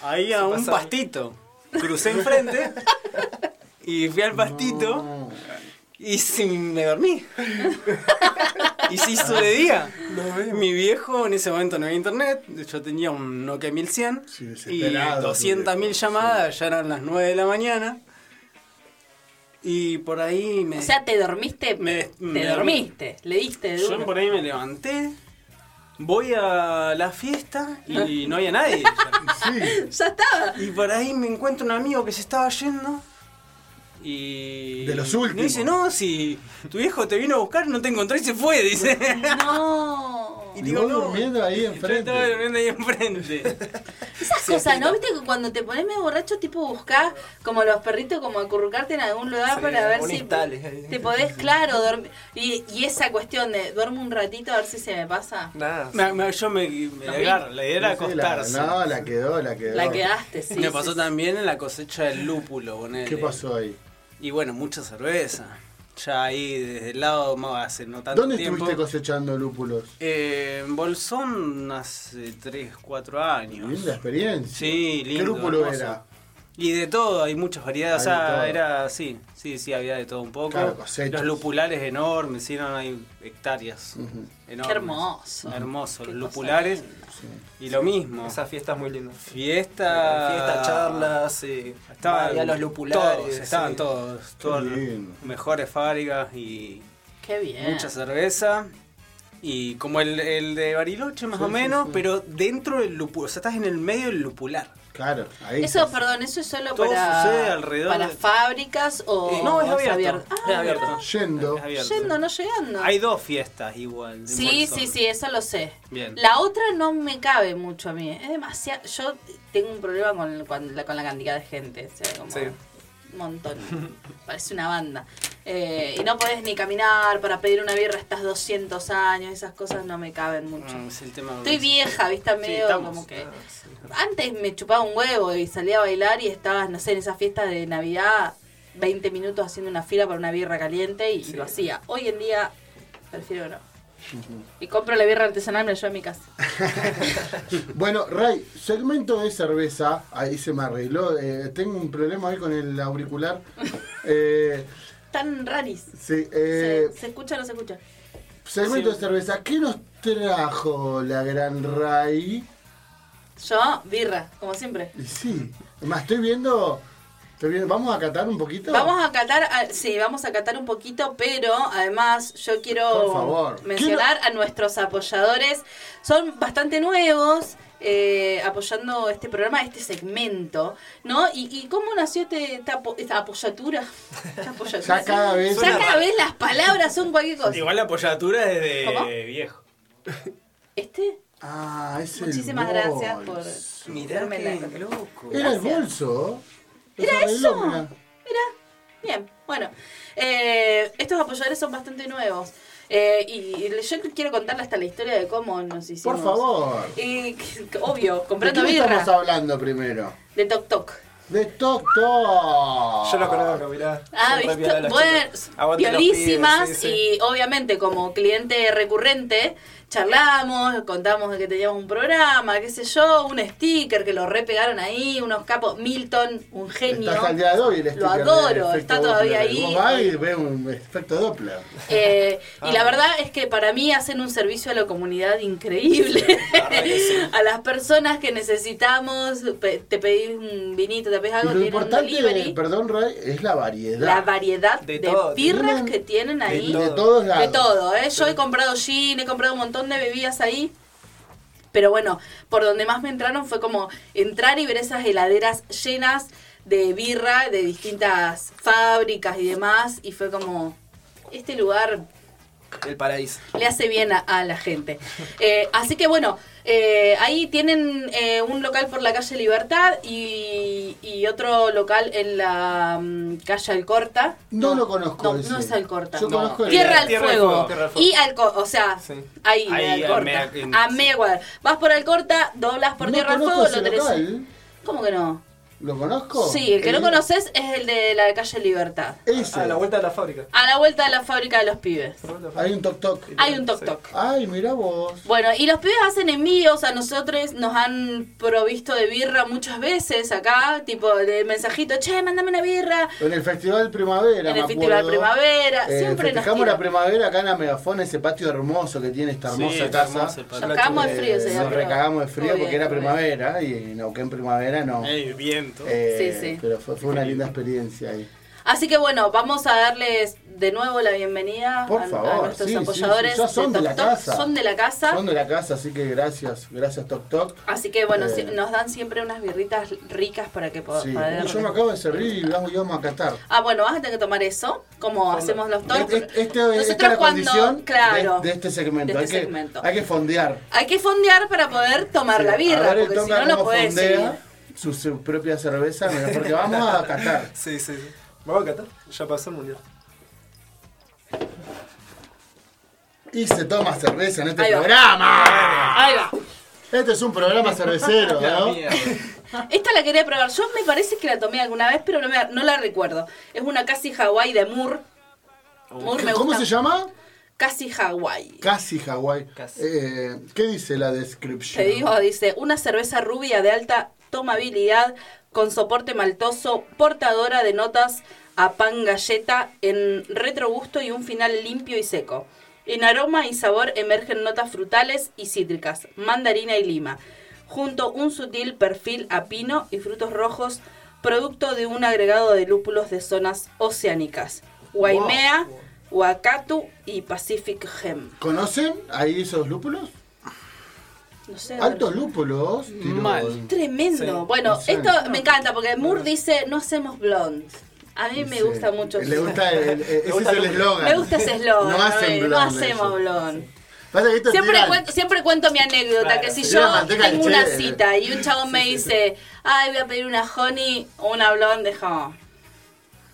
[SPEAKER 9] ahí a un
[SPEAKER 8] pasaba.
[SPEAKER 9] pastito. Crucé enfrente y fui al pastito y si me dormí. y se hizo de día. Mi viejo en ese momento no había internet, yo tenía un Nokia 1100
[SPEAKER 4] Sí,
[SPEAKER 9] y
[SPEAKER 4] desesperado, tu
[SPEAKER 9] 200.000
[SPEAKER 4] viejo,
[SPEAKER 9] llamadas, ya eran las 9 de la mañana. Y por ahí me.
[SPEAKER 5] O sea, te dormiste.
[SPEAKER 9] Me-
[SPEAKER 5] te
[SPEAKER 9] me-
[SPEAKER 5] dormiste. Leíste de
[SPEAKER 9] yo
[SPEAKER 5] una.
[SPEAKER 9] por ahí me levanté, voy a la fiesta y no había nadie.
[SPEAKER 5] Ya estaba.
[SPEAKER 9] Y por ahí me encuentro un amigo que se estaba yendo. Y.
[SPEAKER 4] De los
[SPEAKER 9] Me
[SPEAKER 4] últimos.
[SPEAKER 9] dice, no, si tu viejo te vino a buscar, no te encontró y se fue, dice.
[SPEAKER 5] No.
[SPEAKER 9] Y
[SPEAKER 4] Y
[SPEAKER 9] digo,
[SPEAKER 4] vos
[SPEAKER 9] no.
[SPEAKER 4] durmiendo ahí
[SPEAKER 9] Yo
[SPEAKER 4] enfrente.
[SPEAKER 9] estaba durmiendo ahí enfrente.
[SPEAKER 5] Esas cosas, ¿no? Viste que cuando te pones medio borracho, tipo buscás como los perritos, como acurrucarte en algún lugar
[SPEAKER 8] Sí,
[SPEAKER 5] para ver
[SPEAKER 8] un
[SPEAKER 5] si
[SPEAKER 8] instale ahí.
[SPEAKER 5] te podés, claro, dormir. Y, y esa cuestión de duermo un ratito a ver si se me pasa.
[SPEAKER 8] Nada.
[SPEAKER 9] Me- me- yo me, me la agarro, la idea era
[SPEAKER 4] Sí, la-
[SPEAKER 9] acostarse.
[SPEAKER 4] no, la quedó, la quedó.
[SPEAKER 5] La quedaste, sí.
[SPEAKER 9] me
[SPEAKER 5] sí,
[SPEAKER 9] pasó
[SPEAKER 5] sí.
[SPEAKER 9] también en la cosecha del lúpulo, ponele.
[SPEAKER 4] ¿Qué pasó ahí?
[SPEAKER 9] Y bueno, mucha cerveza. Ya ahí desde el lado más hace no tanto
[SPEAKER 4] ¿Dónde
[SPEAKER 9] tiempo.
[SPEAKER 4] estuviste cosechando lúpulos?
[SPEAKER 9] Eh, en Bolsón hace 3, 4 años.
[SPEAKER 4] Linda experiencia.
[SPEAKER 9] Sí, lindo.
[SPEAKER 4] ¿Qué lúpulo
[SPEAKER 9] hermoso.
[SPEAKER 4] era?
[SPEAKER 9] Y de todo, hay muchas variedades.
[SPEAKER 4] Hay
[SPEAKER 9] o
[SPEAKER 4] de todo.
[SPEAKER 9] sea, era, sí, sí, sí, había de todo un poco.
[SPEAKER 4] Claro, cosechas.
[SPEAKER 9] Los lupulares enormes, sí, no, hay hectáreas. enormes.
[SPEAKER 5] Qué hermoso.
[SPEAKER 9] Hermoso,
[SPEAKER 5] Qué
[SPEAKER 9] los
[SPEAKER 5] cosa
[SPEAKER 9] lupulares. Y lo mismo.
[SPEAKER 8] Esa fiesta es muy linda.
[SPEAKER 9] Fiesta.
[SPEAKER 8] Fiesta, charlas, eh,
[SPEAKER 9] Estaban
[SPEAKER 8] variedad, los lupulares.
[SPEAKER 9] Todos, estaban
[SPEAKER 8] sí.
[SPEAKER 9] todos. Todas las
[SPEAKER 4] lindo.
[SPEAKER 9] mejores fábricas y
[SPEAKER 5] Qué bien.
[SPEAKER 9] mucha cerveza. Y como el, el de Bariloche, más
[SPEAKER 4] Sí,
[SPEAKER 9] o
[SPEAKER 4] sí,
[SPEAKER 9] menos,
[SPEAKER 4] sí.
[SPEAKER 9] pero dentro del lupular. O sea, estás en el medio del lupular.
[SPEAKER 4] Claro, ahí.
[SPEAKER 5] Eso, perdón, eso es solo
[SPEAKER 9] Todo
[SPEAKER 5] para,
[SPEAKER 9] sucede alrededor
[SPEAKER 5] para
[SPEAKER 9] de-
[SPEAKER 5] fábricas o.
[SPEAKER 9] Eh, no, es
[SPEAKER 5] o
[SPEAKER 9] abierto.
[SPEAKER 5] Oh, Ah,
[SPEAKER 9] Es abierto.
[SPEAKER 4] Yendo.
[SPEAKER 9] Es abierto.
[SPEAKER 5] Yendo, no llegando.
[SPEAKER 9] Hay dos fiestas igual. de
[SPEAKER 5] Sí,
[SPEAKER 9] Bolsón.
[SPEAKER 5] sí, sí, eso lo sé.
[SPEAKER 9] Bien.
[SPEAKER 5] La otra no me cabe mucho a mí. Es demasiado. Yo tengo un problema con, el- con la, con la cantidad de gente. o sea, como
[SPEAKER 8] Sí.
[SPEAKER 5] Un montón. Parece una banda. Eh, y no podés ni caminar para pedir una birra, estás 200 años. Esas cosas no me caben mucho.
[SPEAKER 9] Mm, es el tema de
[SPEAKER 5] Estoy
[SPEAKER 9] Bolsón.
[SPEAKER 5] vieja, ¿viste? Medio
[SPEAKER 9] estamos.
[SPEAKER 5] como que. Antes me chupaba un huevo y salía a bailar y estabas, no sé, en esa fiesta de Navidad, 20 minutos haciendo una fila para una birra caliente y, y lo hacía. Hoy en día prefiero no. Y compro la birra artesanal y me la llevo a mi casa.
[SPEAKER 4] Bueno, Ray, segmento de cerveza. Ahí se me arregló. eh, tengo un problema ahí con el auricular. Eh,
[SPEAKER 5] Tan raris.
[SPEAKER 4] sí, eh,
[SPEAKER 5] se, ¿se escucha o no se escucha?
[SPEAKER 4] segmento de cerveza. ¿Qué nos trajo la gran Ray?
[SPEAKER 5] Yo, birra, como siempre.
[SPEAKER 4] Y sí, más estoy viendo. estoy viendo- ¿Vamos a catar un poquito?
[SPEAKER 5] Vamos a catar, a- sí, vamos a catar un poquito, pero además yo quiero
[SPEAKER 4] Por favor.
[SPEAKER 5] mencionar a nuestros apoyadores. Son bastante nuevos eh, apoyando este programa, este segmento, ¿no? ¿Y, y cómo nació este, esta, apo- esta apoyatura? Esta apoyatura.
[SPEAKER 4] Ya cada vez-
[SPEAKER 5] Ya cada vez las palabras son cualquier cosa.
[SPEAKER 9] Igual la apoyatura es de
[SPEAKER 5] ¿Cómo?
[SPEAKER 9] viejo.
[SPEAKER 5] Este,
[SPEAKER 4] Ah, es el
[SPEAKER 5] muchísimas
[SPEAKER 4] bols.
[SPEAKER 5] gracias por
[SPEAKER 9] Mirá
[SPEAKER 5] darme la-
[SPEAKER 9] qué loco.
[SPEAKER 4] Era el
[SPEAKER 5] Gracias.
[SPEAKER 4] bolso.
[SPEAKER 5] Era
[SPEAKER 4] Los arregló,
[SPEAKER 5] eso.
[SPEAKER 4] mirá.
[SPEAKER 5] Mira, bien, bueno. Eh, estos apoyadores son bastante nuevos. Eh, y, y yo quiero contarle hasta la historia de cómo nos hicimos.
[SPEAKER 4] Por favor.
[SPEAKER 5] Y, obvio,
[SPEAKER 4] ¿De
[SPEAKER 5] comprando
[SPEAKER 4] qué
[SPEAKER 5] birra
[SPEAKER 4] estamos hablando primero?
[SPEAKER 5] de Tok Tok.
[SPEAKER 4] De Tok Tok.
[SPEAKER 8] Yo los conozco, mirá.
[SPEAKER 5] Ah,
[SPEAKER 8] Son re
[SPEAKER 5] ¿viste?
[SPEAKER 8] piola los
[SPEAKER 5] Bueno,
[SPEAKER 8] chicos. Aguante los pibes,
[SPEAKER 5] violísimas
[SPEAKER 8] sí, sí.
[SPEAKER 5] y obviamente como cliente recurrente charlamos, contamos de que teníamos un programa, qué sé yo, un sticker que lo repegaron ahí, unos capos. Milton, un genio.
[SPEAKER 4] Está hasta el día de hoy el
[SPEAKER 5] Lo
[SPEAKER 4] sticker de
[SPEAKER 5] adoro,
[SPEAKER 4] efecto
[SPEAKER 5] está todavía
[SPEAKER 4] Doppler.
[SPEAKER 5] ahí.
[SPEAKER 4] Vos vas y ves un efecto Doppler.
[SPEAKER 5] Eh, y
[SPEAKER 4] Ah.
[SPEAKER 5] la verdad es que para mí hacen un servicio a la comunidad increíble. a las personas que necesitamos, pe- te pedís un vinito, te
[SPEAKER 4] Y
[SPEAKER 5] pedís algo,
[SPEAKER 4] lo
[SPEAKER 5] tienen un
[SPEAKER 4] importante,
[SPEAKER 5] delivery.
[SPEAKER 4] perdón, Ray, es la variedad.
[SPEAKER 5] La variedad de,
[SPEAKER 8] De todo,
[SPEAKER 5] birras
[SPEAKER 4] tienen
[SPEAKER 5] que tienen ahí.
[SPEAKER 4] de, de todos lados.
[SPEAKER 5] De todo, ¿eh? Yo he comprado gin, he comprado un montón de bebidas ahí. Pero bueno, por donde más me entraron fue como entrar y ver esas heladeras llenas de birra de distintas fábricas y demás. Y fue como, este lugar
[SPEAKER 8] El paraíso.
[SPEAKER 5] le hace bien a, a la gente. Eh, así que bueno, eh, ahí tienen eh, un local por la calle Libertad y, y otro local en la mm, calle Alcorta.
[SPEAKER 4] No lo conozco
[SPEAKER 5] No,
[SPEAKER 4] ese.
[SPEAKER 5] no es Alcorta.
[SPEAKER 4] Yo
[SPEAKER 5] No.
[SPEAKER 4] conozco el-
[SPEAKER 5] Tierra al
[SPEAKER 8] Tierra al
[SPEAKER 5] Fuego.
[SPEAKER 8] Fuego, Tierra al Fuego.
[SPEAKER 5] Y Alcorta, o sea,
[SPEAKER 8] Sí.
[SPEAKER 5] ahí,
[SPEAKER 9] Ahí,
[SPEAKER 5] en
[SPEAKER 9] a
[SPEAKER 5] Alcorta.
[SPEAKER 9] media- en-
[SPEAKER 5] A media cuadra. Vas por Alcorta, doblas por
[SPEAKER 4] No
[SPEAKER 5] Tierra al
[SPEAKER 4] conozco
[SPEAKER 5] Fuego,
[SPEAKER 4] ese
[SPEAKER 5] lo tenés.
[SPEAKER 4] local.
[SPEAKER 5] ¿Cómo que no?
[SPEAKER 4] ¿Lo conozco?
[SPEAKER 5] Sí, el que no
[SPEAKER 4] Eh,
[SPEAKER 5] conoces es el de la calle Libertad.
[SPEAKER 4] Ese.
[SPEAKER 8] A Ah, la vuelta de la fábrica.
[SPEAKER 5] A la vuelta de la fábrica de los pibes.
[SPEAKER 4] Hay un Tok Tok.
[SPEAKER 5] Hay un toc toc.
[SPEAKER 4] Ay, mirá vos.
[SPEAKER 5] Bueno, y los pibes hacen envíos, a nosotros nos han provisto de birra muchas veces acá, tipo de mensajito, che, mándame una birra.
[SPEAKER 4] En el Festival Primavera.
[SPEAKER 5] En
[SPEAKER 4] me
[SPEAKER 5] el Festival
[SPEAKER 4] acuerdo. Eh,
[SPEAKER 5] Primavera, siempre nos
[SPEAKER 4] festejamos
[SPEAKER 5] tiran.
[SPEAKER 4] la primavera acá en la Megafona, ese patio hermoso que tiene esta
[SPEAKER 9] Sí,
[SPEAKER 4] hermosa
[SPEAKER 9] está
[SPEAKER 4] casa.
[SPEAKER 9] hermoso el patio.
[SPEAKER 5] Nos cagamos de frío, se
[SPEAKER 4] Eh,
[SPEAKER 5] da,
[SPEAKER 4] Nos
[SPEAKER 5] pero-
[SPEAKER 4] recagamos de frío
[SPEAKER 5] muy
[SPEAKER 4] porque
[SPEAKER 5] bien,
[SPEAKER 4] era
[SPEAKER 5] muy
[SPEAKER 4] primavera y en Neuquén primavera no.
[SPEAKER 9] El viento.
[SPEAKER 4] Eh,
[SPEAKER 5] Sí, sí.
[SPEAKER 4] Pero fue, fue una linda experiencia ahí.
[SPEAKER 5] bien. Así que bueno, vamos a darles de nuevo la bienvenida
[SPEAKER 4] Por
[SPEAKER 5] a, a
[SPEAKER 4] favor,
[SPEAKER 5] nuestros
[SPEAKER 4] sí, sí,
[SPEAKER 5] apoyadores.
[SPEAKER 4] sí, ya son de la
[SPEAKER 5] Toc Toc,
[SPEAKER 4] casa.
[SPEAKER 5] Son de la casa.
[SPEAKER 4] Son de la casa, así que gracias, gracias Toc Toc.
[SPEAKER 5] Así que bueno,
[SPEAKER 4] Eh.
[SPEAKER 5] si- nos dan siempre unas birritas ricas para que podamos.
[SPEAKER 4] Sí. Uy, Yo me acabo de servir y vamos, íbamos a catar.
[SPEAKER 5] Ah, bueno, vas a tener que tomar eso, como hacemos los toques.
[SPEAKER 4] Este- este- esta es la condición de-
[SPEAKER 5] claro,
[SPEAKER 4] de, este segmento.
[SPEAKER 5] de
[SPEAKER 4] hay,
[SPEAKER 5] este
[SPEAKER 4] que,
[SPEAKER 5] segmento.
[SPEAKER 4] hay que fondear.
[SPEAKER 5] hay que fondear para poder tomar
[SPEAKER 4] Sí,
[SPEAKER 5] la
[SPEAKER 4] a
[SPEAKER 5] birra,
[SPEAKER 4] ver el
[SPEAKER 5] porque si
[SPEAKER 4] Tonga
[SPEAKER 5] no, no
[SPEAKER 4] cómo
[SPEAKER 5] podés.
[SPEAKER 4] fondea
[SPEAKER 5] seguir.
[SPEAKER 4] Su, su propia cerveza, mira, porque vamos a catar.
[SPEAKER 8] Sí, sí, sí. Vamos a catar. Ya pasó el mundial.
[SPEAKER 4] Y se toma cerveza en este
[SPEAKER 5] Ahí va.
[SPEAKER 4] programa.
[SPEAKER 5] Ahí va.
[SPEAKER 4] Este es un programa cervecero, ¿no?
[SPEAKER 5] Esta la quería probar. Yo me parece que la tomé alguna vez, pero no, me- no la recuerdo. Es una casi Hawái de Moore. Moore me
[SPEAKER 4] ¿Cómo
[SPEAKER 5] gusta.
[SPEAKER 4] se llama?
[SPEAKER 5] Casi Hawái.
[SPEAKER 4] Casi Hawái.
[SPEAKER 8] Casi.
[SPEAKER 4] Eh, ¿Qué dice la descripción?
[SPEAKER 5] Te digo, dice, una cerveza rubia de alta tomabilidad con soporte maltoso, portadora de notas a pan galleta en retrogusto y un final limpio y seco. En aroma y sabor emergen notas frutales y cítricas, mandarina y lima, junto un sutil perfil a pino y frutos rojos, producto de un agregado de lúpulos de zonas oceánicas, Waimea, Wakatu y Pacific Gem.
[SPEAKER 4] ¿Conocen ahí esos lúpulos?
[SPEAKER 5] No sé,
[SPEAKER 4] Altos lúpulos. tiro-
[SPEAKER 9] Mal.
[SPEAKER 5] Tremendo. Bueno,
[SPEAKER 4] Sí.
[SPEAKER 5] esto me encanta porque Moore dice no hacemos blonde. A mí me
[SPEAKER 4] Sí.
[SPEAKER 5] gusta mucho.
[SPEAKER 4] Le gusta el, el- ese
[SPEAKER 8] gusta
[SPEAKER 4] es el
[SPEAKER 8] el-
[SPEAKER 4] eslogan.
[SPEAKER 5] Me gusta ese eslogan.
[SPEAKER 4] No hacen
[SPEAKER 5] eh,
[SPEAKER 4] blonde.
[SPEAKER 5] no hacemos blonde.
[SPEAKER 4] Pasa que esto
[SPEAKER 5] Siempre,
[SPEAKER 4] tiran-
[SPEAKER 5] cuento, siempre cuento mi anécdota, que si yo
[SPEAKER 4] Tira manteca
[SPEAKER 5] tengo
[SPEAKER 4] de
[SPEAKER 5] una
[SPEAKER 4] chile.
[SPEAKER 5] cita y un chabón me dice, ay, voy a pedir una honey o una blonde, dejo,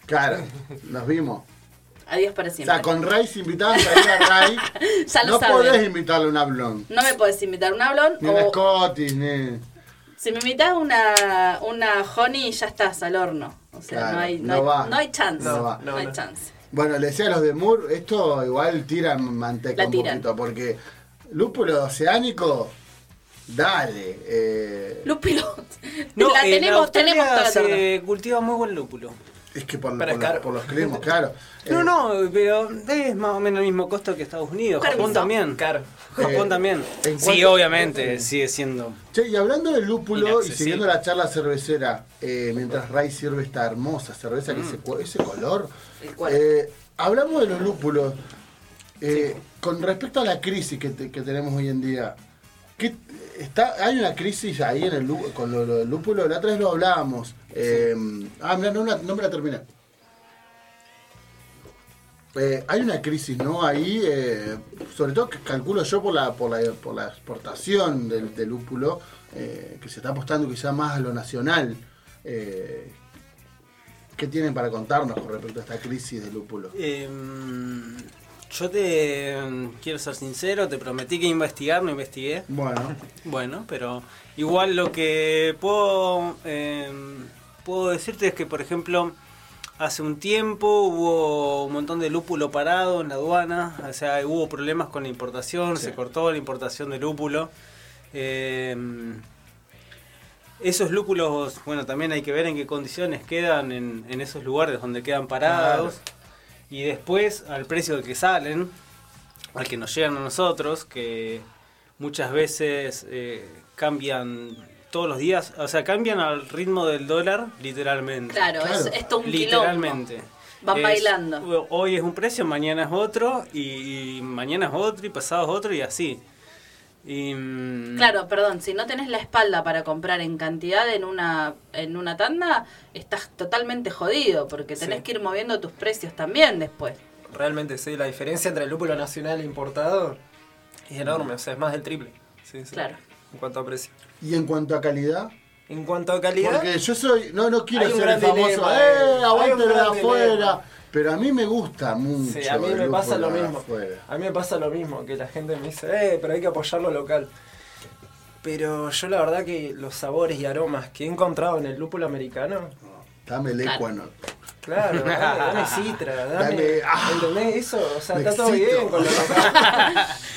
[SPEAKER 4] Claro, nos vimos.
[SPEAKER 5] adiós para
[SPEAKER 4] O
[SPEAKER 5] siempre.
[SPEAKER 4] sea, con Ray si invitabas a ir a Ray,
[SPEAKER 5] Ya lo
[SPEAKER 4] no
[SPEAKER 5] saben. Oh.
[SPEAKER 4] podés invitarle una blonde.
[SPEAKER 5] No me podés invitar una blonde
[SPEAKER 4] Ni una
[SPEAKER 5] o
[SPEAKER 4] Scottish, ni.
[SPEAKER 5] si me invitas una, una honey ya estás al horno. O sea,
[SPEAKER 4] Claro,
[SPEAKER 5] no, hay, no,
[SPEAKER 4] no
[SPEAKER 5] hay,
[SPEAKER 4] va.
[SPEAKER 5] no hay chance.
[SPEAKER 4] No
[SPEAKER 5] No,
[SPEAKER 4] va.
[SPEAKER 8] No,
[SPEAKER 5] hay
[SPEAKER 8] no.
[SPEAKER 5] chance.
[SPEAKER 4] Bueno, le decía a los de Moore, esto igual tiran manteca
[SPEAKER 5] La
[SPEAKER 4] un
[SPEAKER 5] tiran.
[SPEAKER 4] poquito, porque lúpulo oceánico, dale. eh,
[SPEAKER 5] Lúpulo.
[SPEAKER 9] No, eh,
[SPEAKER 5] la
[SPEAKER 9] en
[SPEAKER 5] tenemos,
[SPEAKER 9] Australia
[SPEAKER 5] tenemos toda la tarde.
[SPEAKER 9] se cultiva muy buen lúpulo.
[SPEAKER 4] es que por,
[SPEAKER 8] Pero
[SPEAKER 4] por
[SPEAKER 8] es
[SPEAKER 4] los,
[SPEAKER 8] caro.
[SPEAKER 4] por los climas, claro.
[SPEAKER 9] No,
[SPEAKER 4] Eh,
[SPEAKER 9] no, pero es más o menos el mismo costo que Estados Unidos.
[SPEAKER 5] Permiso.
[SPEAKER 9] Japón también.
[SPEAKER 8] Caro.
[SPEAKER 9] Japón
[SPEAKER 4] Eh,
[SPEAKER 9] también.
[SPEAKER 4] ¿en
[SPEAKER 9] Sí,
[SPEAKER 4] cuánto- Eh.
[SPEAKER 9] obviamente, sigue siendo.
[SPEAKER 4] Che, y hablando del lúpulo y
[SPEAKER 9] Inaccesible.
[SPEAKER 4] siguiendo la charla cervecera, eh, mientras Ray sirve esta hermosa cerveza, que ese, cu- ese color,
[SPEAKER 5] Mm. El cual.
[SPEAKER 4] eh, hablamos de los lúpulos. Eh, Con respecto a la crisis que, te- que tenemos hoy en día, ¿qué- está, ¿hay una crisis ahí en el, lú- con lo, lo del lúpulo? La otra vez lo hablábamos. Eh, ah, mira, no, la- no me la terminé. Eh, hay una crisis, ¿no? Ahí, eh, sobre todo que calculo yo por la, por la, por la exportación del, del lúpulo, eh, que se está apostando quizá más a lo nacional. Eh, ¿Qué tienen para contarnos con respecto a esta crisis del lúpulo?
[SPEAKER 9] Em, yo te em, quiero ser sincero, te prometí que iba a investigar, no investigué.
[SPEAKER 4] Bueno,
[SPEAKER 9] Bueno, pero igual lo que puedo, eh, puedo decirte es que, por ejemplo, hace un tiempo hubo un montón de lúpulo parado en la aduana, o sea, hubo problemas con la importación, se cortó la importación de lúpulo. Eh, esos lúpulos, bueno, también hay que ver en qué condiciones quedan en, en esos lugares donde quedan parados. Y después, al precio al que salen, al que nos llegan a nosotros, que muchas veces eh, cambian todos los días, o sea, cambian al ritmo del dólar, literalmente.
[SPEAKER 5] Claro,
[SPEAKER 4] Claro.
[SPEAKER 5] Es, es todo un
[SPEAKER 9] literalmente.
[SPEAKER 5] quilombo. Van
[SPEAKER 9] Es-
[SPEAKER 5] bailando.
[SPEAKER 9] Hoy es un precio, mañana es otro, y, y mañana es otro, y pasado es otro, y así. Y, mm,
[SPEAKER 5] quilombo. Claro, perdón, si no tenés la espalda para comprar en cantidad en una, en una tanda, estás totalmente jodido porque tenés
[SPEAKER 8] Sí.
[SPEAKER 5] que ir moviendo tus precios también después.
[SPEAKER 8] Realmente, sí, la diferencia entre el lúpulo nacional e importado es enorme, o sea, es más del triple. Sí, sí.
[SPEAKER 5] Claro.
[SPEAKER 8] En cuanto a precio.
[SPEAKER 4] y en cuanto a calidad,
[SPEAKER 8] En cuanto a calidad,
[SPEAKER 4] porque yo soy, no, no quiero
[SPEAKER 8] Hay un
[SPEAKER 4] ser el
[SPEAKER 8] gran
[SPEAKER 4] famoso,
[SPEAKER 8] dilema, eh.
[SPEAKER 4] ¡eh,
[SPEAKER 8] Hay un
[SPEAKER 4] aguante lo de
[SPEAKER 8] gran
[SPEAKER 4] afuera!
[SPEAKER 8] dilema.
[SPEAKER 4] Pero a mí me gusta mucho.
[SPEAKER 8] sí, a mí
[SPEAKER 4] el
[SPEAKER 8] me pasa
[SPEAKER 4] lúpulo
[SPEAKER 8] lo
[SPEAKER 4] de
[SPEAKER 8] mismo.
[SPEAKER 4] afuera.
[SPEAKER 8] A mí me pasa lo mismo, que la gente me dice, eh, pero hay que apoyar lo local. Pero yo la verdad que los sabores y aromas que he encontrado en el lúpulo americano,
[SPEAKER 4] Dame el Equanor.
[SPEAKER 8] Claro, dame, dame citra, dame.
[SPEAKER 4] Dame- ah.
[SPEAKER 8] ¿Entendés eso? O sea,
[SPEAKER 4] Me
[SPEAKER 8] está todo
[SPEAKER 4] excito.
[SPEAKER 8] bien con lo local.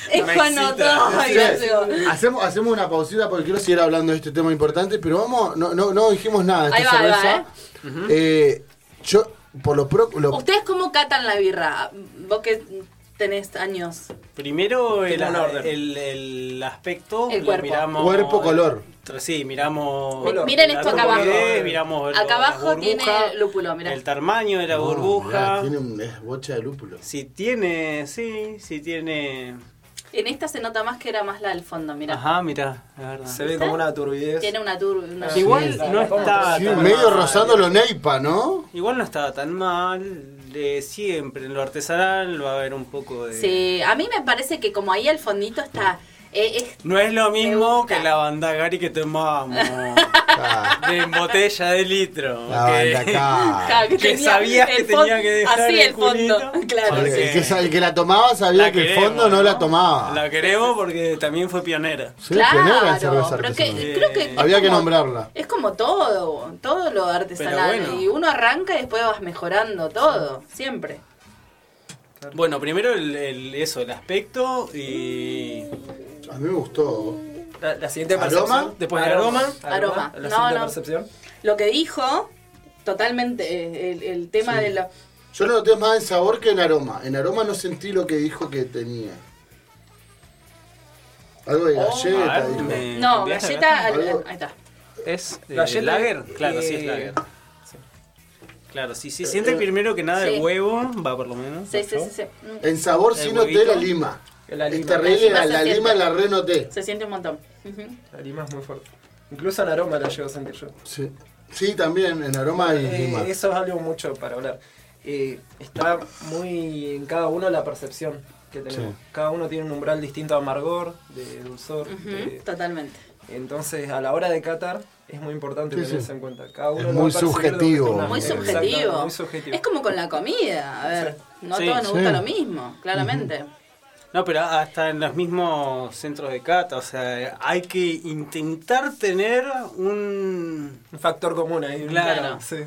[SPEAKER 5] Es cuando todo
[SPEAKER 4] Sí. Hacemos, hacemos una pausita porque quiero seguir hablando de este tema importante, pero vamos, no, no, no dijimos nada de
[SPEAKER 5] Ahí
[SPEAKER 4] esta
[SPEAKER 5] va, ahí va,
[SPEAKER 4] cerveza. Eh, yo, por lo pro- lo-
[SPEAKER 5] ¿Ustedes cómo catan la birra? Vos que tenés años?
[SPEAKER 9] Primero el,
[SPEAKER 8] Tengo un orden.
[SPEAKER 9] el- el aspecto,
[SPEAKER 5] El
[SPEAKER 9] lo
[SPEAKER 5] cuerpo.
[SPEAKER 9] miramos-
[SPEAKER 4] Cuerpo, color.
[SPEAKER 9] Sí, miramos.
[SPEAKER 8] Color.
[SPEAKER 5] Miren
[SPEAKER 9] la
[SPEAKER 5] esto acá abajo.
[SPEAKER 9] turbidez, miramos
[SPEAKER 5] Acá
[SPEAKER 9] la
[SPEAKER 5] abajo tiene
[SPEAKER 9] burbuja,
[SPEAKER 5] lúpulo, mirá.
[SPEAKER 9] El tamaño de la burbuja.
[SPEAKER 4] Oh, mirá, Ah, tiene un, es bocha de lúpulo.
[SPEAKER 9] Si tiene, sí, si tiene.
[SPEAKER 5] En esta se nota más que era más la del fondo, mirá.
[SPEAKER 9] Ajá, mira, la verdad.
[SPEAKER 8] Se ve como una turbidez.
[SPEAKER 5] Tiene una tur... una-
[SPEAKER 8] Sí.
[SPEAKER 9] Igual no
[SPEAKER 8] ¿Cómo?
[SPEAKER 9] está
[SPEAKER 4] Sí,
[SPEAKER 9] tan
[SPEAKER 4] medio
[SPEAKER 9] mal.
[SPEAKER 4] rozando lo neipa, ¿no?
[SPEAKER 9] Igual no estaba tan mal. De siempre en lo artesanal va a haber un poco de.
[SPEAKER 5] Sí, a mí me parece que como ahí al fondito está... eh, es-
[SPEAKER 9] No es lo mismo
[SPEAKER 5] gusta.
[SPEAKER 9] que la banda Gary que tomamos.
[SPEAKER 4] Ah,
[SPEAKER 9] de en botella de litro.
[SPEAKER 4] la
[SPEAKER 9] que-
[SPEAKER 4] banda acá.
[SPEAKER 5] Claro,
[SPEAKER 9] Ah, que sabías que
[SPEAKER 5] el fon-
[SPEAKER 9] tenía que dejar
[SPEAKER 5] Así el,
[SPEAKER 9] el culito.
[SPEAKER 5] fondo, claro.
[SPEAKER 4] El,
[SPEAKER 9] Porque-
[SPEAKER 4] el que, sa- el que la tomaba sabía que el
[SPEAKER 9] queremos,
[SPEAKER 4] fondo no, la tomaba.
[SPEAKER 9] La queremos porque también fue pionera.
[SPEAKER 4] Sí, pionera en
[SPEAKER 5] Claro,
[SPEAKER 4] cerveza
[SPEAKER 5] pero que-
[SPEAKER 4] artesanal.
[SPEAKER 5] creo que es
[SPEAKER 4] Había que
[SPEAKER 5] como-
[SPEAKER 4] nombrarla.
[SPEAKER 5] Es como todo, todo lo artesanal.
[SPEAKER 9] Pero bueno.
[SPEAKER 5] Y uno arranca y después vas mejorando todo, siempre.
[SPEAKER 9] Bueno, primero el, el- eso, el aspecto y.
[SPEAKER 4] A mí me gustó.
[SPEAKER 8] La, la siguiente
[SPEAKER 4] ¿Aroma?
[SPEAKER 8] percepción.
[SPEAKER 9] Después el aroma.
[SPEAKER 5] Aroma.
[SPEAKER 8] La
[SPEAKER 5] No,
[SPEAKER 8] siguiente
[SPEAKER 5] no.
[SPEAKER 8] percepción.
[SPEAKER 5] Lo que dijo, totalmente, eh, el, el tema de lo...
[SPEAKER 9] Eh,
[SPEAKER 4] Yo lo noté más en sabor que en aroma. En aroma no sentí lo que dijo que tenía. Algo de galleta,
[SPEAKER 9] A ver,
[SPEAKER 4] dijo.
[SPEAKER 9] me-
[SPEAKER 5] No,
[SPEAKER 9] ¿me das la
[SPEAKER 5] galleta...
[SPEAKER 9] gata?
[SPEAKER 5] al-
[SPEAKER 4] Algo-
[SPEAKER 5] ahí está.
[SPEAKER 9] ¿Es eh,
[SPEAKER 8] Galleta
[SPEAKER 9] lager?
[SPEAKER 8] y-
[SPEAKER 9] Claro,
[SPEAKER 5] eh,
[SPEAKER 9] sí, es lager. Claro, sí, sí. Siente
[SPEAKER 4] Eh,
[SPEAKER 9] primero que nada
[SPEAKER 5] Sí.
[SPEAKER 9] el huevo, va por lo menos.
[SPEAKER 5] Sí, sí,
[SPEAKER 9] yo.
[SPEAKER 5] sí, sí. Mm,
[SPEAKER 4] En sabor
[SPEAKER 9] El
[SPEAKER 4] sí noté
[SPEAKER 9] huevito.
[SPEAKER 4] la lima.
[SPEAKER 8] La lima.
[SPEAKER 4] Esta re-
[SPEAKER 5] La
[SPEAKER 4] la,
[SPEAKER 5] lima se
[SPEAKER 4] la
[SPEAKER 5] siente.
[SPEAKER 4] lima la re noté.
[SPEAKER 5] Se siente un montón. Ujú.
[SPEAKER 8] La lima es muy fuerte. Incluso en aroma la llevo a sentir yo.
[SPEAKER 4] Sí. Sí, también en aroma y
[SPEAKER 8] Eh,
[SPEAKER 4] lima.
[SPEAKER 8] eso es algo mucho para hablar. Eh, está muy en cada uno la percepción que tenemos.
[SPEAKER 4] Sí.
[SPEAKER 8] Cada uno tiene un umbral distinto de amargor, de dulzor.
[SPEAKER 5] Ujú,
[SPEAKER 9] Eh.
[SPEAKER 8] de-
[SPEAKER 5] Totalmente.
[SPEAKER 8] entonces, a la hora de catar, es muy importante
[SPEAKER 4] Sí,
[SPEAKER 8] tener
[SPEAKER 4] sí.
[SPEAKER 8] eso en cuenta. Cada uno
[SPEAKER 4] Es
[SPEAKER 8] lo
[SPEAKER 4] muy
[SPEAKER 8] va a percibir de una
[SPEAKER 4] subjetivo.
[SPEAKER 9] Ah,
[SPEAKER 8] forma.
[SPEAKER 5] Muy
[SPEAKER 4] Eh,
[SPEAKER 5] subjetivo.
[SPEAKER 8] Exacto, muy subjetivo.
[SPEAKER 5] Es como con la comida, a ver. No a
[SPEAKER 9] Sí.
[SPEAKER 5] todos nos
[SPEAKER 4] Sí.
[SPEAKER 5] gusta lo mismo, claramente.
[SPEAKER 9] No, pero hasta en los mismos centros de cata, o sea, hay que intentar tener un...
[SPEAKER 8] un factor común ahí.
[SPEAKER 9] Claro.
[SPEAKER 8] Sí.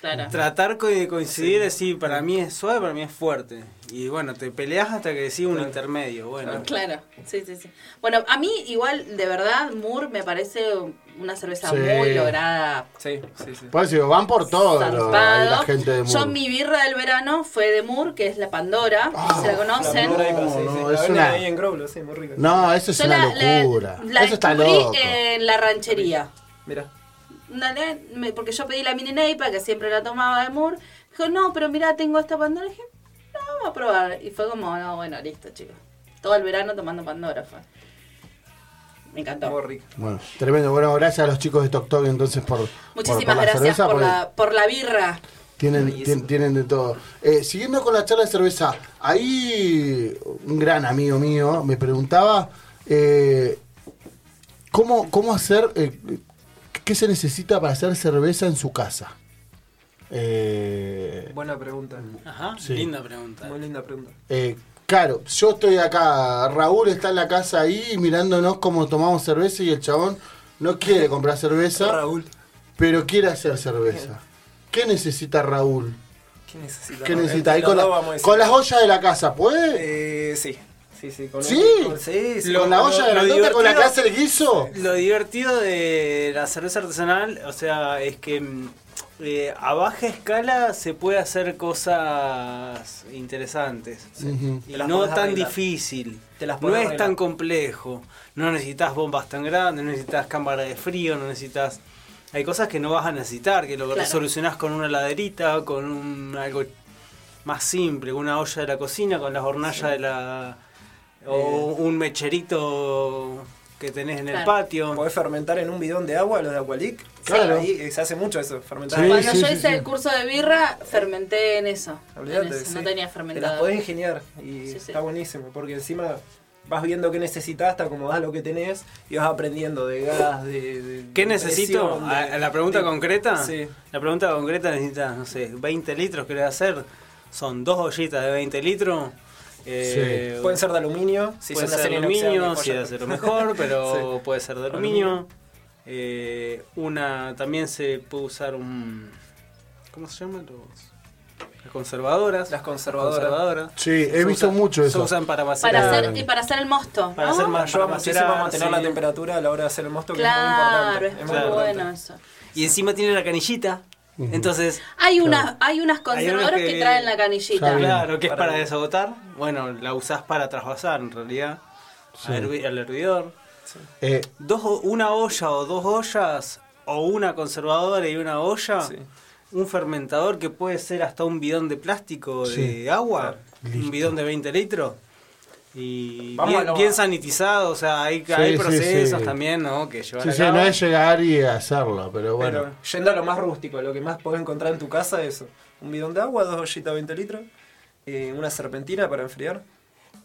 [SPEAKER 5] Claro.
[SPEAKER 9] Tratar co- de coincidir, decir, para mí es suave, para mí es fuerte. Y bueno, te peleas hasta que decís un intermedio, bueno.
[SPEAKER 5] Claro, sí, sí, sí. Bueno, a mí igual, de verdad, Moore me parece una cerveza
[SPEAKER 4] Sí.
[SPEAKER 5] muy lograda.
[SPEAKER 8] Sí, sí, sí.
[SPEAKER 4] Por eso Pues, digo, van por todo lo- ahí
[SPEAKER 5] Zarpado.
[SPEAKER 4] la gente de
[SPEAKER 5] Yo
[SPEAKER 4] Moore. Ah,
[SPEAKER 5] mi birra del verano fue de Moore, que es la Pandora, si la conocen.
[SPEAKER 8] Pandora IPA,
[SPEAKER 4] No,
[SPEAKER 8] sí, sí.
[SPEAKER 4] no,
[SPEAKER 8] La
[SPEAKER 4] es
[SPEAKER 8] venden
[SPEAKER 4] una-
[SPEAKER 8] ahí en Groblo, sí, muy rica.
[SPEAKER 4] No, eso es
[SPEAKER 5] Yo
[SPEAKER 4] una
[SPEAKER 5] la, la-
[SPEAKER 4] locura.
[SPEAKER 5] la
[SPEAKER 4] eso está
[SPEAKER 5] descubrí eh,
[SPEAKER 4] loco.
[SPEAKER 5] en la ranchería.
[SPEAKER 8] Mira.
[SPEAKER 5] Una le- me- porque yo pedí la mini Neipa, que siempre la tomaba de Moore. Dijo, no, pero mira, tengo esta Pandora. Y dije, no, vamos a probar. Y fue como, no, bueno, listo, chicos. Todo el verano tomando Pandora fue. Me encantó.
[SPEAKER 8] Muy rica.
[SPEAKER 4] Bueno, tremendo. Bueno, gracias a los chicos de Tok Tok entonces por, por-
[SPEAKER 5] Muchísimas
[SPEAKER 4] por la
[SPEAKER 5] gracias
[SPEAKER 4] cerveza.
[SPEAKER 5] por,
[SPEAKER 4] porque
[SPEAKER 5] la, por la birra.
[SPEAKER 4] tienen, tien- tienen, de todo. Eh, siguiendo con la charla de cerveza, ahí un gran amigo mío me preguntaba eh, ¿cómo, cómo hacer, eh, qué se necesita para hacer cerveza en su casa. Eh,
[SPEAKER 8] Buena pregunta.
[SPEAKER 9] Ajá,
[SPEAKER 4] Sí.
[SPEAKER 9] linda pregunta.
[SPEAKER 8] Muy linda pregunta.
[SPEAKER 4] Eh, claro, yo estoy acá, Raúl está en la casa ahí mirándonos cómo tomamos cerveza y el chabón no quiere comprar cerveza,
[SPEAKER 8] Raúl.
[SPEAKER 4] pero quiere hacer cerveza. ¿Qué necesita Raúl?
[SPEAKER 8] ¿Qué necesita?
[SPEAKER 4] ¿Qué
[SPEAKER 8] Raúl?
[SPEAKER 4] necesita? Ahí
[SPEAKER 8] Los
[SPEAKER 4] con, la-
[SPEAKER 8] dos vamos a decir.
[SPEAKER 4] con las ollas de la casa, ¿puede?
[SPEAKER 8] Eh, sí. Sí, sí. Con
[SPEAKER 4] ¿Sí?
[SPEAKER 8] un- con- sí, sí.
[SPEAKER 4] ¿Con
[SPEAKER 8] con
[SPEAKER 4] la
[SPEAKER 8] un-
[SPEAKER 4] olla de la
[SPEAKER 9] lo
[SPEAKER 4] casa? ¿Con la que
[SPEAKER 9] divertido-
[SPEAKER 4] hace el guiso?
[SPEAKER 9] Lo divertido de la cerveza artesanal, o sea, es que mm, eh, a baja escala se puede hacer cosas interesantes.
[SPEAKER 4] Ujú.
[SPEAKER 9] Y
[SPEAKER 8] Te las
[SPEAKER 9] no
[SPEAKER 8] podés
[SPEAKER 9] tan
[SPEAKER 8] arreglar.
[SPEAKER 9] difícil.
[SPEAKER 8] Te las
[SPEAKER 9] no
[SPEAKER 8] podés
[SPEAKER 9] es
[SPEAKER 8] arreglar.
[SPEAKER 9] tan complejo. No necesitas bombas tan grandes, no necesitas cámara de frío, no necesitas... Hay cosas que no vas a necesitar, que lo
[SPEAKER 5] Claro.
[SPEAKER 9] solucionás con una laderita, con un, algo más simple, una olla de la cocina, con las hornallas de la... O
[SPEAKER 8] Eh.
[SPEAKER 9] un mecherito que tenés en el
[SPEAKER 5] Claro.
[SPEAKER 9] patio.
[SPEAKER 8] Podés fermentar en un bidón de agua los de Aqualic.
[SPEAKER 4] Claro.
[SPEAKER 8] Ahí eh, se hace mucho eso. Fermentar
[SPEAKER 4] Sí,
[SPEAKER 8] en
[SPEAKER 5] Cuando
[SPEAKER 8] agua.
[SPEAKER 4] sí,
[SPEAKER 5] yo
[SPEAKER 4] sí,
[SPEAKER 5] hice
[SPEAKER 4] sí.
[SPEAKER 5] el curso de birra, fermenté en eso. en
[SPEAKER 8] Olvídate,
[SPEAKER 5] eso, No
[SPEAKER 8] sí.
[SPEAKER 5] tenía
[SPEAKER 8] Te las
[SPEAKER 5] fermentado.
[SPEAKER 8] podés ingeniar y
[SPEAKER 5] Sí, sí.
[SPEAKER 8] está buenísimo. Porque encima vas viendo qué necesitas, te acomodás lo que tenés y vas aprendiendo de gas, de. de-
[SPEAKER 9] ¿Qué
[SPEAKER 8] de
[SPEAKER 9] necesito?
[SPEAKER 8] presión, de-
[SPEAKER 9] ¿A- a la pregunta
[SPEAKER 8] de-
[SPEAKER 9] concreta?
[SPEAKER 8] Sí.
[SPEAKER 9] La pregunta concreta necesitas, no sé, 20 litros querés hacer. Son dos ollitas de 20 litros. eh,
[SPEAKER 8] Pueden ser de aluminio, si
[SPEAKER 9] puede
[SPEAKER 8] son de
[SPEAKER 9] ser de
[SPEAKER 8] acero
[SPEAKER 9] aluminio,
[SPEAKER 8] inoxidable,
[SPEAKER 9] si de
[SPEAKER 8] joya.
[SPEAKER 9] acero mejor, pero puede ser de aluminio.
[SPEAKER 8] Aluminio.
[SPEAKER 9] Eh, una también se puede usar un. ¿Cómo se llaman los- Las conservadoras.
[SPEAKER 8] Las conservadoras.
[SPEAKER 4] Sí, he
[SPEAKER 9] Se
[SPEAKER 4] visto
[SPEAKER 9] usa-
[SPEAKER 4] mucho
[SPEAKER 9] Se
[SPEAKER 4] eso.
[SPEAKER 9] usan para macerar.
[SPEAKER 5] Para hacer, y para hacer el mosto.
[SPEAKER 9] Para
[SPEAKER 5] ¿no?
[SPEAKER 9] hacer ma-
[SPEAKER 8] Ayuda
[SPEAKER 9] para
[SPEAKER 8] muchísimo a
[SPEAKER 9] macerar,
[SPEAKER 8] mantener la
[SPEAKER 9] sí.
[SPEAKER 8] temperatura a la hora de hacer el mosto, que
[SPEAKER 5] Claro,
[SPEAKER 8] es muy importante.
[SPEAKER 5] es muy
[SPEAKER 9] muy
[SPEAKER 5] bueno
[SPEAKER 8] importante.
[SPEAKER 5] eso.
[SPEAKER 9] Y encima tiene la canillita. Entonces,
[SPEAKER 5] Hay, unas, hay unas
[SPEAKER 9] unas
[SPEAKER 5] conservadoras que...
[SPEAKER 9] que-
[SPEAKER 5] traen la canillita.
[SPEAKER 4] Está bien.
[SPEAKER 9] claro, que es
[SPEAKER 8] Para-
[SPEAKER 9] para desagotar. Bueno, la usás para trasvasar en realidad
[SPEAKER 4] Sí.
[SPEAKER 9] al, hervi- al hervidor.
[SPEAKER 4] Eh,
[SPEAKER 9] Dos, o- una olla o dos ollas, o una conservadora y una olla,
[SPEAKER 8] Sí.
[SPEAKER 9] un fermentador que puede ser hasta un bidón de plástico de
[SPEAKER 4] Sí,
[SPEAKER 9] agua,
[SPEAKER 4] claro.
[SPEAKER 9] un bidón de 20 litros. Y
[SPEAKER 8] Vamos
[SPEAKER 9] bien,
[SPEAKER 8] a lo-
[SPEAKER 9] bien sanitizado, o sea, hay,
[SPEAKER 4] Sí,
[SPEAKER 9] hay
[SPEAKER 4] sí,
[SPEAKER 9] procesos
[SPEAKER 4] sí.
[SPEAKER 9] también ¿no? que llevar
[SPEAKER 4] sí,
[SPEAKER 9] a
[SPEAKER 4] sí,
[SPEAKER 9] cabo.
[SPEAKER 4] no es llegar y hacerlo, pero bueno.
[SPEAKER 8] Pero yendo a lo más rústico, lo que más podés encontrar en tu casa es eso. Un bidón de agua, dos ollitas 20 litros, eh, una serpentina para enfriar,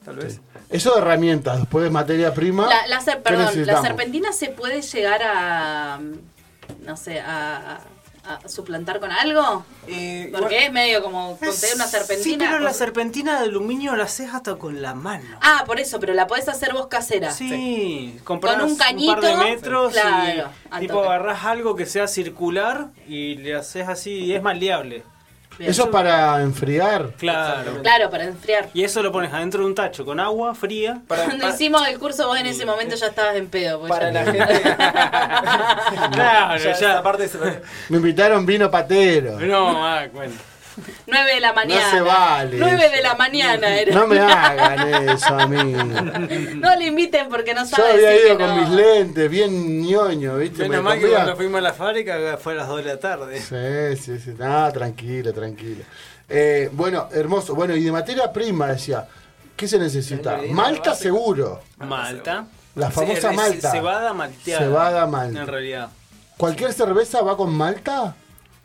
[SPEAKER 8] tal vez.
[SPEAKER 4] Eso de herramientas, después de materia prima.
[SPEAKER 5] La, la ser-
[SPEAKER 4] ¿qué
[SPEAKER 5] perdón, la
[SPEAKER 4] necesitamos?
[SPEAKER 5] serpentina se puede llegar a. mm, No sé, a, a- a suplantar con algo.
[SPEAKER 8] Eh, igual-
[SPEAKER 5] Porque es medio como conseguir una
[SPEAKER 9] Sí,
[SPEAKER 5] serpentina.
[SPEAKER 9] pero la
[SPEAKER 5] o-
[SPEAKER 9] serpentina de aluminio la haces hasta con la mano.
[SPEAKER 5] Ah, por eso, pero la podés hacer vos casera.
[SPEAKER 9] Sí,
[SPEAKER 5] Con
[SPEAKER 9] comprás
[SPEAKER 5] un
[SPEAKER 9] un,
[SPEAKER 5] cañito,
[SPEAKER 9] par de metros
[SPEAKER 5] claro,
[SPEAKER 9] y
[SPEAKER 5] al
[SPEAKER 9] tipo
[SPEAKER 5] toque.
[SPEAKER 9] agarrás algo que sea circular y le haces así y es maleable.
[SPEAKER 5] Bien.
[SPEAKER 4] Eso es para enfriar.
[SPEAKER 9] Claro.
[SPEAKER 5] Claro, para enfriar.
[SPEAKER 9] Y eso lo pones adentro de un tacho con agua fría.
[SPEAKER 8] para,
[SPEAKER 5] Cuando
[SPEAKER 8] para-
[SPEAKER 5] hicimos el curso, vos en ese momento ya estabas en pedo. porque
[SPEAKER 8] para
[SPEAKER 5] ya-
[SPEAKER 8] la gente.
[SPEAKER 9] Ah, Claro,
[SPEAKER 8] ya,
[SPEAKER 9] ya.
[SPEAKER 8] esa parte se la-
[SPEAKER 4] Me invitaron vino patero.
[SPEAKER 9] No, ah, bueno.
[SPEAKER 5] 9 de la mañana.
[SPEAKER 4] se vale
[SPEAKER 5] 9 de
[SPEAKER 4] eso.
[SPEAKER 5] la mañana era.
[SPEAKER 4] No me hagan eso a mí.
[SPEAKER 5] No le inviten porque no
[SPEAKER 4] Yo
[SPEAKER 5] sabe
[SPEAKER 4] había
[SPEAKER 5] decir
[SPEAKER 4] ido
[SPEAKER 5] que
[SPEAKER 4] con
[SPEAKER 5] no.
[SPEAKER 4] mis lentes, bien ñoño, ¿viste? Me
[SPEAKER 9] Menos mal que
[SPEAKER 4] comía.
[SPEAKER 9] cuando fuimos a la fábrica fue a las 2 de la tarde.
[SPEAKER 4] Sí, sí, sí. Ah, tranquilo, tranquilo. Eh, bueno, hermoso. Bueno, y de materia prima decía, ¿qué se necesita?
[SPEAKER 8] ingrediente
[SPEAKER 4] Malta
[SPEAKER 8] básico.
[SPEAKER 4] seguro.
[SPEAKER 9] Malta.
[SPEAKER 4] La
[SPEAKER 9] Sí,
[SPEAKER 4] famosa
[SPEAKER 9] es-
[SPEAKER 4] malta.
[SPEAKER 9] Cebada malteada.
[SPEAKER 4] Cebada malta.
[SPEAKER 9] En realidad.
[SPEAKER 4] ¿Cualquier cerveza va con Malta?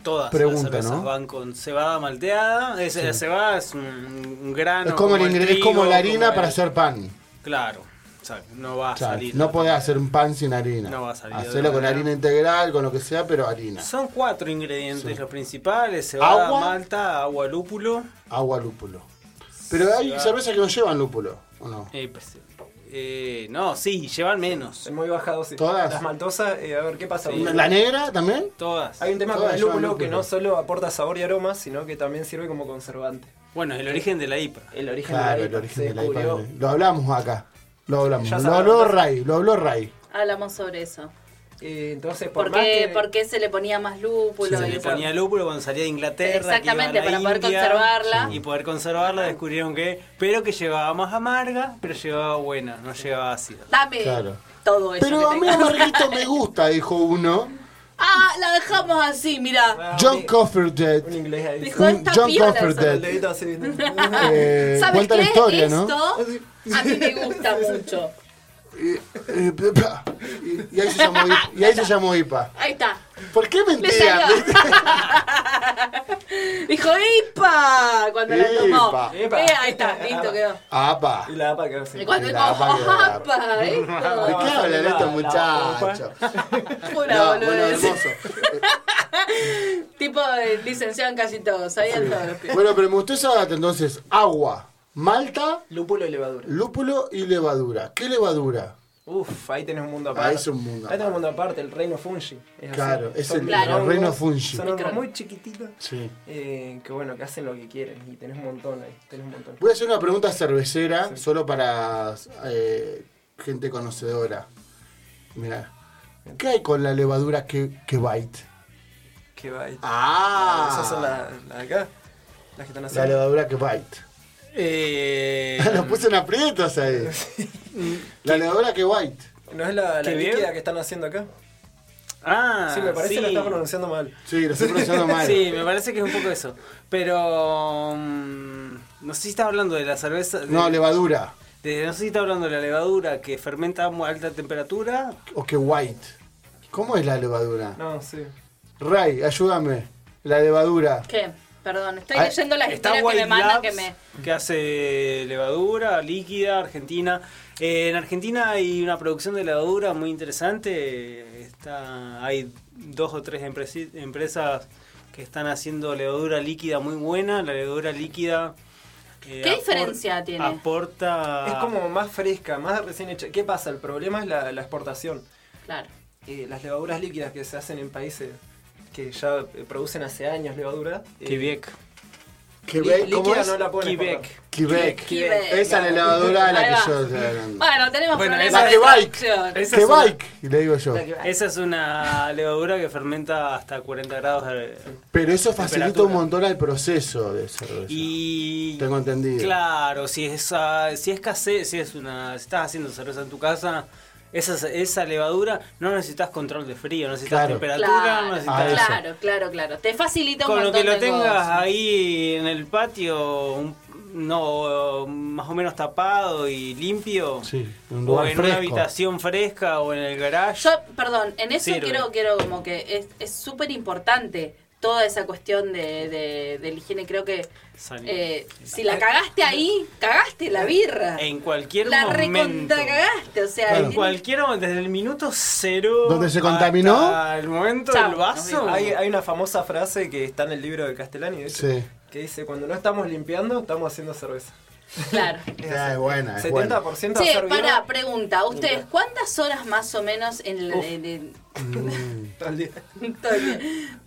[SPEAKER 9] Todas
[SPEAKER 4] Pregunta,
[SPEAKER 9] las cervezas
[SPEAKER 4] ¿no?
[SPEAKER 9] van con cebada malteada. Es- La cebada es un, un grano.
[SPEAKER 4] es como, el ingre- es como
[SPEAKER 9] trigo,
[SPEAKER 4] la harina
[SPEAKER 9] como
[SPEAKER 4] para
[SPEAKER 9] el-
[SPEAKER 4] hacer pan.
[SPEAKER 9] Claro, o sea, no va a
[SPEAKER 4] O sea,
[SPEAKER 9] salir.
[SPEAKER 4] no podés hacer un pan sin harina.
[SPEAKER 9] No va a salir de
[SPEAKER 4] Hacelo con
[SPEAKER 9] otra
[SPEAKER 4] harina
[SPEAKER 9] manera.
[SPEAKER 4] integral, con lo que sea, pero harina.
[SPEAKER 9] Son cuatro ingredientes los principales: cebada,
[SPEAKER 4] Agua.
[SPEAKER 9] malta, agua, lúpulo.
[SPEAKER 4] Agua lúpulo. Pero hay cervezas que no llevan lúpulo, ¿o no?
[SPEAKER 9] Eh, pues, eh, no, sí, llevan menos.
[SPEAKER 8] Es muy bajado, sí.
[SPEAKER 4] Todas.
[SPEAKER 8] Las maltosas, eh, a ver qué pasa.
[SPEAKER 4] ¿La negra también?
[SPEAKER 9] Todas.
[SPEAKER 8] Hay un tema
[SPEAKER 4] Todas
[SPEAKER 8] con el
[SPEAKER 4] llevan
[SPEAKER 8] lúpulo que
[SPEAKER 4] lúpulo.
[SPEAKER 8] no solo aporta sabor y aroma, sino que también sirve como conservante.
[SPEAKER 9] Bueno, es el origen de la IPA.
[SPEAKER 8] El origen
[SPEAKER 4] Claro,
[SPEAKER 8] de
[SPEAKER 4] el
[SPEAKER 8] la IPA
[SPEAKER 4] origen
[SPEAKER 8] se
[SPEAKER 4] de la IPA.
[SPEAKER 8] descubrió.
[SPEAKER 4] Lo hablamos acá. Lo hablamos.
[SPEAKER 8] Ya
[SPEAKER 4] Lo
[SPEAKER 8] sabemos.
[SPEAKER 4] habló Ray, lo habló Ray.
[SPEAKER 5] Hablamos sobre eso.
[SPEAKER 8] Eh, entonces, por
[SPEAKER 5] ¿Por,
[SPEAKER 8] más
[SPEAKER 5] qué,
[SPEAKER 8] que-
[SPEAKER 5] por qué se le ponía más lúpulo?
[SPEAKER 9] Se
[SPEAKER 5] y
[SPEAKER 9] le
[SPEAKER 5] por-
[SPEAKER 9] ponía lúpulo cuando salía de Inglaterra. que
[SPEAKER 5] Exactamente,
[SPEAKER 9] iba a la
[SPEAKER 5] para poder
[SPEAKER 9] India,
[SPEAKER 5] conservarla.
[SPEAKER 9] Y poder conservarla descubrieron que. Pero que llevaba más amarga, pero llevaba buena, no llevaba ácida.
[SPEAKER 5] Dame
[SPEAKER 4] Claro.
[SPEAKER 5] todo eso.
[SPEAKER 4] Pero
[SPEAKER 5] que
[SPEAKER 4] a mí
[SPEAKER 5] tengas.
[SPEAKER 4] amarguito me gusta, dijo uno.
[SPEAKER 5] Ah, la dejamos así, mira.
[SPEAKER 8] Ah,
[SPEAKER 4] John
[SPEAKER 8] un-
[SPEAKER 4] Cofferdead.
[SPEAKER 8] Un inglés ahí.
[SPEAKER 5] Dijo esta
[SPEAKER 4] John
[SPEAKER 5] piola.
[SPEAKER 4] Cofferdead.
[SPEAKER 5] esa-
[SPEAKER 8] El dedito así. ¿no?
[SPEAKER 4] Eh,
[SPEAKER 5] ¿Sabes
[SPEAKER 4] cuenta
[SPEAKER 5] qué?
[SPEAKER 4] la historia,
[SPEAKER 5] Esto
[SPEAKER 4] ¿no?
[SPEAKER 5] a mí me gusta mucho.
[SPEAKER 4] Eh, eh, pa, y- Y ahí se llamó I- y ahí se llamó IPA.
[SPEAKER 5] Ahí está.
[SPEAKER 4] ¿Por qué
[SPEAKER 5] Le
[SPEAKER 4] mentían?
[SPEAKER 5] salió. Dijo, ¡Ipa! Cuando la tomó.
[SPEAKER 4] Ipa.
[SPEAKER 8] Ipa.
[SPEAKER 5] Eh, ahí está, listo, quedó.
[SPEAKER 4] Apa.
[SPEAKER 8] Y la APA que hace.
[SPEAKER 5] Y cuando
[SPEAKER 4] La
[SPEAKER 5] dijo,
[SPEAKER 4] vaca.
[SPEAKER 5] ¡Apa!
[SPEAKER 4] ¿De qué
[SPEAKER 5] Esto.
[SPEAKER 4] hablan
[SPEAKER 8] la-
[SPEAKER 4] estos
[SPEAKER 8] la-
[SPEAKER 4] muchachos?
[SPEAKER 5] Pura
[SPEAKER 4] No, bueno,
[SPEAKER 5] boludez.
[SPEAKER 4] hermoso.
[SPEAKER 5] tipo de licenciado en casi todos, sabían todos los pibes.
[SPEAKER 4] Eh, Bueno, pero me gustó esa data entonces. Agua, malta,
[SPEAKER 8] Lúpulo y levadura.
[SPEAKER 4] lúpulo y levadura. ¿Qué levadura?
[SPEAKER 8] Uf, ahí tenés un mundo aparte.
[SPEAKER 4] Ahí Ah, es un mundo
[SPEAKER 8] Ahí tenés un mundo aparte, el reino fungi. Es así.
[SPEAKER 4] Claro, es
[SPEAKER 8] Son
[SPEAKER 4] el-
[SPEAKER 5] Claro.
[SPEAKER 4] el reino fungi.
[SPEAKER 8] Son hongos muy chiquititos.
[SPEAKER 4] Sí.
[SPEAKER 8] eh, que bueno, que hacen lo que quieren. Y tenés un montón ahí. Tenés un montón.
[SPEAKER 4] Voy a hacer una pregunta cervecera, solo para eh, gente conocedora. Mira, ¿qué hay con la levadura que, que bite?
[SPEAKER 8] Que va ahí.
[SPEAKER 4] Ah,
[SPEAKER 8] Esas son las las de acá. Las que están
[SPEAKER 4] la
[SPEAKER 8] haciendo.
[SPEAKER 4] levadura que bite.
[SPEAKER 9] Eh,
[SPEAKER 4] Los puse en aprietos ahí. la levadura que bite.
[SPEAKER 8] ¿No es la, la
[SPEAKER 9] Qué bien.
[SPEAKER 8] líquida que están haciendo acá?
[SPEAKER 9] ah,
[SPEAKER 8] sí, me parece que la
[SPEAKER 9] sí.
[SPEAKER 8] estás pronunciando mal.
[SPEAKER 4] Sí, lo estoy pronunciando mal.
[SPEAKER 9] Sí, me parece que es un poco eso. Pero. mm, no sé si está hablando de la cerveza. de-
[SPEAKER 4] No, levadura.
[SPEAKER 9] de- no sé si está hablando de la levadura que fermenta a mu- alta temperatura.
[SPEAKER 4] O que white. ¿Cómo es la levadura?
[SPEAKER 8] No, sí.
[SPEAKER 4] Ray, ayúdame. La levadura.
[SPEAKER 5] ¿Qué? Perdón, estoy
[SPEAKER 4] Ay,
[SPEAKER 5] leyendo las
[SPEAKER 9] Ah, Está
[SPEAKER 5] historias que
[SPEAKER 9] White
[SPEAKER 5] me mandan
[SPEAKER 9] Labs,
[SPEAKER 5] que me.
[SPEAKER 9] que hace levadura líquida argentina. Eh, en Argentina hay una producción de levadura muy interesante. Está, hay dos o tres empresi- empresas que están haciendo levadura líquida muy buena. La levadura líquida. eh,
[SPEAKER 5] ¿Qué
[SPEAKER 9] apor-
[SPEAKER 5] diferencia tiene?
[SPEAKER 9] Aporta.
[SPEAKER 4] Ah.
[SPEAKER 8] Es como más fresca, más recién hecha. ¿Qué pasa? El problema es la, la exportación.
[SPEAKER 5] Claro.
[SPEAKER 8] Eh, las levaduras líquidas que se hacen en países que ya eh, producen hace años levadura. eh,
[SPEAKER 9] Quebec.
[SPEAKER 4] Quebec, ¿cómo
[SPEAKER 8] Líquida
[SPEAKER 4] es?
[SPEAKER 8] no la pone.
[SPEAKER 10] Quebec.
[SPEAKER 4] Quebec.
[SPEAKER 5] Quebec.
[SPEAKER 4] Esa es la levadura de la
[SPEAKER 5] Ahí va.
[SPEAKER 4] que yo. la-
[SPEAKER 5] Bueno, tenemos
[SPEAKER 9] Bueno,
[SPEAKER 5] problemas
[SPEAKER 9] esa-
[SPEAKER 5] de
[SPEAKER 4] La Quebec.
[SPEAKER 5] traducción.
[SPEAKER 9] Esa es una-
[SPEAKER 4] Quebec, le digo yo.
[SPEAKER 9] Esa es una levadura que fermenta hasta 40 grados. de-
[SPEAKER 4] Pero eso facilita un
[SPEAKER 9] Temperatura.
[SPEAKER 4] montón al proceso de cerveza.
[SPEAKER 9] Y.
[SPEAKER 4] Tengo entendido.
[SPEAKER 9] Claro, si es, ah, si es casé, si es una. si estás haciendo cerveza en tu casa, esa, esa levadura no necesitas control de frío, no necesitas
[SPEAKER 4] Claro.
[SPEAKER 9] temperatura, no
[SPEAKER 5] Claro,
[SPEAKER 9] necesitas.
[SPEAKER 4] Ah, eso.
[SPEAKER 5] claro, claro, claro. Te facilita un
[SPEAKER 9] Con lo
[SPEAKER 5] montón
[SPEAKER 9] que lo
[SPEAKER 5] de
[SPEAKER 9] tengas
[SPEAKER 5] cosas.
[SPEAKER 9] ahí en el patio, un- no más o menos tapado y limpio,
[SPEAKER 4] Sí, en un
[SPEAKER 9] o
[SPEAKER 4] lugar
[SPEAKER 9] en una
[SPEAKER 4] fresco.
[SPEAKER 9] habitación fresca o en el garage.
[SPEAKER 5] Yo, perdón, en eso
[SPEAKER 9] Sirve.
[SPEAKER 5] quiero, quiero como que es- es súper importante toda esa cuestión de, de, de la higiene. Creo que
[SPEAKER 9] Sani-
[SPEAKER 5] eh, si la cagaste ahí, cagaste la birra.
[SPEAKER 9] en cualquier
[SPEAKER 5] La
[SPEAKER 9] momento.
[SPEAKER 5] recontra cagaste, o sea,
[SPEAKER 4] Claro.
[SPEAKER 9] En cualquier momento, desde el minuto cero.
[SPEAKER 4] ¿Dónde se contaminó?
[SPEAKER 9] Hasta el momento
[SPEAKER 5] Chao.
[SPEAKER 9] del vaso.
[SPEAKER 8] Hay, hay una famosa frase que está en el libro de Castellani, de hecho,
[SPEAKER 4] Sí.
[SPEAKER 8] que dice, cuando no estamos limpiando, estamos haciendo cerveza.
[SPEAKER 5] claro.
[SPEAKER 4] Ya, Ah, es buena, es buena.
[SPEAKER 8] 70% de
[SPEAKER 5] Che,
[SPEAKER 8] hacer
[SPEAKER 5] pará,
[SPEAKER 8] birra
[SPEAKER 5] pregunta, ¿ustedes cuántas horas más o menos en el- en el-
[SPEAKER 8] al día.
[SPEAKER 5] todo el día?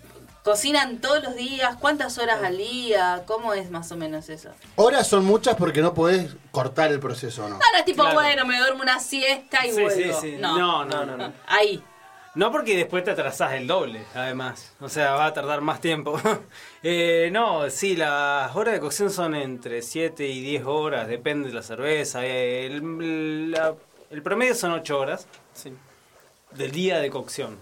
[SPEAKER 5] cocinan todos los días? ¿Cuántas horas al día? ¿Cómo es más o menos eso?
[SPEAKER 4] Horas son muchas porque no podés cortar el proceso, ¿no?
[SPEAKER 5] Ahora es tipo,
[SPEAKER 9] Claro.
[SPEAKER 5] bueno, me duermo una siesta y
[SPEAKER 9] Sí, sí,
[SPEAKER 5] vuelvo.
[SPEAKER 9] sí.
[SPEAKER 5] No.
[SPEAKER 9] No, no, no, no.
[SPEAKER 5] Ahí.
[SPEAKER 9] No porque después te atrasás el doble, además. O sea, va a tardar más tiempo. Eh, no, sí, las horas de cocción son entre 7 y 10 horas, depende de la cerveza. Eh, El, la- el promedio son 8 horas
[SPEAKER 8] Sí.
[SPEAKER 9] del día de cocción.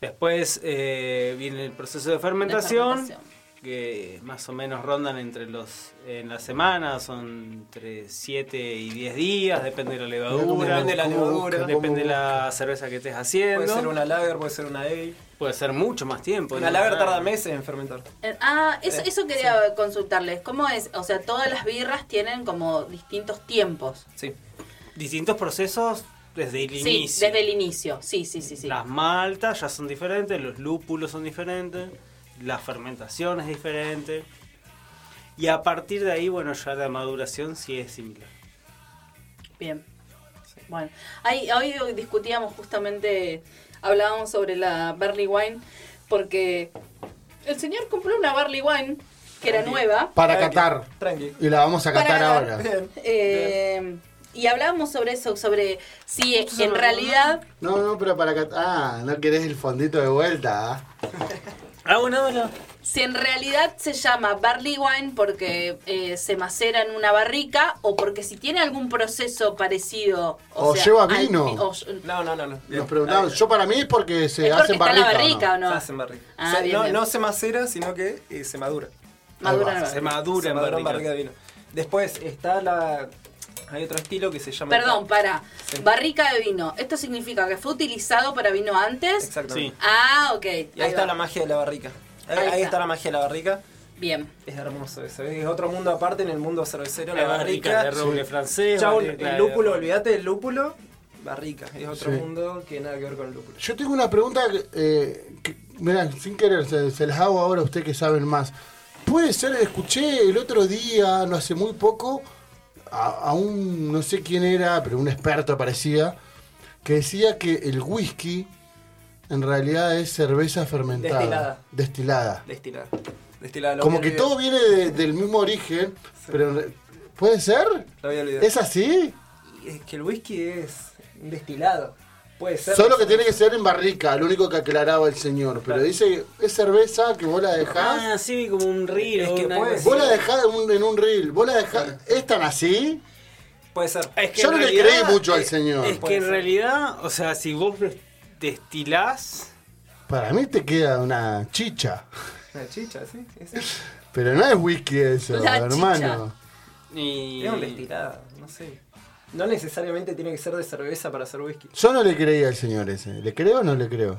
[SPEAKER 9] Después eh, viene el proceso de fermentación,
[SPEAKER 5] fermentación.
[SPEAKER 9] que más o menos rondan entre los en la semana, son entre 7 y 10 días, depende de la levadura,
[SPEAKER 8] depende la
[SPEAKER 4] ¿Cómo
[SPEAKER 8] levadura,
[SPEAKER 4] busca? ¿Cómo
[SPEAKER 9] depende de la cerveza que estés haciendo.
[SPEAKER 8] Puede ser una lager, puede ser una ale.
[SPEAKER 9] Puede ser mucho más tiempo.
[SPEAKER 8] Una
[SPEAKER 9] ¿no?
[SPEAKER 8] lager tarda meses en fermentar.
[SPEAKER 5] Eh, Ah, eso, eso quería consultarles. ¿Cómo es? O sea, todas las birras tienen como distintos tiempos.
[SPEAKER 8] Sí.
[SPEAKER 9] Distintos procesos desde el
[SPEAKER 5] sí,
[SPEAKER 9] inicio.
[SPEAKER 5] desde el inicio. Sí, sí, sí, sí.
[SPEAKER 9] Las maltas ya son diferentes, los lúpulos son diferentes, la fermentación es diferente. Y a partir de ahí, bueno, ya la maduración sí es similar.
[SPEAKER 5] Bien. Bueno, ahí, hoy discutíamos justamente, hablábamos sobre la barley wine, porque el señor compró una barley wine que era nueva.
[SPEAKER 4] Para
[SPEAKER 8] Tranqui,
[SPEAKER 4] catar.
[SPEAKER 8] Tranqui.
[SPEAKER 4] Y la vamos a
[SPEAKER 5] Para
[SPEAKER 4] catar
[SPEAKER 5] catar.
[SPEAKER 4] ahora.
[SPEAKER 8] Bien.
[SPEAKER 5] eh, y hablábamos sobre eso, sobre si en realidad
[SPEAKER 4] No, no, pero para catar. Ah, no querés el fondito de vuelta. ah?
[SPEAKER 9] Ah, bueno, bueno.
[SPEAKER 5] Si en realidad se llama barley wine porque eh, se macera en una barrica o porque si tiene algún proceso parecido.
[SPEAKER 4] O lleva vino.
[SPEAKER 5] al- o- es
[SPEAKER 8] No, no, no. Ah, no. Bien.
[SPEAKER 4] Nos preguntaron.
[SPEAKER 8] Eh, Ahí.
[SPEAKER 4] Yo para mí es porque se
[SPEAKER 5] porque
[SPEAKER 4] hacen
[SPEAKER 5] está en la
[SPEAKER 4] barrica.
[SPEAKER 5] barrica o
[SPEAKER 8] Se
[SPEAKER 5] no.
[SPEAKER 8] hace en barrica.
[SPEAKER 5] Ah,
[SPEAKER 8] O sea,
[SPEAKER 5] bien,
[SPEAKER 8] no,
[SPEAKER 5] bien.
[SPEAKER 8] no se macera, sino que eh, se madura.
[SPEAKER 4] Ahí
[SPEAKER 5] Madura en
[SPEAKER 4] va,
[SPEAKER 9] Se
[SPEAKER 5] la barrica.
[SPEAKER 9] madura
[SPEAKER 8] se
[SPEAKER 9] en
[SPEAKER 8] madura en barrica
[SPEAKER 9] barrica.
[SPEAKER 8] de vino. Después está la... Hay otro estilo que se llama...
[SPEAKER 5] Perdón, para.
[SPEAKER 8] Sí.
[SPEAKER 5] Barrica de vino. Esto significa que fue utilizado para vino antes.
[SPEAKER 8] Exactamente.
[SPEAKER 9] Sí.
[SPEAKER 5] Ah, ok.
[SPEAKER 8] Y ahí está
[SPEAKER 5] va.
[SPEAKER 8] la magia de la barrica. Ahí,
[SPEAKER 5] Ahí
[SPEAKER 8] ahí
[SPEAKER 5] está.
[SPEAKER 8] está la magia de la barrica.
[SPEAKER 5] Bien.
[SPEAKER 8] Es hermoso eso. Es otro mundo aparte en el mundo cervecero. La,
[SPEAKER 9] La barrica de roble francés.
[SPEAKER 8] Chau,
[SPEAKER 9] barrica de-
[SPEAKER 8] el lúpulo, olvídate del lúpulo. Barrica. Es otro
[SPEAKER 4] Sí.
[SPEAKER 8] mundo que nada que ver con el lúpulo.
[SPEAKER 4] Yo tengo una pregunta que, eh, que, mirá, sin querer, se, se las hago ahora a ustedes que saben más. Puede ser, escuché el otro día, no hace muy poco, a, a un, no sé quién era, pero un experto parecía, que decía que el whisky en realidad es cerveza fermentada.
[SPEAKER 8] Destilada.
[SPEAKER 4] Destilada.
[SPEAKER 8] Destilada. Destilada. lo
[SPEAKER 4] Como
[SPEAKER 8] había
[SPEAKER 4] que
[SPEAKER 8] olvidado.
[SPEAKER 4] todo viene de- del mismo origen, pero en re- ¿puede ser?
[SPEAKER 8] Lo había olvidado.
[SPEAKER 4] ¿Es así?
[SPEAKER 8] Y Es que el whisky es un destilado. Puede ser.
[SPEAKER 4] Solo que tiene que ser en barrica, lo único que aclaraba el señor. Pero dice, es cerveza que vos la dejás.
[SPEAKER 9] Ah, sí, como un río.
[SPEAKER 8] Es que
[SPEAKER 9] una-
[SPEAKER 8] puede ser.
[SPEAKER 4] Vos la dejás en un, en un reel, vos la dejás. ¿Es tan así?
[SPEAKER 8] Puede ser.
[SPEAKER 9] Es que
[SPEAKER 4] Yo
[SPEAKER 9] en
[SPEAKER 4] no le
[SPEAKER 9] realidad-
[SPEAKER 4] creí mucho al
[SPEAKER 9] eh,
[SPEAKER 4] señor.
[SPEAKER 9] Es que
[SPEAKER 8] Puede
[SPEAKER 9] en
[SPEAKER 8] ser.
[SPEAKER 9] realidad, o sea, si vos des- destilás,
[SPEAKER 4] Para mí te queda una chicha.
[SPEAKER 8] Una chicha, sí. Es, es
[SPEAKER 4] Pero no es whisky eso,
[SPEAKER 5] La
[SPEAKER 4] hermano.
[SPEAKER 9] y...
[SPEAKER 8] un destilado. No sé. No necesariamente tiene que ser de cerveza para hacer whisky.
[SPEAKER 4] Yo no le creí al señor ese. ¿Le creo o no le creo?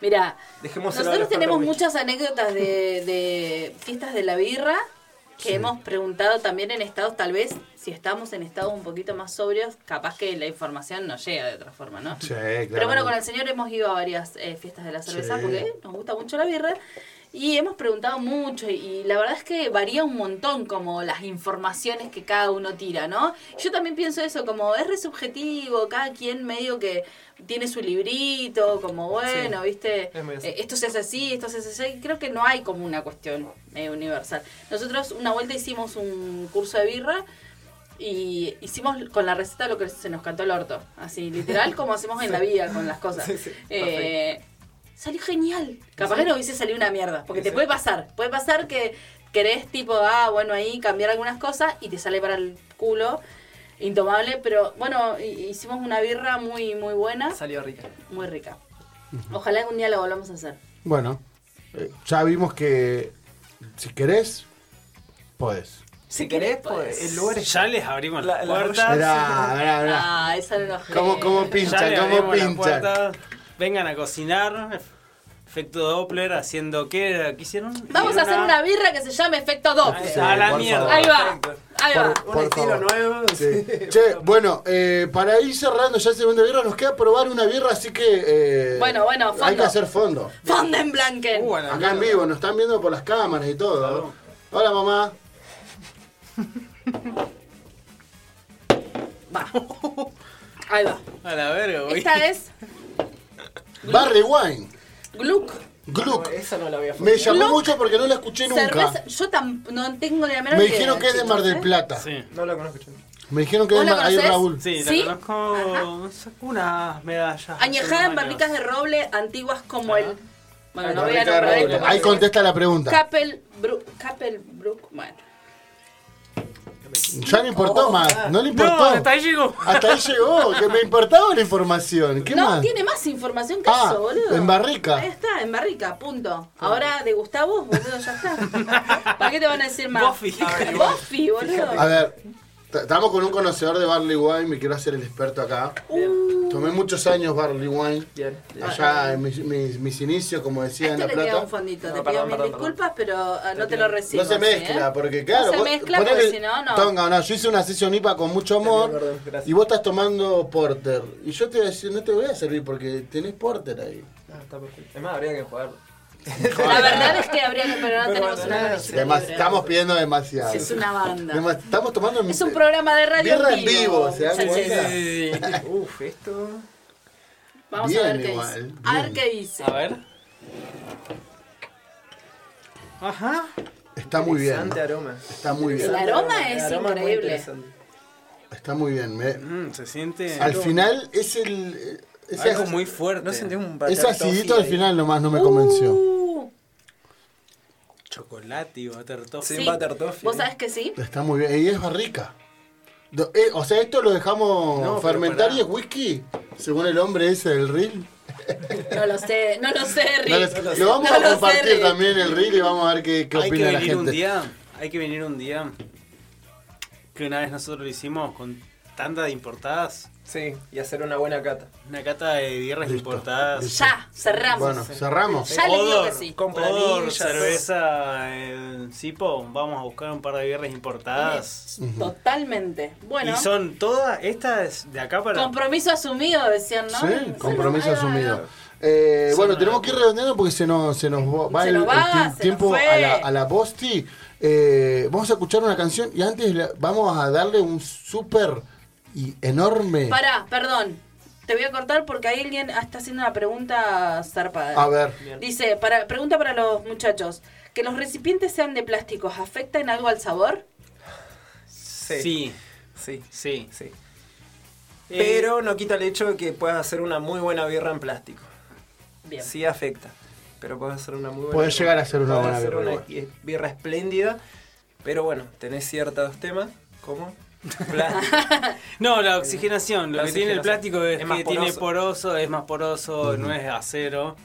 [SPEAKER 5] Mira,
[SPEAKER 8] Dejemos
[SPEAKER 5] nosotros tenemos muchas anécdotas de, de fiestas de la birra que hemos preguntado también en estados, tal vez si estamos en estados un poquito más sobrios, capaz que la información nos llega de otra forma, ¿no?
[SPEAKER 4] Sí, claro.
[SPEAKER 5] Pero bueno, con el señor hemos ido a varias eh, fiestas de la cerveza
[SPEAKER 4] Sí.
[SPEAKER 5] porque nos gusta mucho la birra Y hemos preguntado mucho y, y la verdad es que varía un montón como las informaciones que cada uno tira, ¿no? Yo también pienso eso, como es re subjetivo, cada quien medio que tiene su librito, como bueno, ¿viste?
[SPEAKER 8] es muy así.
[SPEAKER 5] Eh, esto se hace así, esto se hace así. Creo que no hay como una cuestión eh, universal. Nosotros una vuelta hicimos un curso de birra y hicimos con la receta lo que se nos cantó el orto. Así, literal, como hacemos en la vida con las cosas.
[SPEAKER 8] Sí, sí, perfecto.
[SPEAKER 5] Eh, salió genial. Capaz que no hubiese salido una mierda. Porque te
[SPEAKER 8] Sí.
[SPEAKER 5] puede pasar. Puede pasar que querés, tipo, ah, bueno, ahí cambiar algunas cosas y te sale para el culo. Intomable, pero bueno, hi- hicimos una birra muy, muy buena,
[SPEAKER 8] Salió rica.
[SPEAKER 5] muy rica. Ojalá algún día la volvamos a hacer.
[SPEAKER 4] Bueno, eh, ya vimos que si querés, podés.
[SPEAKER 8] Si querés, pues, el lugar es
[SPEAKER 9] Ya les abrimos la,
[SPEAKER 8] La- la
[SPEAKER 9] puerta.
[SPEAKER 4] Verá, verá, verá.
[SPEAKER 5] Ah, esa no
[SPEAKER 4] ¿Cómo, cómo
[SPEAKER 9] Ya
[SPEAKER 4] pinchan?
[SPEAKER 9] les
[SPEAKER 4] ¿Cómo
[SPEAKER 9] abrimos la
[SPEAKER 4] pinchan?
[SPEAKER 9] puerta. Vengan a cocinar. Efecto Doppler haciendo qué, ¿qué hicieron? Ah,
[SPEAKER 5] Vamos a hacer una birra que se llame Efecto Doppler.
[SPEAKER 9] A la
[SPEAKER 4] por
[SPEAKER 9] mierda.
[SPEAKER 4] favor.
[SPEAKER 5] Ahí va, ahí va.
[SPEAKER 4] Por-
[SPEAKER 8] un
[SPEAKER 4] por
[SPEAKER 8] estilo
[SPEAKER 4] favor.
[SPEAKER 8] nuevo.
[SPEAKER 4] Sí. Che, bueno, eh, para ir cerrando ya el segundo birra, nos queda probar una birra, así que. eh,
[SPEAKER 5] Bueno, bueno,
[SPEAKER 4] Hay
[SPEAKER 5] fondo.
[SPEAKER 4] que hacer fondo.
[SPEAKER 5] Fondenblanken.
[SPEAKER 9] Uh, a la
[SPEAKER 4] Acá en vivo, nos están viendo por las cámaras y todo. Hola, mamá.
[SPEAKER 5] Ahí va.
[SPEAKER 9] A la verga, güey.
[SPEAKER 5] Esta es
[SPEAKER 4] Barry Wine.
[SPEAKER 5] Gluck.
[SPEAKER 4] Gluck.
[SPEAKER 8] Esa no la había
[SPEAKER 4] Me llamó
[SPEAKER 5] Gluck.
[SPEAKER 4] mucho porque no la escuché
[SPEAKER 5] Cerveza.
[SPEAKER 4] nunca.
[SPEAKER 5] Yo tam- no tengo ni la menor
[SPEAKER 4] Me
[SPEAKER 5] idea,
[SPEAKER 4] dijeron que es de
[SPEAKER 5] chicos,
[SPEAKER 4] Mar del
[SPEAKER 5] ¿eh?
[SPEAKER 4] Plata.
[SPEAKER 9] Sí.
[SPEAKER 8] No la conozco. che.
[SPEAKER 4] Me dijeron que es de
[SPEAKER 5] ¿Vos la
[SPEAKER 4] Mar Ahí
[SPEAKER 5] conocés?
[SPEAKER 4] Raúl.
[SPEAKER 9] Sí, la
[SPEAKER 5] ¿Sí?
[SPEAKER 9] conozco. Sacó unas medallas. hace
[SPEAKER 5] Añejada en
[SPEAKER 9] unos años.
[SPEAKER 5] barricas de roble antiguas como el. Bueno, no voy a
[SPEAKER 4] Barrica
[SPEAKER 5] nombrar
[SPEAKER 4] de
[SPEAKER 5] esto.
[SPEAKER 4] Raúl.
[SPEAKER 5] porque-
[SPEAKER 4] Ahí contesta la pregunta.
[SPEAKER 5] Capel Brook. Capel Brook. Bueno.
[SPEAKER 4] Ya no
[SPEAKER 5] Oh.
[SPEAKER 4] importó más. No le
[SPEAKER 9] No,
[SPEAKER 4] importó.
[SPEAKER 9] hasta ahí llegó.
[SPEAKER 4] Hasta ahí llegó, que me importaba la información. ¿Qué
[SPEAKER 5] no,
[SPEAKER 4] más?
[SPEAKER 5] tiene más información que
[SPEAKER 4] Ah,
[SPEAKER 5] eso, boludo.
[SPEAKER 4] en
[SPEAKER 5] Ahí
[SPEAKER 4] Barrica. Ah.
[SPEAKER 5] está, en barrica, punto. Ahora de Gustavo, boludo, ya está. ¿Para qué te van a decir más?
[SPEAKER 9] Buffy.
[SPEAKER 5] Buffy,
[SPEAKER 4] A
[SPEAKER 5] boludo.
[SPEAKER 4] ver, t- estamos con un conocedor de Barley Wine, me quiero hacer el experto acá. Tomé muchos años Barley Wine.
[SPEAKER 8] Bien.
[SPEAKER 4] Allá en mis, mis- mis inicios, como decía en
[SPEAKER 5] Esto
[SPEAKER 4] La
[SPEAKER 5] este le queda
[SPEAKER 4] Plata.
[SPEAKER 5] un fondito.
[SPEAKER 8] No,
[SPEAKER 5] te pido
[SPEAKER 8] perdón,
[SPEAKER 5] mil
[SPEAKER 8] perdón, perdón.
[SPEAKER 5] disculpas, pero ah, no te lo recibo.
[SPEAKER 4] No se
[SPEAKER 5] así,
[SPEAKER 4] mezcla,
[SPEAKER 5] ¿eh?
[SPEAKER 4] porque claro.
[SPEAKER 5] No se
[SPEAKER 4] vos-
[SPEAKER 5] mezcla
[SPEAKER 4] ponele
[SPEAKER 5] porque si no, no.
[SPEAKER 4] Tonga, no. Yo hice una sesión IPA con mucho amor
[SPEAKER 8] Perdón, perdón, gracias.
[SPEAKER 4] y vos estás tomando porter. Y yo te voy a decir, no te voy a servir porque tenés porter ahí.
[SPEAKER 8] Ah, está perfecto. Es más, habría que jugarlo.
[SPEAKER 5] La verdad es que habría que, pero no
[SPEAKER 8] Pero
[SPEAKER 5] tenemos
[SPEAKER 8] bueno,
[SPEAKER 5] una
[SPEAKER 8] nada,
[SPEAKER 5] conexión
[SPEAKER 4] Demas-
[SPEAKER 5] libre.
[SPEAKER 4] estamos pidiendo demasiado.
[SPEAKER 5] Es una banda.
[SPEAKER 4] Dema- estamos tomando en-
[SPEAKER 5] Es un programa de radio
[SPEAKER 4] Birra
[SPEAKER 5] en
[SPEAKER 4] en
[SPEAKER 5] vivo.
[SPEAKER 4] vivo, ¿se dan
[SPEAKER 5] muchachos.
[SPEAKER 4] cuenta?
[SPEAKER 9] Sí, sí, sí.
[SPEAKER 8] Uf, esto.
[SPEAKER 5] Vamos a
[SPEAKER 4] Bien
[SPEAKER 5] ver qué
[SPEAKER 4] igual,
[SPEAKER 5] dice. A ver
[SPEAKER 4] bien.
[SPEAKER 5] qué dice.
[SPEAKER 9] A ver. Ajá.
[SPEAKER 4] Está muy bien.
[SPEAKER 8] Interesante aroma.
[SPEAKER 4] Está muy bien.
[SPEAKER 5] El aroma
[SPEAKER 8] El
[SPEAKER 5] es
[SPEAKER 8] aroma muy
[SPEAKER 5] increíble.
[SPEAKER 8] interesante.
[SPEAKER 4] Está muy bien. me-
[SPEAKER 9] Mm, se siente
[SPEAKER 4] al final es el. Es,
[SPEAKER 9] algo muy fuerte.
[SPEAKER 8] No sentí un
[SPEAKER 4] es
[SPEAKER 8] batata
[SPEAKER 4] acidito
[SPEAKER 8] toffee
[SPEAKER 4] al
[SPEAKER 8] ahí.
[SPEAKER 4] final nomás, no me convenció.
[SPEAKER 5] Uh,
[SPEAKER 9] Chocolate y butter toffee.
[SPEAKER 8] Sí,
[SPEAKER 5] sí.
[SPEAKER 8] butter toffee.
[SPEAKER 5] ¿Vos sabés que sí?
[SPEAKER 4] Está muy bien. Y es barrica. Do- eh, o sea, esto lo dejamos
[SPEAKER 9] No, pero
[SPEAKER 4] fermentar
[SPEAKER 9] pará.
[SPEAKER 4] y es whisky. Según el hombre ese del reel.
[SPEAKER 5] No lo sé, no lo sé, Rick.
[SPEAKER 4] No, lo- lo vamos
[SPEAKER 5] No
[SPEAKER 4] a
[SPEAKER 5] lo sé,
[SPEAKER 4] compartir
[SPEAKER 5] Rick.
[SPEAKER 4] también el reel y vamos a ver qué, qué
[SPEAKER 9] hay que
[SPEAKER 4] opina la
[SPEAKER 9] venir un
[SPEAKER 4] gente.
[SPEAKER 9] día, hay que venir un día que una vez nosotros lo hicimos con tanda de importadas,
[SPEAKER 8] Sí, y hacer una buena cata.
[SPEAKER 9] una cata de birras
[SPEAKER 4] Listo.
[SPEAKER 9] importadas.
[SPEAKER 5] Ya, cerramos.
[SPEAKER 4] Bueno, cerramos.
[SPEAKER 5] Ya les digo que
[SPEAKER 9] Odor,
[SPEAKER 5] sí.
[SPEAKER 8] Con
[SPEAKER 9] odor,
[SPEAKER 8] planillas.
[SPEAKER 9] cerveza, en Zipo, vamos a buscar un par de birras importadas.
[SPEAKER 5] Totalmente. Bueno,
[SPEAKER 9] Y son todas, estas de acá para...
[SPEAKER 5] compromiso asumido, decían, ¿no?
[SPEAKER 4] Sí, compromiso
[SPEAKER 5] Ahí va, ahí
[SPEAKER 4] asumido.
[SPEAKER 5] va.
[SPEAKER 4] Eh,
[SPEAKER 9] Sí,
[SPEAKER 4] bueno,
[SPEAKER 9] no,
[SPEAKER 4] tenemos
[SPEAKER 9] no.
[SPEAKER 4] que ir redondeando porque se nos, se nos va- va
[SPEAKER 5] Se
[SPEAKER 4] el,
[SPEAKER 5] nos
[SPEAKER 4] el
[SPEAKER 5] va,
[SPEAKER 4] tiemp-
[SPEAKER 5] se nos
[SPEAKER 4] tiempo
[SPEAKER 5] fue.
[SPEAKER 4] a la, a la posti. Eh, vamos a escuchar una canción y antes la- vamos a darle un súper y enorme.
[SPEAKER 5] Pará, perdón. Te voy a cortar porque ahí alguien está haciendo una pregunta zarpada.
[SPEAKER 4] A ver,
[SPEAKER 5] Dice, para, pregunta para los muchachos. ¿Que los recipientes sean de plásticos afecta en algo al sabor?
[SPEAKER 8] Sí.
[SPEAKER 9] Sí,
[SPEAKER 8] Sí.
[SPEAKER 9] sí.
[SPEAKER 8] sí.
[SPEAKER 9] Eh,
[SPEAKER 8] Pero no quita el hecho de que puedas hacer una muy buena birra en plástico.
[SPEAKER 5] Bien.
[SPEAKER 8] Sí afecta. Pero puedes hacer una muy buena
[SPEAKER 4] Podés llegar a hacer una
[SPEAKER 8] Podés
[SPEAKER 4] buena
[SPEAKER 8] hacer
[SPEAKER 4] birra
[SPEAKER 8] una i- birra espléndida. Pero bueno, tenés ciertos temas como plástico.
[SPEAKER 9] No, la oxigenación. Lo
[SPEAKER 8] La
[SPEAKER 9] que tiene el
[SPEAKER 8] oxigenación.
[SPEAKER 9] plástico es,
[SPEAKER 8] Es más
[SPEAKER 9] que tiene
[SPEAKER 8] poroso.
[SPEAKER 9] poroso, es más poroso, no es acero,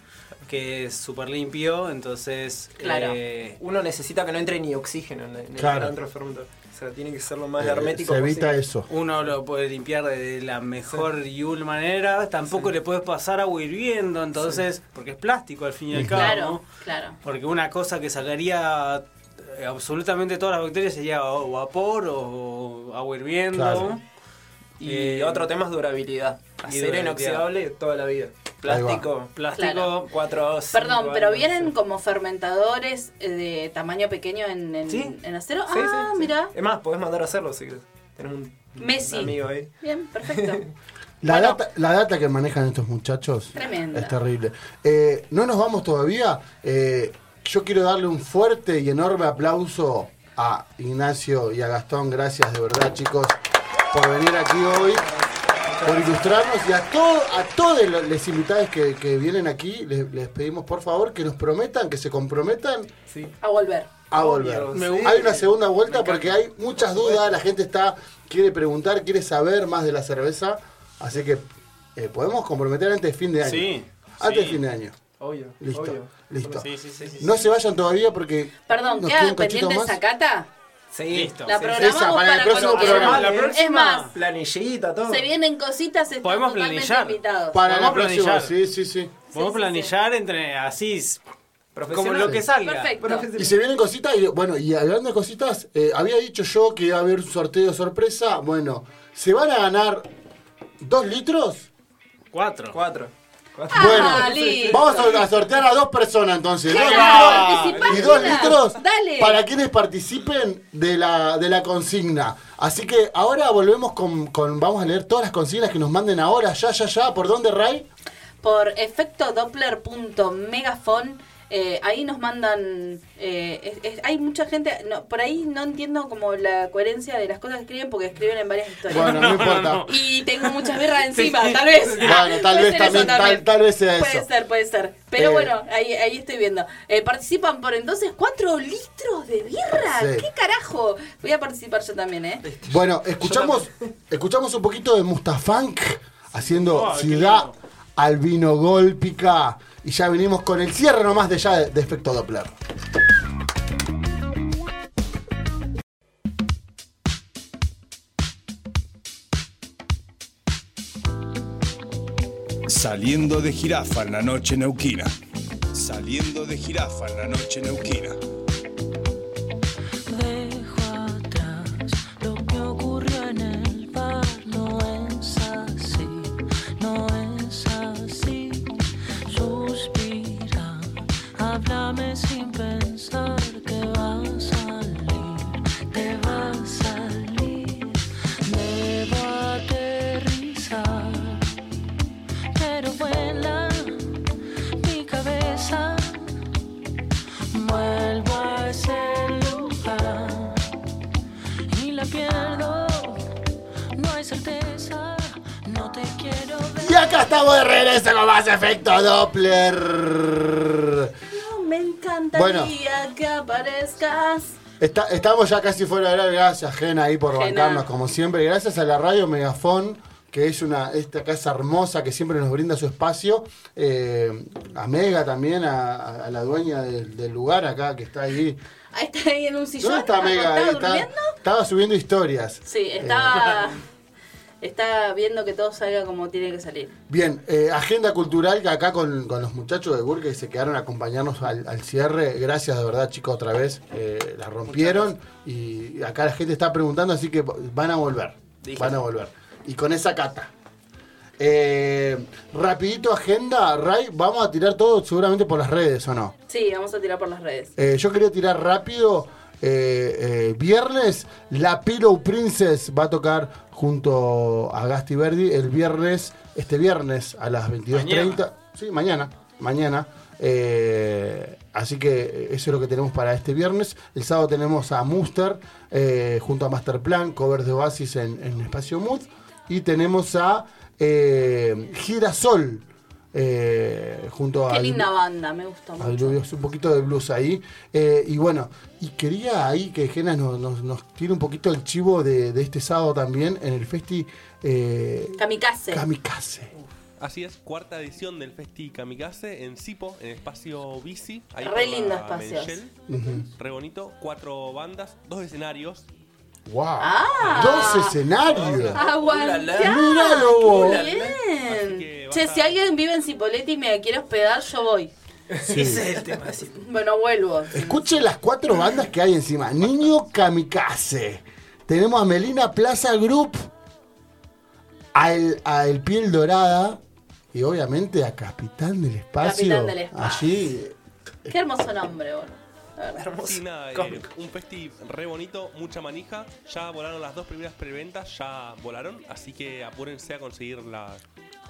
[SPEAKER 9] que es súper limpio, entonces...
[SPEAKER 5] Claro.
[SPEAKER 9] eh,
[SPEAKER 8] Uno necesita que no entre ni oxígeno en, en
[SPEAKER 4] Claro.
[SPEAKER 8] el adentro del fermento. O sea, tiene que ser lo más
[SPEAKER 4] eh,
[SPEAKER 8] hermético
[SPEAKER 4] se evita
[SPEAKER 8] posible.
[SPEAKER 4] eso.
[SPEAKER 9] uno lo puede limpiar de la mejor y última manera, tampoco le puedes pasar agua hirviendo, entonces, porque es plástico al fin y al cabo.
[SPEAKER 5] Claro,
[SPEAKER 9] ¿no?
[SPEAKER 5] claro.
[SPEAKER 9] Porque una cosa que sacaría eh, absolutamente todas las bacterias sería o vapor o agua hirviendo.
[SPEAKER 4] Claro.
[SPEAKER 8] Y
[SPEAKER 9] Eh,
[SPEAKER 8] otro tema es durabilidad.
[SPEAKER 9] y
[SPEAKER 8] Acero
[SPEAKER 9] durabilidad.
[SPEAKER 8] inoxidable toda la vida. Plástico.
[SPEAKER 9] Plástico.
[SPEAKER 5] Claro.
[SPEAKER 8] Cuatro, cinco
[SPEAKER 5] Perdón, pero
[SPEAKER 8] años,
[SPEAKER 5] vienen
[SPEAKER 8] sí.
[SPEAKER 5] como fermentadores eh, de tamaño pequeño en, en,
[SPEAKER 8] Sí.
[SPEAKER 5] en acero.
[SPEAKER 8] Sí, sí,
[SPEAKER 5] ah,
[SPEAKER 8] sí.
[SPEAKER 5] mira.
[SPEAKER 8] Es más, podés mandar a hacerlo si querés. Tenés un
[SPEAKER 5] Messi.
[SPEAKER 8] amigo ahí.
[SPEAKER 5] Bien, perfecto.
[SPEAKER 4] La,
[SPEAKER 5] Bueno.
[SPEAKER 4] data, la data que manejan estos muchachos
[SPEAKER 5] Tremenda.
[SPEAKER 4] es terrible. Eh, no nos vamos todavía. Eh, yo quiero darle un fuerte y enorme aplauso a Ignacio y a Gastón. Gracias de verdad, chicos, por venir aquí hoy, por ilustrarnos. Y a, todo, a todos los les invitados que, que vienen aquí, les, les pedimos por favor que nos prometan, que se comprometan
[SPEAKER 8] Sí.
[SPEAKER 5] A volver.
[SPEAKER 4] a volver.
[SPEAKER 8] Me
[SPEAKER 4] Sí.
[SPEAKER 8] gusta.
[SPEAKER 4] Hay una segunda vuelta porque hay muchas dudas, la gente está quiere preguntar, quiere saber más de la cerveza, así que eh, podemos comprometer antes de fin de año.
[SPEAKER 9] Sí,
[SPEAKER 4] Antes de
[SPEAKER 9] sí.
[SPEAKER 4] fin de año.
[SPEAKER 8] Obvio.
[SPEAKER 4] Listo.
[SPEAKER 8] Obvio.
[SPEAKER 4] Listo.
[SPEAKER 9] Sí, sí, sí, sí, sí.
[SPEAKER 4] No se vayan todavía porque
[SPEAKER 5] Perdón,
[SPEAKER 4] nos queda
[SPEAKER 5] ¿queda
[SPEAKER 4] un cachito
[SPEAKER 5] pendiente
[SPEAKER 4] más.
[SPEAKER 5] esa cata?
[SPEAKER 8] Sí.
[SPEAKER 9] Listo.
[SPEAKER 5] La
[SPEAKER 8] Sí, sí.
[SPEAKER 5] programamos
[SPEAKER 4] esa, para
[SPEAKER 5] para,
[SPEAKER 4] el próximo
[SPEAKER 5] cuando
[SPEAKER 4] programa.
[SPEAKER 5] quieran.
[SPEAKER 8] La
[SPEAKER 5] Es
[SPEAKER 8] próxima.
[SPEAKER 5] más,
[SPEAKER 8] Planillita, todo.
[SPEAKER 5] se vienen cositas, están
[SPEAKER 9] Podemos
[SPEAKER 5] totalmente
[SPEAKER 9] planillar.
[SPEAKER 5] invitados.
[SPEAKER 4] Para la
[SPEAKER 9] Vamos a
[SPEAKER 4] próxima,
[SPEAKER 9] planillar.
[SPEAKER 4] sí, sí, sí.
[SPEAKER 9] Podemos
[SPEAKER 5] sí,
[SPEAKER 9] planillar entre así, como
[SPEAKER 8] Profesional.
[SPEAKER 9] lo que salga.
[SPEAKER 5] Perfecto.
[SPEAKER 8] Profesional.
[SPEAKER 4] Y se vienen cositas, y bueno, y hablando de cositas, eh, había dicho yo que iba a haber un sorteo sorpresa. Bueno, ¿se van a ganar dos litros?
[SPEAKER 9] Cuatro.
[SPEAKER 8] Cuatro. Cuatro.
[SPEAKER 4] Bueno,
[SPEAKER 5] Ah, listo.
[SPEAKER 4] vamos a, a sortear a dos personas entonces. Dos
[SPEAKER 5] Claro,
[SPEAKER 4] litros
[SPEAKER 5] participá,
[SPEAKER 4] y dos
[SPEAKER 5] Jonas.
[SPEAKER 4] litros
[SPEAKER 5] Dale.
[SPEAKER 4] para quienes participen de la, de la consigna. Así que ahora volvemos con, con- Vamos a leer todas las consignas que nos manden ahora. Ya, ya, ya. ¿Por dónde, Ray?
[SPEAKER 5] por efecto doppler.megafon. eh, ahí nos mandan. eh, es- es- hay mucha gente. no, por ahí no entiendo como la coherencia de las cosas que escriben porque escriben en varias historias.
[SPEAKER 4] Bueno, no, importa.
[SPEAKER 5] Y tengo muchas birras encima, tal vez.
[SPEAKER 4] Bueno, tal
[SPEAKER 5] Puede
[SPEAKER 4] vez
[SPEAKER 5] ser
[SPEAKER 4] también, tal- tal vez sea
[SPEAKER 5] puede
[SPEAKER 4] eso.
[SPEAKER 5] ser, puede ser. Pero
[SPEAKER 4] Eh.
[SPEAKER 5] bueno, ahí, ahí estoy viendo. Eh, participan por entonces 4 litros de birra.
[SPEAKER 4] Sí.
[SPEAKER 5] ¿Qué carajo? Voy a participar yo también, ¿eh?
[SPEAKER 4] Bueno, escuchamos, escuchamos un poquito de Mustafank haciendo
[SPEAKER 9] Oh, qué
[SPEAKER 4] Ciudad
[SPEAKER 9] lindo.
[SPEAKER 4] Albino Golpica. Y ya venimos con el cierre nomás de ya de, de efecto Doppler.
[SPEAKER 2] Saliendo de jirafa en la noche neuquina. Saliendo de jirafa en la noche neuquina.
[SPEAKER 11] Dejo atrás lo que ocurrió en el bar. No es así, no es así. Suspira, háblame sin pensar que va a salir, te va a salir. Debo aterrizar, pero vuela mi cabeza. Vuelvo a ese lugar y la pierdo. No hay certeza, no te quiero ver.
[SPEAKER 4] Y acá estamos de regreso con más efecto Doppler.
[SPEAKER 5] No, me encantaría
[SPEAKER 4] Bueno.
[SPEAKER 5] que aparezcas.
[SPEAKER 4] Está- estamos ya casi fuera de hora. Gracias, Gena, ahí por
[SPEAKER 5] Gena.
[SPEAKER 4] bancarnos, como siempre. Gracias a la radio Megafon, que es una esta casa hermosa que siempre nos brinda su espacio. Eh, a Mega también, a, a- a la dueña del, del lugar acá, que está ahí.
[SPEAKER 5] Ahí Ah, está ahí en un sillón.
[SPEAKER 4] ¿Dónde está Mega? Ahí
[SPEAKER 5] ¿Estaba
[SPEAKER 4] está-
[SPEAKER 5] durmiendo?
[SPEAKER 4] estaba subiendo historias.
[SPEAKER 5] Sí, estaba, está viendo que todo salga como tiene que salir.
[SPEAKER 4] Bien, eh, agenda cultural que acá con, con los muchachos de Burke que se quedaron a acompañarnos al, al cierre. Gracias de verdad, chicos, otra vez. Eh, la rompieron y acá la gente está preguntando, así que van a volver.
[SPEAKER 8] Dije.
[SPEAKER 4] Van a volver. Y con esa cata. Eh, rapidito agenda, Ray, vamos a tirar todo seguramente por las redes, ¿o no?
[SPEAKER 5] Sí, vamos a tirar por las redes.
[SPEAKER 4] Eh, yo quería tirar rápido. eh, eh, viernes, la Pillow Princess va a tocar junto a Gasti Verdi el viernes, este viernes a las 22.30. Sí, mañana, mañana. Eh, así que eso es lo que tenemos para este viernes. El sábado tenemos a Muster eh, junto a Masterplan, covers de Oasis en, en Espacio Mood. Y tenemos a eh, Girasol eh, junto a
[SPEAKER 5] Qué linda banda, me gustó
[SPEAKER 4] Ay,
[SPEAKER 5] mucho.
[SPEAKER 4] lo veo, un poquito de blues ahí. Eh, y bueno, y quería ahí que Jena nos, nos, nos tire un poquito el chivo de, de este sábado también en el Festi eh,
[SPEAKER 5] Kamikaze.
[SPEAKER 4] Kamikaze.
[SPEAKER 6] Así es, cuarta edición del Festi Kamikaze en Sipo, en el espacio Bici.
[SPEAKER 5] Re
[SPEAKER 6] por la
[SPEAKER 5] lindo espacio.
[SPEAKER 6] Menchel. Re bonito, cuatro bandas, dos escenarios.
[SPEAKER 4] ¡Wow!
[SPEAKER 5] Ah.
[SPEAKER 4] ¡Dos escenarios!
[SPEAKER 5] Aguantá.
[SPEAKER 4] Míralo vos.
[SPEAKER 5] Qué
[SPEAKER 6] Así
[SPEAKER 5] Bien.
[SPEAKER 6] que
[SPEAKER 5] Che,
[SPEAKER 6] baja-
[SPEAKER 5] si alguien vive en Cipolletti y me quiere hospedar, yo voy.
[SPEAKER 8] Ese es el tema. sí.
[SPEAKER 5] Bueno, vuelvo.
[SPEAKER 4] Escuche las cuatro bandas que hay encima. Niño Kamikaze. Tenemos a Melina Plaza Group. Al, a El Piel Dorada. Y obviamente a Capitán del Espacio.
[SPEAKER 5] Capitán del Espacio.
[SPEAKER 4] Allí.
[SPEAKER 5] Qué hermoso nombre, boludo. La verdad.
[SPEAKER 6] Sí, nada, eh, un festi re bonito, mucha manija. Ya volaron las dos primeras preventas, ya volaron, así que apúrense a conseguir la.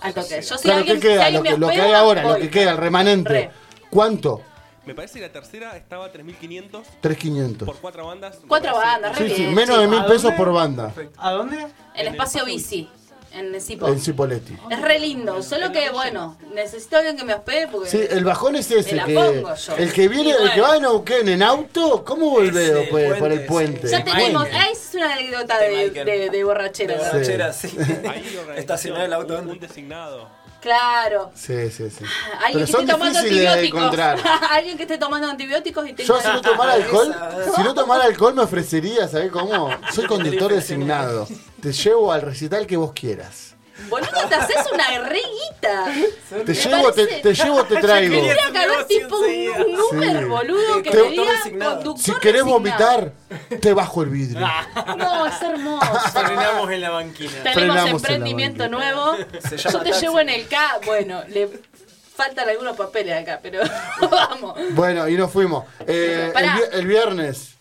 [SPEAKER 5] Al toque. Yo si
[SPEAKER 4] Claro,
[SPEAKER 5] alguien-
[SPEAKER 4] ¿qué queda?
[SPEAKER 5] si
[SPEAKER 4] lo,
[SPEAKER 5] alguien
[SPEAKER 4] que,
[SPEAKER 5] me
[SPEAKER 4] lo que
[SPEAKER 5] hospeda,
[SPEAKER 4] hay ahora,
[SPEAKER 5] voy.
[SPEAKER 4] lo que queda, el remanente.
[SPEAKER 5] Re.
[SPEAKER 4] ¿Cuánto?
[SPEAKER 6] Me parece que la tercera estaba a 3.500
[SPEAKER 4] 3.500.
[SPEAKER 6] por cuatro bandas. me
[SPEAKER 5] Cuatro
[SPEAKER 6] parece-
[SPEAKER 5] bandas, re
[SPEAKER 4] Sí, sí,
[SPEAKER 5] bien,
[SPEAKER 4] menos de
[SPEAKER 5] chicos.
[SPEAKER 4] mil pesos por banda.
[SPEAKER 9] ¿A dónde?
[SPEAKER 5] El espacio bici. En Cipo.
[SPEAKER 4] En Cipoletti.
[SPEAKER 5] Es re lindo, solo que bueno, necesito a alguien que me hospede porque.
[SPEAKER 4] Sí, eh, el bajón es ese.
[SPEAKER 5] Me la
[SPEAKER 4] que,
[SPEAKER 5] pongo yo.
[SPEAKER 4] el que viene,
[SPEAKER 5] Y bueno.
[SPEAKER 4] el que va a Neuquén en auto, ¿cómo vuelve pues, por el puente?
[SPEAKER 5] Ya tenemos,
[SPEAKER 4] Puente.
[SPEAKER 5] ahí es una anécdota de, de- Este de borrachera. ¿verdad?
[SPEAKER 8] Borrachera, sí. Estacionar el auto
[SPEAKER 6] Un designado.
[SPEAKER 5] Claro.
[SPEAKER 4] Sí, sí, sí.
[SPEAKER 5] Alguien
[SPEAKER 4] Pero
[SPEAKER 5] que
[SPEAKER 4] son
[SPEAKER 5] esté tomando
[SPEAKER 4] difíciles de
[SPEAKER 5] antibióticos.
[SPEAKER 4] encontrar.
[SPEAKER 5] alguien que esté tomando antibióticos y te
[SPEAKER 4] Yo si no tomara alcohol, si no tomara alcohol me ofrecería, ¿sabes cómo? Soy conductor designado. Te llevo al recital que vos quieras.
[SPEAKER 5] Boludo, te haces una reguita.
[SPEAKER 4] Te llevo, te, te llevo, te traigo.
[SPEAKER 5] Quisiera que hagas tipo un, un Uber,
[SPEAKER 4] Sí.
[SPEAKER 5] boludo, que
[SPEAKER 4] Te-
[SPEAKER 5] te diga conductor
[SPEAKER 4] Si querés
[SPEAKER 5] designado.
[SPEAKER 4] vomitar, te bajo el vidrio.
[SPEAKER 5] Ah. No, es hermoso.
[SPEAKER 9] Frenamos en la banquina.
[SPEAKER 5] Tenemos
[SPEAKER 4] Frenamos en la
[SPEAKER 5] emprendimiento nuevo.
[SPEAKER 9] Se
[SPEAKER 5] Yo
[SPEAKER 9] llama
[SPEAKER 5] te
[SPEAKER 9] taxi.
[SPEAKER 5] llevo en el K. Bueno, le faltan algunos papeles acá, pero vamos.
[SPEAKER 4] Bueno, y nos fuimos. Eh, el,
[SPEAKER 5] Pará.
[SPEAKER 4] vi- el viernes.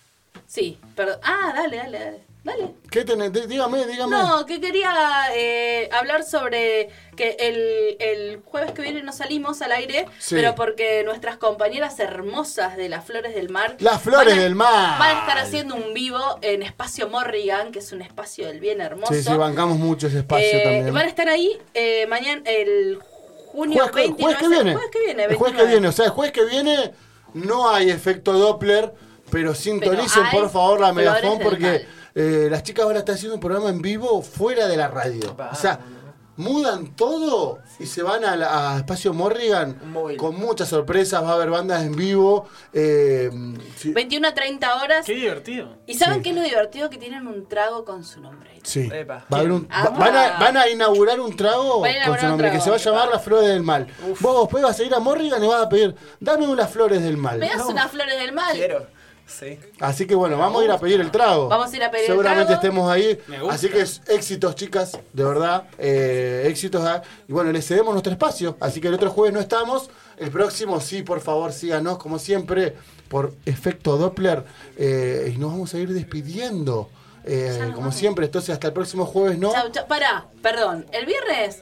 [SPEAKER 5] Sí, perdón. Ah, dale, dale, dale. Dale.
[SPEAKER 4] ¿Qué tenés? Dí- Dígame, dígame.
[SPEAKER 5] No, que quería eh, hablar sobre que el, el jueves que viene no salimos al aire,
[SPEAKER 4] Sí.
[SPEAKER 5] pero porque nuestras compañeras hermosas de las Flores del Mar
[SPEAKER 4] Las flores
[SPEAKER 5] van a-
[SPEAKER 4] del mar.
[SPEAKER 5] van a estar haciendo un vivo en Espacio Morrigan, que es un espacio del bien hermoso.
[SPEAKER 4] Sí, sí, bancamos mucho ese espacio
[SPEAKER 5] Eh,
[SPEAKER 4] también.
[SPEAKER 5] Van a estar ahí eh, mañana, el junio
[SPEAKER 4] Jueves que- jueves que
[SPEAKER 5] 29.
[SPEAKER 4] viene.
[SPEAKER 5] El jueves que viene,
[SPEAKER 4] El jueves que
[SPEAKER 5] 29.
[SPEAKER 4] viene, o sea, el jueves que viene no hay efecto Doppler, pero sintonicen
[SPEAKER 5] hay
[SPEAKER 4] por favor la
[SPEAKER 5] flores
[SPEAKER 4] megafón
[SPEAKER 5] del
[SPEAKER 4] porque eh, las chicas ahora están haciendo un programa en vivo fuera de la radio. O sea, mudan todo y se van a, la- a Espacio Morrigan con muchas sorpresas, va a haber bandas en vivo. eh, sí,
[SPEAKER 5] 21 a 30 horas.
[SPEAKER 9] Qué divertido.
[SPEAKER 5] ¿Y saben
[SPEAKER 4] Sí.
[SPEAKER 5] qué es lo divertido? Que tienen un trago con su nombre.
[SPEAKER 4] sí. Va a haber un- va- van, a, van a inaugurar un trago
[SPEAKER 5] Van a inaugurar
[SPEAKER 4] con su
[SPEAKER 5] un
[SPEAKER 4] nombre, que
[SPEAKER 5] trago.
[SPEAKER 4] se va a llamar Las Flores del Mal. Vos después vas a ir a Morrigan y vas a pedir, dame unas flores del mal.
[SPEAKER 5] ¿Me das unas flores del mal?
[SPEAKER 8] Quiero. Sí.
[SPEAKER 4] Así que bueno, vamos a ir a pedir el trago.
[SPEAKER 5] Vamos a ir a pedir el
[SPEAKER 4] Seguramente
[SPEAKER 5] trago.
[SPEAKER 4] estemos ahí.
[SPEAKER 9] Me gusta.
[SPEAKER 4] Así que es- éxitos, chicas, de verdad. eh, éxitos. a- y bueno, les cedemos nuestro espacio. Así que el otro jueves no estamos. El próximo sí, por favor, síganos como siempre por efecto Doppler. eh, y nos vamos a ir despidiendo. eh, como siempre, entonces hasta el próximo jueves, ¿no?
[SPEAKER 5] Chau, chau. Pará, perdón. El viernes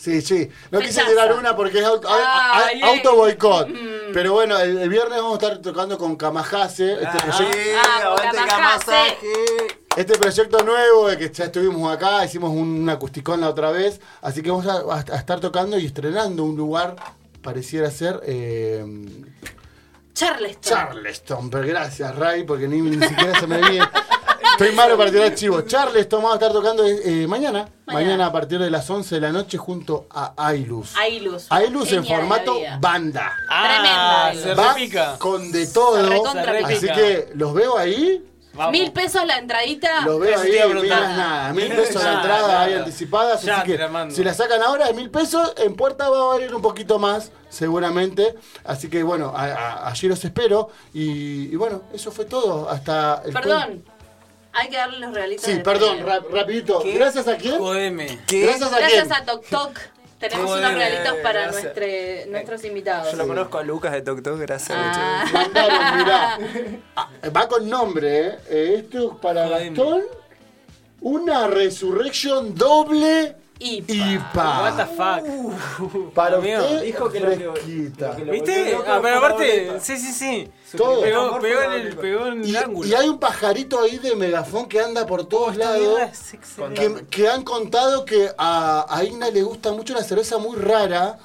[SPEAKER 4] Sí, sí. No quise
[SPEAKER 5] Rechazo.
[SPEAKER 4] tirar una porque es auto, a- a-
[SPEAKER 5] Ay,
[SPEAKER 4] auto
[SPEAKER 5] eh.
[SPEAKER 4] boicot. Pero bueno, el, el viernes vamos a estar tocando con Kamahase.
[SPEAKER 9] Ah,
[SPEAKER 4] Este proyecto-
[SPEAKER 5] ah,
[SPEAKER 4] Este proyecto nuevo de que ya estuvimos acá, hicimos un, un acusticón la otra vez, así que vamos a, a- a estar tocando y estrenando un lugar, pareciera ser eh,
[SPEAKER 5] Charleston.
[SPEAKER 4] Charleston. Pero gracias, Ray, porque ni, ni siquiera se me viene. Estoy malo para tirar chivo. Charleston vamos a estar tocando eh, mañana, mañana, a partir de las 11 de la noche junto a Ailus.
[SPEAKER 5] Ailus.
[SPEAKER 4] Ailus en
[SPEAKER 5] Genia de la
[SPEAKER 4] formato
[SPEAKER 5] vida.
[SPEAKER 4] banda.
[SPEAKER 9] Ah,
[SPEAKER 5] Tremenda,
[SPEAKER 9] se
[SPEAKER 4] Va
[SPEAKER 9] repica.
[SPEAKER 4] con de
[SPEAKER 5] Se
[SPEAKER 4] todo.
[SPEAKER 5] recontra pica.
[SPEAKER 4] Así que los veo ahí.
[SPEAKER 9] Vamos.
[SPEAKER 5] Mil pesos la entradita.
[SPEAKER 4] Los veo
[SPEAKER 9] Eso
[SPEAKER 4] ahí,
[SPEAKER 9] te iba a
[SPEAKER 4] mil
[SPEAKER 9] preguntar.
[SPEAKER 4] más nada. Mil
[SPEAKER 9] Mil
[SPEAKER 4] pesos la
[SPEAKER 9] nada,
[SPEAKER 4] entrada
[SPEAKER 9] nada.
[SPEAKER 4] ahí anticipadas.
[SPEAKER 9] Ya
[SPEAKER 4] así
[SPEAKER 9] te la
[SPEAKER 4] que
[SPEAKER 9] mando.
[SPEAKER 4] si la sacan ahora de mil pesos, en puerta va a valer un poquito más, seguramente. Así que bueno, a- a- allí los espero. Y, y, bueno, eso fue todo. Hasta el
[SPEAKER 5] Perdón. Hay que darle los regalitos.
[SPEAKER 4] Sí,
[SPEAKER 5] de
[SPEAKER 4] perdón,
[SPEAKER 5] despedida.
[SPEAKER 4] ra- rapidito.
[SPEAKER 9] ¿Qué?
[SPEAKER 4] ¿Gracias a quién?
[SPEAKER 9] Jodeme.
[SPEAKER 4] Gracias a
[SPEAKER 5] Gracias
[SPEAKER 4] quién.
[SPEAKER 5] a Tok Tok. Tenemos
[SPEAKER 8] Qué
[SPEAKER 5] unos
[SPEAKER 8] bueno,
[SPEAKER 5] regalitos para
[SPEAKER 8] gracias. Eh,
[SPEAKER 5] nuestre- nuestros invitados.
[SPEAKER 8] Yo lo conozco a Lucas de Tok Tok, gracias.
[SPEAKER 5] Ah.
[SPEAKER 4] Mandaron, mirá. Ah, Va con nombre, ¿eh? Eh, Esto es para
[SPEAKER 9] Jodeme.
[SPEAKER 4] Gastón. Una Resurrection doble
[SPEAKER 5] Y
[SPEAKER 9] What the
[SPEAKER 4] IPA.
[SPEAKER 9] fuck.
[SPEAKER 4] Para
[SPEAKER 9] amigo,
[SPEAKER 4] usted,
[SPEAKER 8] dijo que lo que-
[SPEAKER 4] fresquita.
[SPEAKER 8] lo que lo-
[SPEAKER 9] ¿Viste?
[SPEAKER 8] Loco,
[SPEAKER 9] Ah, pero
[SPEAKER 8] por
[SPEAKER 9] aparte,
[SPEAKER 8] favor,
[SPEAKER 9] sí, sí, sí.
[SPEAKER 4] Todo.
[SPEAKER 9] Pegó, pegó en el, pegó en el
[SPEAKER 4] Y,
[SPEAKER 9] ángulo.
[SPEAKER 4] y hay un pajarito ahí de megafón que anda por
[SPEAKER 8] Oh,
[SPEAKER 4] todos lados. Que, que han contado que a, a Igna le gusta mucho una cerveza muy rara,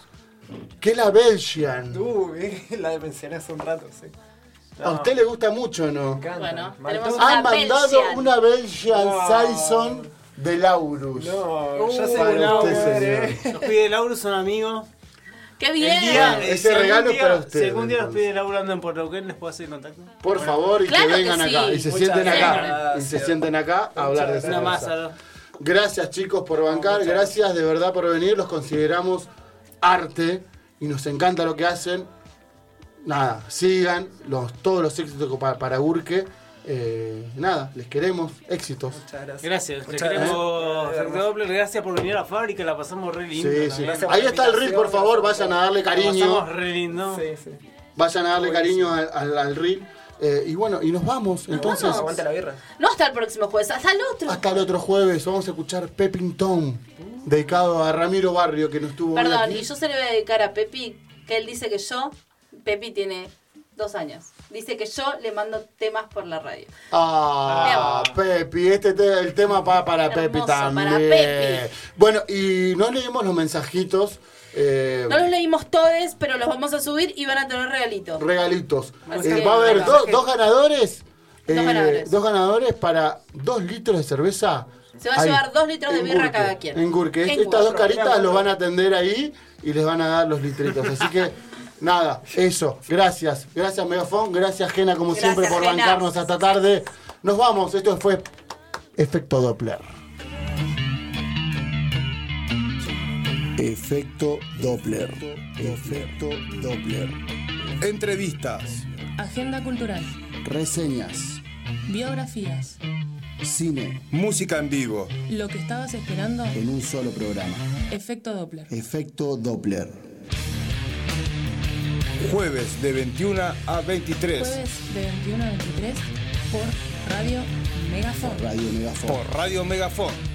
[SPEAKER 4] que es la Belgian.
[SPEAKER 8] Tú, eh, la mencioné hace un rato, sí.
[SPEAKER 4] A usted le gusta mucho, ¿no?
[SPEAKER 8] Me encanta.
[SPEAKER 5] Bueno,
[SPEAKER 8] Malta-
[SPEAKER 5] tenemos una
[SPEAKER 4] Han mandado
[SPEAKER 5] Belgian.
[SPEAKER 4] una Belgian
[SPEAKER 8] No.
[SPEAKER 4] Saison de Laurus.
[SPEAKER 8] No, ya sé
[SPEAKER 4] para
[SPEAKER 8] que no,
[SPEAKER 4] usted,
[SPEAKER 8] madre.
[SPEAKER 4] señor.
[SPEAKER 9] Nos pide Lauro, son amigos.
[SPEAKER 5] ¡Qué
[SPEAKER 9] El
[SPEAKER 5] bien!
[SPEAKER 9] día,
[SPEAKER 8] eh.
[SPEAKER 4] Ese
[SPEAKER 9] si algún
[SPEAKER 4] Este regalo
[SPEAKER 9] día-
[SPEAKER 4] para ustedes,
[SPEAKER 9] Si algún día nos
[SPEAKER 4] entonces.
[SPEAKER 9] pide Lauro andan por Neuquén, les puedo hacer contacto.
[SPEAKER 4] Por favor, y
[SPEAKER 5] Claro
[SPEAKER 4] que
[SPEAKER 5] que
[SPEAKER 4] vengan
[SPEAKER 5] sí.
[SPEAKER 4] acá. Y se
[SPEAKER 8] Muchas
[SPEAKER 4] sienten acá. Y
[SPEAKER 8] gracias.
[SPEAKER 4] se sienten acá a hablar de cerveza.
[SPEAKER 9] Una masa, dos.
[SPEAKER 4] Gracias chicos por bancar, gracias de verdad por venir, los consideramos arte y nos encanta lo que hacen. Nada, sigan los, todos los éxitos pa- para, Burke eh, nada, les queremos éxitos.
[SPEAKER 9] Gracias, te
[SPEAKER 4] Muchas
[SPEAKER 9] queremos,
[SPEAKER 4] gracias.
[SPEAKER 9] Efecto Doppler, gracias por venir a la fábrica, la pasamos re lindo.
[SPEAKER 4] Sí, sí.
[SPEAKER 9] también.
[SPEAKER 4] Ahí está el reel, por favor, vayan a darle
[SPEAKER 9] La
[SPEAKER 4] cariño.
[SPEAKER 9] pasamos re lindo.
[SPEAKER 12] Sí, sí.
[SPEAKER 4] Vayan a darle cariño al, al, al reel. Eh, y bueno, y nos vamos. Entonces,
[SPEAKER 12] vamos. Aguante la birra.
[SPEAKER 5] No hasta el próximo jueves, hasta el otro.
[SPEAKER 8] Ah,
[SPEAKER 4] hasta el otro jueves vamos a escuchar Pepington, dedicado a Ramiro Barrio, que nos estuvo hoy
[SPEAKER 5] Perdón,
[SPEAKER 4] aquí.
[SPEAKER 5] y yo se le voy a dedicar a Pepi, que él dice que yo, Pepi tiene dos años, dice que yo le mando temas por la radio.
[SPEAKER 4] Ah, Pepi, este es el tema pa- para
[SPEAKER 5] Hermoso,
[SPEAKER 4] Pepi
[SPEAKER 5] para
[SPEAKER 4] también.
[SPEAKER 5] Pepi.
[SPEAKER 4] Bueno, y no leemos los mensajitos, eh,
[SPEAKER 5] No los leímos todos, pero los vamos a subir y van a tener regalitos.
[SPEAKER 4] regalitos.
[SPEAKER 5] Así
[SPEAKER 4] Eh,
[SPEAKER 5] que,
[SPEAKER 4] va a haber
[SPEAKER 5] bueno,
[SPEAKER 4] do-
[SPEAKER 5] mensaje.
[SPEAKER 4] dos ganadores.
[SPEAKER 5] Dos
[SPEAKER 4] eh,
[SPEAKER 5] ganadores.
[SPEAKER 4] dos ganadores para dos litros de cerveza.
[SPEAKER 5] Se va a
[SPEAKER 4] Ahí,
[SPEAKER 5] llevar dos litros de
[SPEAKER 4] en
[SPEAKER 5] birra
[SPEAKER 4] Gurke,
[SPEAKER 5] cada quien.
[SPEAKER 4] En Gurke.
[SPEAKER 5] En Gurke.
[SPEAKER 4] Estas dos caritas los van a atender ahí y les van a dar los litritos. Así que, nada, eso. Gracias. Gracias, Megafon. Gracias, Gena, como
[SPEAKER 5] Gracias,
[SPEAKER 4] siempre, por
[SPEAKER 5] Jena.
[SPEAKER 4] bancarnos hasta tarde. Nos vamos. Esto fue Efecto Doppler.
[SPEAKER 2] Efecto Doppler. Efecto Doppler.
[SPEAKER 13] Entrevistas,
[SPEAKER 3] Agenda cultural.
[SPEAKER 2] Reseñas.
[SPEAKER 3] Biografías.
[SPEAKER 2] Cine.
[SPEAKER 13] música en vivo,
[SPEAKER 3] Lo que estabas esperando.
[SPEAKER 2] En un solo programa.
[SPEAKER 3] Efecto Doppler.
[SPEAKER 2] Efecto Doppler.
[SPEAKER 13] jueves de 21 a 23
[SPEAKER 3] Jueves de 21 a 23 por Radio Megafon.
[SPEAKER 2] Radio Megafon.
[SPEAKER 13] por Radio Megafon.